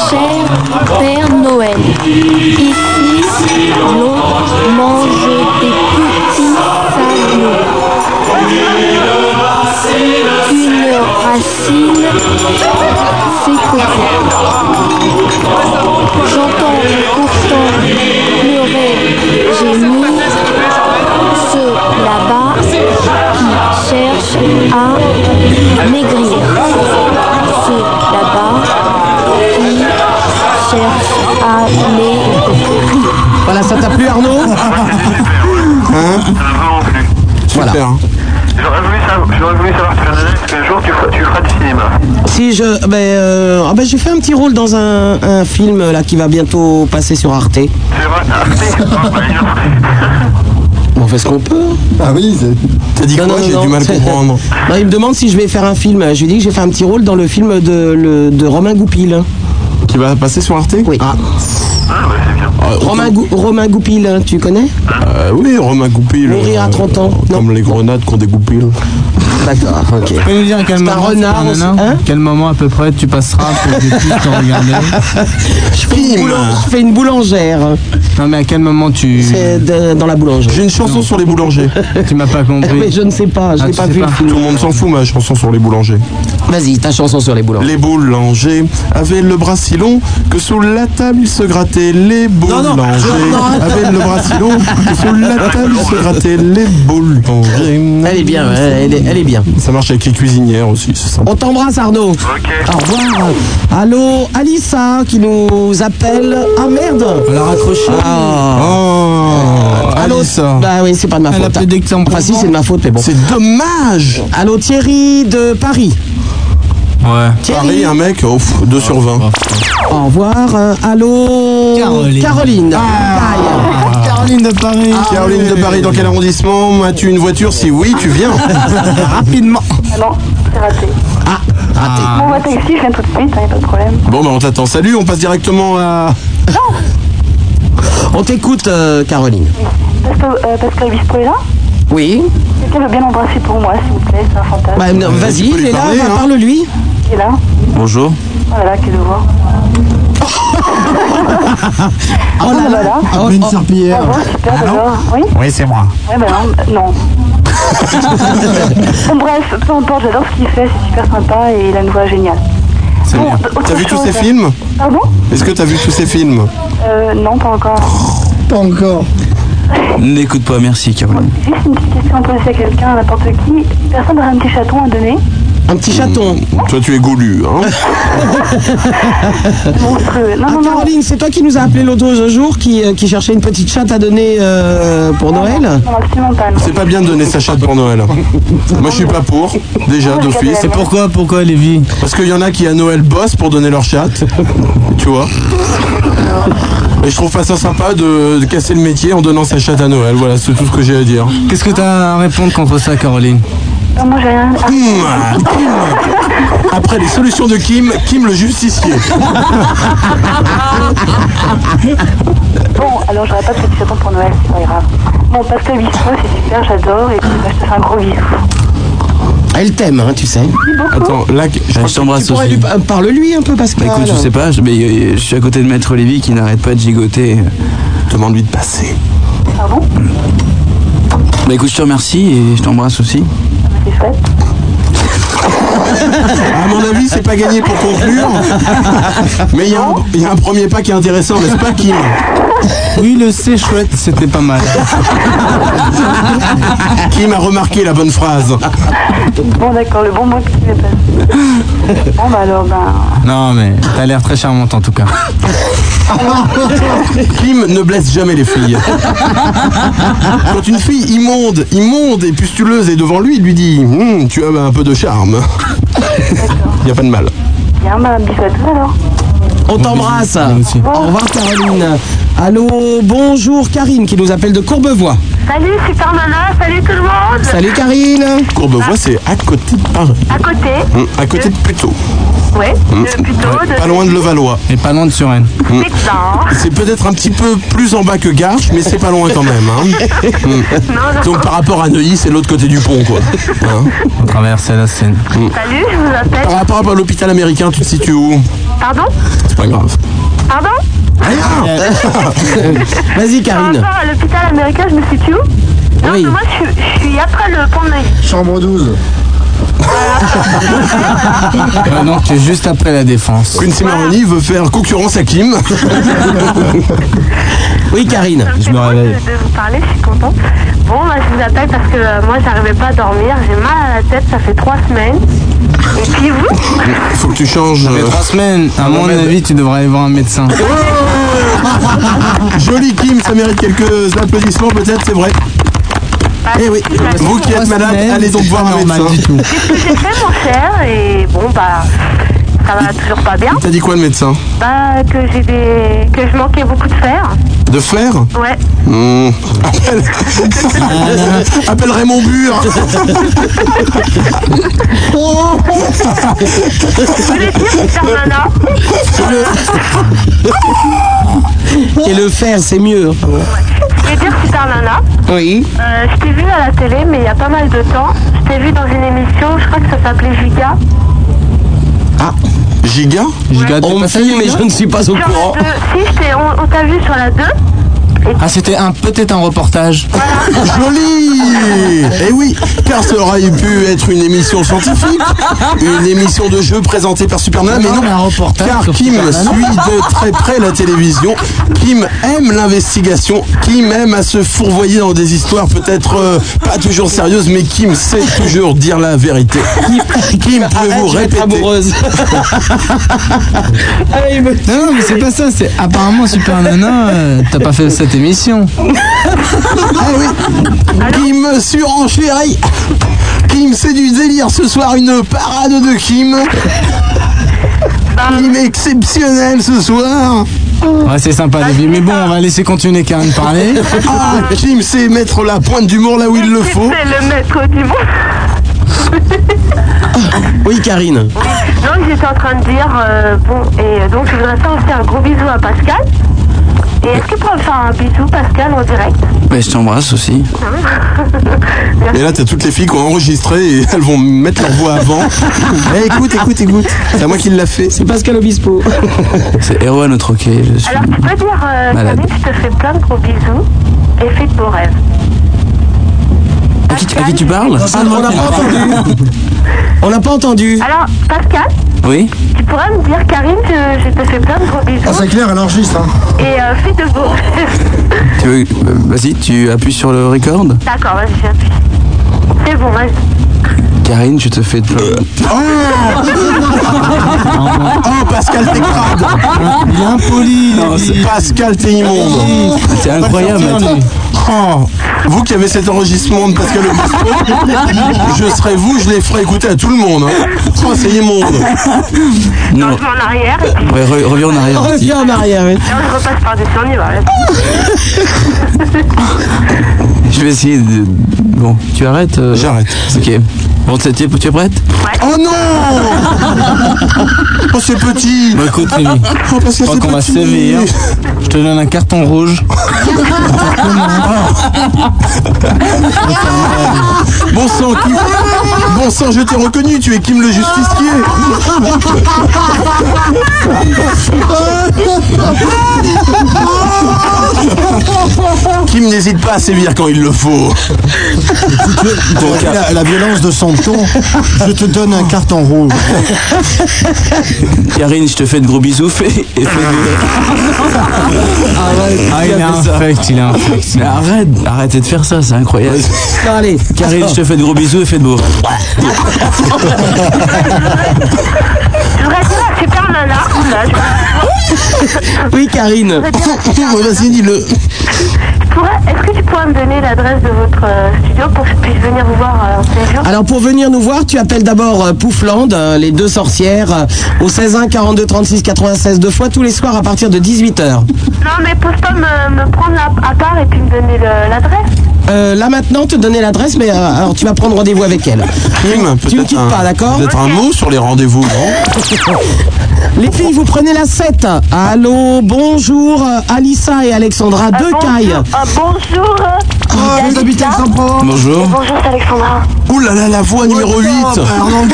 [SPEAKER 8] Cher Père Noël, ici l'on mange des petits salauds. Une racine s'écoule. J'entends pourtant pleurer gémir ceux là-bas qui cherchent à maigrir. Ceux là-bas qui cherche à les
[SPEAKER 3] Voilà, ça t'a plu Arnaud
[SPEAKER 1] Hein Super.
[SPEAKER 5] J'aurais voulu, savoir- j'aurais voulu savoir, Fernanda, est-ce qu'un jour tu feras, tu feras du cinéma
[SPEAKER 3] Si je. Ben, euh, ah ben, j'ai fait un petit rôle dans un, un film là qui va bientôt passer sur Arte.
[SPEAKER 5] C'est vrai Ah, bah, dis donc.
[SPEAKER 3] On fait ce qu'on peut. hein.
[SPEAKER 2] Ah oui, c'est-
[SPEAKER 1] T'as dit
[SPEAKER 3] Non,
[SPEAKER 1] quoi
[SPEAKER 3] non,
[SPEAKER 1] J'ai
[SPEAKER 3] non,
[SPEAKER 1] du mal à
[SPEAKER 3] c'est-
[SPEAKER 1] comprendre.
[SPEAKER 3] Non, il me demande si je vais faire un film. Je lui dis que j'ai fait un petit rôle dans le film de, le- de Romain Goupil.
[SPEAKER 1] Qui va passer sur Arte Ah.
[SPEAKER 3] Oui. Romain, Gou- Romain Goupil, tu connais
[SPEAKER 1] Euh, oui, Romain Goupil. euh,
[SPEAKER 3] Mourir à 30 ans.
[SPEAKER 1] Comme les grenades qu'on dégoupille.
[SPEAKER 3] D'accord, ok.
[SPEAKER 13] Tu peux nous dire à quel
[SPEAKER 3] C'est Ah, un
[SPEAKER 13] moment,
[SPEAKER 3] renard,
[SPEAKER 13] tu-
[SPEAKER 3] on s- hein
[SPEAKER 13] quel moment à peu près tu passeras pour que tu te
[SPEAKER 3] Ah,
[SPEAKER 13] regarder
[SPEAKER 3] Je fais, une boulang- je fais une boulangère.
[SPEAKER 13] Non mais à quel moment tu
[SPEAKER 3] C'est de- dans la boulangerie.
[SPEAKER 1] J'ai une chanson sur les boulangers.
[SPEAKER 13] tu m'as pas
[SPEAKER 3] Mais
[SPEAKER 13] compris
[SPEAKER 3] je ne sais pas, je
[SPEAKER 13] Ah,
[SPEAKER 3] n'ai
[SPEAKER 13] tu
[SPEAKER 3] pas
[SPEAKER 13] sais
[SPEAKER 3] vu le
[SPEAKER 13] pas.
[SPEAKER 3] film.
[SPEAKER 1] Tout le monde s'en fout, ma chanson sur les boulangers.
[SPEAKER 3] Vas-y, ta chanson sur les boulangers.
[SPEAKER 1] Les boulangers avaient le bras si long que sous la table ils se grattaient. Les boulangers avaient le bras si long que sous la table ils se grattaient. Les boulangers.
[SPEAKER 3] Elle est bien, ouais, elle est, elle est bien.
[SPEAKER 1] Ça marche avec les cuisinières aussi, c'est sympa.
[SPEAKER 3] On t'embrasse Arnaud. Au revoir. Allô, Alissa qui nous appelle. Ah merde
[SPEAKER 13] Elle a raccroché
[SPEAKER 3] Ah.
[SPEAKER 1] Oh,
[SPEAKER 3] Allô,
[SPEAKER 1] Alissa.
[SPEAKER 3] Bah oui, c'est pas de ma
[SPEAKER 13] Elle a
[SPEAKER 3] faute.
[SPEAKER 13] appelé dès que t'es en
[SPEAKER 3] Enfin si, c'est de ma faute, mais bon.
[SPEAKER 1] C'est dommage
[SPEAKER 3] Allô Thierry de Paris.
[SPEAKER 1] Ouais. Pareil, un mec, oh, pff, 2 sur 20.
[SPEAKER 3] Au revoir. euh, allô Caroline.
[SPEAKER 2] Caroline de Paris.
[SPEAKER 3] Ah.
[SPEAKER 1] Caroline de Paris, dans quel arrondissement As-tu une voiture Si oui, tu viens.
[SPEAKER 2] Rapidement.
[SPEAKER 4] Non, c'est raté. Ah, Mon voit taxi, je viens tout de suite, hein, y a pas de problème.
[SPEAKER 1] Bon, bah on t'attend. Salut, on passe directement à.
[SPEAKER 3] On t'écoute, euh, Caroline.
[SPEAKER 4] Parce que, euh, Pascal Obispo est là
[SPEAKER 3] Oui.
[SPEAKER 4] Quelqu'un veut bien l'embrasser pour moi, s'il vous plaît, c'est un fantasme.
[SPEAKER 3] Bah, non, vas-y, il est là, bah,
[SPEAKER 4] hein.
[SPEAKER 1] hein.
[SPEAKER 3] parle-lui.
[SPEAKER 4] Il est là.
[SPEAKER 6] Bonjour.
[SPEAKER 4] Oh là là, quel devoir.
[SPEAKER 2] Oh là là. Ah, oh, Une serpillière.
[SPEAKER 4] Super
[SPEAKER 1] Ah
[SPEAKER 4] devoir. Oui
[SPEAKER 2] Oui, c'est moi.
[SPEAKER 4] Ouais, bah non, bah, non. bon, bref, peu importe, j'adore ce qu'il fait, c'est super sympa et il a une voix géniale.
[SPEAKER 1] C'est
[SPEAKER 4] Bon,
[SPEAKER 1] bien.
[SPEAKER 4] autre
[SPEAKER 1] T'as vu tous
[SPEAKER 4] chose. euh,
[SPEAKER 1] ces films
[SPEAKER 4] Pardon
[SPEAKER 1] Est-ce que t'as vu tous ces films
[SPEAKER 4] euh, Non, pas encore.
[SPEAKER 3] Oh,
[SPEAKER 2] Pas encore.
[SPEAKER 6] N'écoute pas, merci Caroline.
[SPEAKER 4] Juste une petite question à poser à quelqu'un, à n'importe qui. Personne n'aurait un petit chaton à donner
[SPEAKER 3] Un petit chaton.
[SPEAKER 1] Toi, tu es goulu, hein
[SPEAKER 4] Monstrueux. Non,
[SPEAKER 3] Ah, Caroline, c'est toi qui nous as appelé l'autre jour qui, euh, qui cherchait une petite chatte à donner euh, pour Noël
[SPEAKER 4] Non, absolument pas. non.
[SPEAKER 1] C'est pas bien de donner sa chatte pour Noël. Moi, je suis pas pour,
[SPEAKER 4] Ah,
[SPEAKER 1] déjà, d'office.
[SPEAKER 13] C'est pourquoi, pourquoi Lévi
[SPEAKER 1] Parce qu'il y en a qui à Noël bossent pour donner leur chatte. tu vois Et je trouve pas ça sympa de, de casser le métier en donnant sa chatte à Noël. Voilà, c'est tout ce que j'ai à dire.
[SPEAKER 13] Qu'est-ce que t'as à répondre contre ça, Caroline
[SPEAKER 4] Non, moi j'ai rien. Ah,
[SPEAKER 1] Mmh. Après les solutions de Kim, Kim le justicier.
[SPEAKER 4] Bon, alors j'aurais pas de petit chaton pour Noël, c'est pas grave. Bon, Pascal Obispo, c'est super, j'adore et puis bah, je te fais un gros bisou.
[SPEAKER 3] Elle t'aime, hein, tu sais.
[SPEAKER 1] Attends, là, je
[SPEAKER 6] crois que t'embrasse
[SPEAKER 3] Pourrais
[SPEAKER 6] aussi.
[SPEAKER 3] lui- euh, Parle-lui un peu, Pascal.
[SPEAKER 6] Bah, Écoute, je sais pas, je, mais, euh, je suis à côté de Maître Lévy qui n'arrête pas de gigoter.
[SPEAKER 1] Demande-lui de passer.
[SPEAKER 4] Ah bon
[SPEAKER 6] Bah écoute, je te remercie et je t'embrasse aussi.
[SPEAKER 4] C'est chouette.
[SPEAKER 1] À mon avis, c'est pas gagné pour conclure. Mais il y, a un- il y a un premier pas qui est intéressant, n'est-ce pas, Kim
[SPEAKER 13] Oui, le c'est chouette, c'était pas mal.
[SPEAKER 1] Kim a remarqué la bonne phrase.
[SPEAKER 4] Bon, d'accord, le bon mot que tu m'as passé. Bon, bah alors, ben.
[SPEAKER 13] Non, mais t'as l'air très charmante en tout cas.
[SPEAKER 1] Kim ne blesse jamais les filles. Quand une fille immonde, immonde et pustuleuse est devant lui, il lui dit Hum, Tu as un peu de charme. Il n'y a pas de mal.
[SPEAKER 4] Bien, bah, bisous à tous alors.
[SPEAKER 3] On t'embrasse. Au revoir, Caroline. Allô, bonjour, Karine qui nous appelle de Courbevoie.
[SPEAKER 24] Salut Super Nana, salut tout le monde
[SPEAKER 3] Salut, Karine.
[SPEAKER 1] Courbevoie, c'est Oh, ben, à côté de Paris.
[SPEAKER 24] À côté,
[SPEAKER 1] Hum, À côté de Puteaux.
[SPEAKER 24] ouais,
[SPEAKER 1] Hum.
[SPEAKER 24] de plutôt de...
[SPEAKER 1] Pas loin de Levallois.
[SPEAKER 13] Et pas loin de Suresnes.
[SPEAKER 1] Hum.
[SPEAKER 24] C'est ça
[SPEAKER 1] C'est peut-être un petit peu plus en bas que Garches, mais c'est pas loin quand même. hein. Hum. Donc par rapport à Neuilly, c'est l'autre côté du pont, quoi. Hein
[SPEAKER 13] On traverse la Seine.
[SPEAKER 1] Hum.
[SPEAKER 24] Salut, je vous appelle...
[SPEAKER 1] Par rapport à l'hôpital américain, tu te situes où
[SPEAKER 24] Pardon
[SPEAKER 1] C'est pas grave.
[SPEAKER 24] Pardon
[SPEAKER 3] Vas-y,
[SPEAKER 24] Par
[SPEAKER 3] Karine.
[SPEAKER 24] rapport à l'hôpital américain, je me situe où Non,
[SPEAKER 3] Oui.
[SPEAKER 24] mais moi je suis, je suis après le pont de Neuilly.
[SPEAKER 2] Chambre 12.
[SPEAKER 13] Ouais, Euh, non, tu es juste après la défense.
[SPEAKER 1] Quincy Maroni veut faire concurrence à Kim.
[SPEAKER 3] Oui, Karine.
[SPEAKER 24] Ça me fait drôle de, de vous parler, je suis contente. Bon, bah, je vous appelle parce que euh, moi j'arrivais pas à dormir, j'ai mal à la tête, ça fait trois semaines. Et puis vous
[SPEAKER 1] Faut que tu changes.
[SPEAKER 13] Ça fait
[SPEAKER 1] euh,
[SPEAKER 13] trois semaines. À mon
[SPEAKER 1] Mohamed. Oh,
[SPEAKER 13] avis, tu devrais aller voir un médecin.
[SPEAKER 1] Joli Kim, ça mérite quelques applaudissements peut-être, c'est vrai.
[SPEAKER 24] Bah,
[SPEAKER 1] Eh oui, vous qui êtes madame, allez donc voir un médecin.
[SPEAKER 24] C'est ce que j'ai fait mon cher et bon bah ça va toujours pas bien.
[SPEAKER 1] T'as dit quoi le médecin
[SPEAKER 24] Bah que j'ai des. que je manquais beaucoup de fer.
[SPEAKER 1] De fer
[SPEAKER 24] Ouais.
[SPEAKER 1] Hmm. Appelle... Appelle Raymond Bure
[SPEAKER 24] Vous voulez dire super nana
[SPEAKER 3] Et le faire, c'est mieux.
[SPEAKER 24] Je voulais dire super nana.
[SPEAKER 3] Oui.
[SPEAKER 24] Euh, je t'ai vu à la télé mais il y a pas mal de temps. Je t'ai vu dans une émission, je crois que ça s'appelait Giga.
[SPEAKER 1] Giga
[SPEAKER 13] Ah, Giga, t'es
[SPEAKER 3] On me
[SPEAKER 13] pas
[SPEAKER 3] filme, mais
[SPEAKER 13] Giga
[SPEAKER 3] je ne suis pas au
[SPEAKER 24] Sur la
[SPEAKER 3] courant.
[SPEAKER 24] deux. Si je t'ai- on, on t'a vu sur la 2.
[SPEAKER 13] Ah, c'était un peut-être un reportage.
[SPEAKER 1] Joli Eh oui, car ça aurait pu être une émission scientifique, une émission de jeu présentée par Superman, mais non,
[SPEAKER 13] un reportage.
[SPEAKER 1] car
[SPEAKER 13] sur
[SPEAKER 1] Kim
[SPEAKER 13] Superman.
[SPEAKER 1] suit de très près la télévision, Kim aime l'investigation, Kim aime à se fourvoyer dans des histoires peut-être euh, pas toujours sérieuses, mais Kim sait toujours dire la vérité. Kim, pouvez-vous
[SPEAKER 3] Arrête, je vais être
[SPEAKER 1] répéter
[SPEAKER 3] amoureuse. Ah, il me-
[SPEAKER 13] Non, non, mais c'est pas ça. C'est apparemment Super Nana. euh, T'as pas fait cette émission.
[SPEAKER 1] Ah oui Kim surenchérit Kim, c'est du délire ce soir, une parade de Kim.
[SPEAKER 4] Ben.
[SPEAKER 1] Kim exceptionnel ce soir.
[SPEAKER 8] Ouais, c'est
[SPEAKER 4] Ah,
[SPEAKER 8] sympa, Davy. Mais bon, on va laisser continuer Karine parler.
[SPEAKER 1] Ah, Kim sait mettre la pointe d'humour là où il le faut.
[SPEAKER 4] C'est le maître du monde.
[SPEAKER 3] Oui, Karine.
[SPEAKER 4] Non, j'étais en train de dire, euh, bon, et euh, donc je voudrais faire aussi un gros bisou à Pascal. Et est-ce que tu peux me faire un bisou, Pascal, en direct
[SPEAKER 6] Mais je t'embrasse aussi.
[SPEAKER 1] Et là, t'as toutes les filles qui ont enregistré et elles vont mettre leur voix avant. Eh, écoute, écoute, écoute. C'est à moi qui l'a fait.
[SPEAKER 3] C'est Pascal Obispo.
[SPEAKER 6] C'est Erwan au troquet. Je suis...
[SPEAKER 4] Alors, tu peux dire, euh,
[SPEAKER 6] Malade.
[SPEAKER 4] Karine, je te fais plein de gros bisous et fais de beaux rêves.
[SPEAKER 6] À qui, tu- à qui tu parles
[SPEAKER 3] Ah, on n'a pas entendu. On n'a pas entendu.
[SPEAKER 4] Alors, Pascal,
[SPEAKER 6] Oui
[SPEAKER 4] tu pourrais me dire, Karine, je, je te fais plein de gros bisous
[SPEAKER 25] Ah, c'est clair, elle enregistre. hein.
[SPEAKER 4] et euh, fais de beaux rêves.
[SPEAKER 6] Tu veux- euh, Vas-y, tu appuies sur le record.
[SPEAKER 4] D'accord, vas-y, j'appuie. C'est bon, vas-y.
[SPEAKER 6] Karine, je te fais. de-
[SPEAKER 1] Oh, Pascal, t'es crade. Bien poli. Pascal, t'es immonde.
[SPEAKER 6] C'est incroyable.
[SPEAKER 1] Oh, vous qui avez cet enregistrement de Pascal Obispo, je serais vous, je les ferai écouter à tout le monde. hein. Oh, c'est immonde.
[SPEAKER 6] Non.
[SPEAKER 4] En arrière, et puis
[SPEAKER 6] Ouais, re- reviens en arrière.
[SPEAKER 3] Reviens en arrière, oui. Ah.
[SPEAKER 4] là, je repasse par-dessus, Ah, on y va.
[SPEAKER 6] Je vais essayer de. Bon, tu arrêtes euh,
[SPEAKER 1] J'arrête.
[SPEAKER 6] Ok. Bon, t'es- t'es- tu es prête
[SPEAKER 1] Oh non Oh, c'est petit.
[SPEAKER 8] Bon, Bah, écoute, Rémi,
[SPEAKER 1] Oh,
[SPEAKER 8] je
[SPEAKER 1] Pascal,
[SPEAKER 8] crois
[SPEAKER 1] c'est
[SPEAKER 8] qu'on va se sévir.
[SPEAKER 1] petit.
[SPEAKER 8] Je te donne un carton rouge.
[SPEAKER 1] Bon sang, Kim. Bon sang, je t'ai reconnu, tu es Kim le justicier. Kim n'hésite pas à sévir quand il le faut.
[SPEAKER 25] Vous voyez La, la violence de son ton. Je te donne un carton rouge.
[SPEAKER 6] Karine, je te fais de gros bisous fais- et fais de-
[SPEAKER 8] Ah, il est infect, il est infect.
[SPEAKER 6] Mais arrête, arrêtez de faire ça, c'est incroyable.
[SPEAKER 3] Non, allez.
[SPEAKER 6] Karine, je te fais de gros bisous et fais de beaux. rêves.
[SPEAKER 4] Je voudrais dire à Super Nana, là, je-
[SPEAKER 3] Oui, Karine.
[SPEAKER 4] Je voudrais dire à Super Nana,
[SPEAKER 1] euh, Vas-y, dis-le.
[SPEAKER 4] tu pourrais- Est-ce que tu pourrais me donner l'adresse de votre euh, studio pour que je puisse venir vous voir euh, en séjour
[SPEAKER 3] Alors pour venir nous voir, tu appelles d'abord euh, Poufland, euh, les deux sorcières, euh, au 16 1 42 36 96 deux fois tous les soirs à partir de 18h.
[SPEAKER 4] Non, mais pose pas me, me prendre à, à part et puis me donner le- l'adresse.
[SPEAKER 3] Euh, là maintenant, te donner l'adresse, mais euh, alors tu vas prendre rendez-vous avec elle.
[SPEAKER 1] Kim,
[SPEAKER 3] Tu ne
[SPEAKER 1] peut-être
[SPEAKER 3] quittes
[SPEAKER 1] un,
[SPEAKER 3] pas, d'accord
[SPEAKER 1] peut-être un mot sur les rendez-vous, non
[SPEAKER 3] Les filles, vous prenez la 7. Allô, bonjour, euh, Alissa et
[SPEAKER 1] Euh,
[SPEAKER 3] Alexandra, deux cailles.
[SPEAKER 4] Ah, bonjour euh,
[SPEAKER 25] Ah, vous habitez Aix-en-Provence
[SPEAKER 4] Et Bonjour, c'est Alexandra.
[SPEAKER 1] Ouh là là, la voix numéro 8
[SPEAKER 25] Arnaud,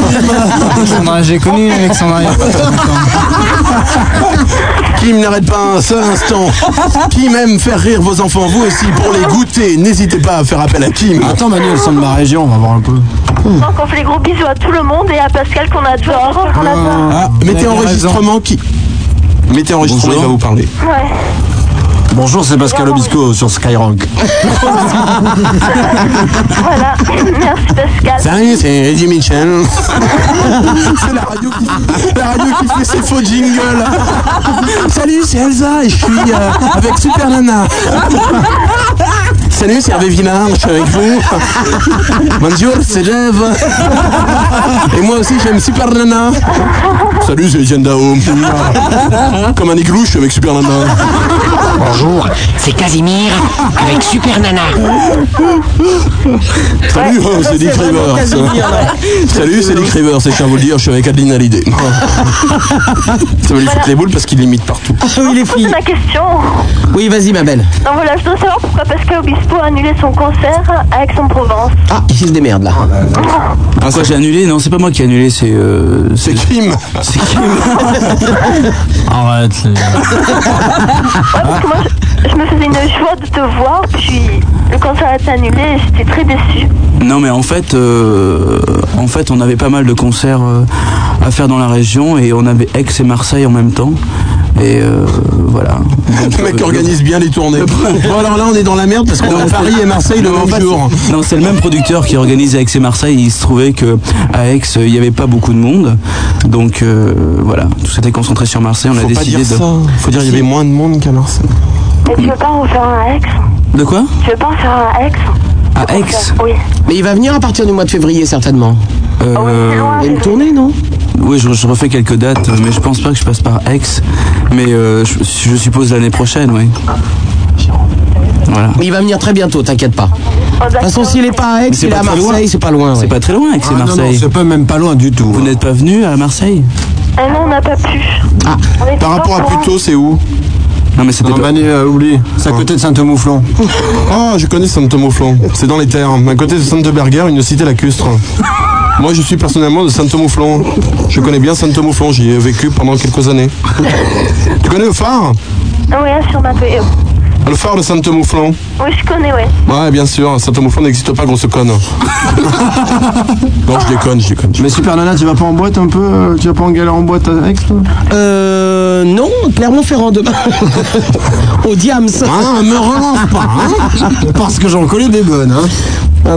[SPEAKER 8] Alexandra, j'ai connu Alexandra il y a pas très longtemps.
[SPEAKER 1] Kim n'arrête pas un seul instant. Kim aime faire rire vos enfants, vous aussi, pour les goûter. N'hésitez pas à faire appel à Kim.
[SPEAKER 25] Attends, Manu, elles sont de ma région, on va voir un peu.
[SPEAKER 3] Hmm.
[SPEAKER 4] Donc, on fait des gros bisous à tout le monde et à Pascal qu'on adore. Qu'on adore.
[SPEAKER 1] Ah, mettez enregistrement qui. Mettez enregistrement, il va vous parler.
[SPEAKER 4] Ouais.
[SPEAKER 25] Bonjour, c'est Pascal Obispo sur Skyrock.
[SPEAKER 4] voilà. Merci, Pascal.
[SPEAKER 1] Salut, c'est Eddie Mitchell. c'est la radio, qui, la radio qui fait ses faux jingles. Salut, c'est Elsa et je suis euh, avec Super Nana. Salut, c'est Hervé Villard, je suis avec vous. Bonjour, c'est Jeff. Et moi aussi, j'aime Super Nana. Salut, c'est Etienne Dao. Comme un igloo, je suis avec Super Nana.
[SPEAKER 26] Bonjour, c'est Casimir avec Super Nana.
[SPEAKER 1] Salut, oh, c'est Dick
[SPEAKER 26] vraiment
[SPEAKER 1] Rivers.
[SPEAKER 26] Casimir, là.
[SPEAKER 1] Salut, c'est Dick Rivers. Et je tiens à vous le dire, je suis avec Adeline Hallyday. Ça va lui foutre les boules parce qu'il l'imite partout.
[SPEAKER 3] Ah Oui, les filles.
[SPEAKER 4] Ma question.
[SPEAKER 3] Oui, vas-y, ma belle.
[SPEAKER 4] Donc voilà, je dois savoir pourquoi Pascal Obispo a annulé son concert à Aix-en-Provence.
[SPEAKER 3] Ah, il se démerde là.
[SPEAKER 6] Ah, quoi, j'ai annulé Non, c'est pas moi qui ai annulé, c'est. euh, c'est
[SPEAKER 1] Kim
[SPEAKER 6] C'est Kim
[SPEAKER 8] Arrête. les-
[SPEAKER 4] Ouais, parce que moi, je, je me faisais une joie de te voir, puis le concert a été annulé et j'étais très déçue.
[SPEAKER 6] Non mais en fait, euh, en fait, on avait pas mal de concerts euh, à faire dans la région et on avait Aix et Marseille en même temps. Et euh, voilà. euh,
[SPEAKER 1] Le mec organise bien les tournées. Bon, alors là, on est dans la merde parce qu'on a Paris et Marseille le
[SPEAKER 6] Non, en
[SPEAKER 1] même
[SPEAKER 6] fait,
[SPEAKER 1] jour.
[SPEAKER 6] c'est- Non, c'est le même producteur qui organise Aix et Marseille. Il se trouvait que à Aix, il n'y avait pas beaucoup de monde. Donc euh, voilà, tout s'était concentré sur Marseille. On a
[SPEAKER 1] Faut pas
[SPEAKER 6] décidé
[SPEAKER 1] dire
[SPEAKER 6] de.
[SPEAKER 1] ça. Faut dire, il y avait moins de monde qu'à Marseille.
[SPEAKER 4] Mais tu veux pas en faire un à Aix
[SPEAKER 6] De quoi
[SPEAKER 4] Tu veux pas en faire un à Aix
[SPEAKER 3] À Aix Mais il va venir à partir du mois de février,
[SPEAKER 4] Oh,
[SPEAKER 3] certainement. Euh, Il y a une tournée, non
[SPEAKER 6] Oui, je, je refais quelques dates, euh, mais je pense pas que je passe par Aix. Mais euh, je, je suppose l'année prochaine, oui. Voilà.
[SPEAKER 3] Mais il va venir très bientôt, t'inquiète pas. De toute façon, s'il est pas à Aix,
[SPEAKER 6] Mais c'est
[SPEAKER 3] il est
[SPEAKER 6] pas
[SPEAKER 3] à
[SPEAKER 6] très loin.
[SPEAKER 3] Marseille, c'est pas loin.
[SPEAKER 6] C'est pas très loin, Aix
[SPEAKER 3] Ah,
[SPEAKER 6] et
[SPEAKER 3] non, non,
[SPEAKER 6] Marseille.
[SPEAKER 3] c'est
[SPEAKER 6] pas même pas loin du tout. Vous n'êtes pas venu à Marseille
[SPEAKER 4] Ah non, on n'a pas pu.
[SPEAKER 6] Ah, Par rapport à Puto,
[SPEAKER 1] c'est où
[SPEAKER 6] Non, mais c'était.
[SPEAKER 1] Non, Mané a oublié. C'est à côté de Saint-Omouflon. euh, Ah, je connais Saint-Omouflon. C'est dans les terres. À côté de Sainte-Berger, une cité lacustre. Moi, je suis personnellement de Saint-Omouflon. Je connais bien Saint-Omouflon. J'y ai vécu pendant quelques années. tu connais le phare
[SPEAKER 4] Oui, sur ma paix.
[SPEAKER 1] Le phare de Saint-Omouflon
[SPEAKER 4] Oui, je connais, ouais.
[SPEAKER 1] Ouais, bien sûr. Saint-Omouflon n'existe pas, grosse conne. non, je déconne, je déconne.
[SPEAKER 8] Mais Super Nana, tu vas pas en boîte un peu euh, Tu vas pas en galère en boîte à Aix toi
[SPEAKER 3] Euh. Non, Clermont-Ferrand demain. Au Diams.
[SPEAKER 8] Ah, me relance pas, hein, parce que j'en connais des bonnes. Hein.
[SPEAKER 3] Ah,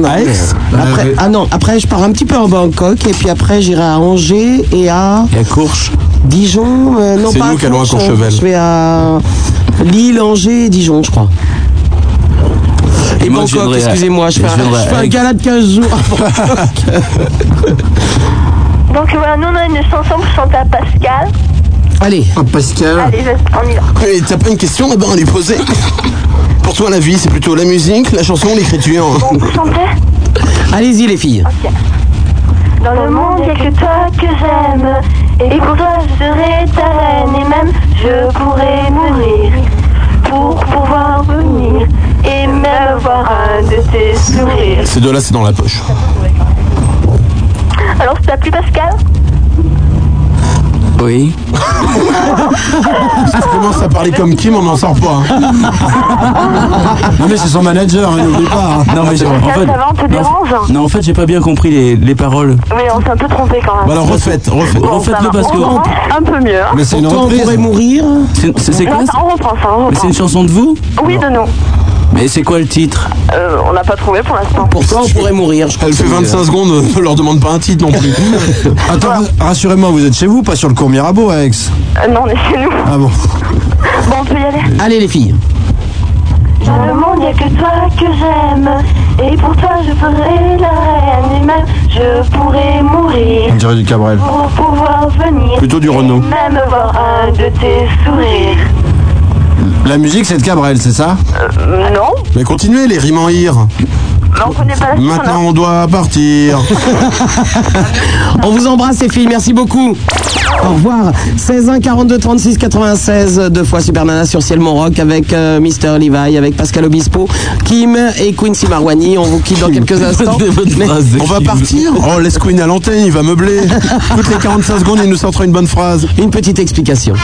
[SPEAKER 3] Après, ah non, après je pars un petit peu en Bangkok et puis après j'irai à Angers et à.
[SPEAKER 6] Et à Courche.
[SPEAKER 3] Dijon, euh, non
[SPEAKER 1] C'est
[SPEAKER 3] pas
[SPEAKER 1] nous qui allons à
[SPEAKER 3] Courche, euh,
[SPEAKER 1] Courchevel.
[SPEAKER 3] Je vais à Lille, Angers et Dijon, je crois. Et,
[SPEAKER 6] moi, je
[SPEAKER 3] Bangkok,
[SPEAKER 6] viendrai à-
[SPEAKER 3] excusez-moi, je
[SPEAKER 6] et
[SPEAKER 3] fais, un,
[SPEAKER 6] je viendrai
[SPEAKER 3] je fais un
[SPEAKER 6] avec-
[SPEAKER 3] gala de 15 jours. à Bangkok.
[SPEAKER 4] Donc voilà, nous on a une chanson pour chanter à Pascal.
[SPEAKER 3] Allez.
[SPEAKER 1] Ah, Pascal.
[SPEAKER 4] Allez, vas-y, on y va.
[SPEAKER 1] Et t'as pas une question Eh ben, on est posé. Pour toi, la vie, c'est plutôt la musique, la chanson, l'écriture.
[SPEAKER 3] Allez-y, les filles.
[SPEAKER 4] Dans le monde, il n'y a que toi que j'aime. Et pour toi, je serai ta reine. Et même, je pourrais mourir pour pouvoir venir et même voir un de tes sourires.
[SPEAKER 1] Ces deux-là, c'est dans la poche.
[SPEAKER 4] Alors, tu t'as plus Pascal
[SPEAKER 6] Oui.
[SPEAKER 1] Si tu commences à parler comme Kim, on n'en sort pas. hein.
[SPEAKER 8] Non, mais c'est son manager, hein, n'oublie pas.
[SPEAKER 6] Non, mais j'ai- en fait.
[SPEAKER 4] Ça va, on te
[SPEAKER 6] non, en
[SPEAKER 4] dérange
[SPEAKER 6] fait- non, en fait, j'ai pas bien compris les, les paroles.
[SPEAKER 4] Oui, on s'est un peu trompé quand même.
[SPEAKER 6] Bah refaites.
[SPEAKER 4] ça
[SPEAKER 6] Refaites-le
[SPEAKER 4] va,
[SPEAKER 6] parce que.
[SPEAKER 4] on reprend Un peu mieux. hein.
[SPEAKER 3] Pourtant, on pourrait mourir.
[SPEAKER 6] C'est c'est- c'est quoi
[SPEAKER 4] Non,
[SPEAKER 6] ça
[SPEAKER 4] On reprend ça, on
[SPEAKER 6] Mais c'est
[SPEAKER 4] reprend.
[SPEAKER 6] une chanson de vous
[SPEAKER 4] Oui, de nous.
[SPEAKER 6] Mais c'est quoi le titre
[SPEAKER 4] Euh, on n'a pas trouvé pour l'instant.
[SPEAKER 3] Pourtant, on pourrait mourir.
[SPEAKER 1] Elle fait 25 secondes, ne leur demande pas un titre non plus.
[SPEAKER 8] Attends, rassurez-moi, vous êtes chez vous, pas sur le cours Mirabeau à Aix
[SPEAKER 4] Euh, non, on est chez nous.
[SPEAKER 8] Ah bon
[SPEAKER 4] Bon, on peut y aller.
[SPEAKER 3] Allez, les filles.
[SPEAKER 4] Dans le monde, il n'y a que toi que j'aime. Et pour toi, je ferai la reine. Et même, je pourrais mourir
[SPEAKER 8] On dirait du Cabrel.
[SPEAKER 4] pour pouvoir venir.
[SPEAKER 8] Plutôt du Renault.
[SPEAKER 4] Même voir un de tes sourires.
[SPEAKER 8] La musique, c'est de Cabrel, c'est ça
[SPEAKER 4] Euh, Non. Ah,
[SPEAKER 1] Mais continuez les rimes en hire.
[SPEAKER 4] Non, on connaît pas la chanson.
[SPEAKER 1] Maintenant, on doit partir.
[SPEAKER 3] On vous embrasse les filles, merci beaucoup. Au revoir. 16 1 42 36 96 deux fois Super Nana sur Ciel Monroc avec euh, Mister Levi, avec Pascal Obispo, Kim et Quincy Marwani. On vous quitte dans quelques instants. Mais-
[SPEAKER 1] On va partir Oh, laisse Queen à l'antenne, il va meubler. Toutes les 45 secondes, il nous sortira une bonne phrase.
[SPEAKER 3] Une petite explication.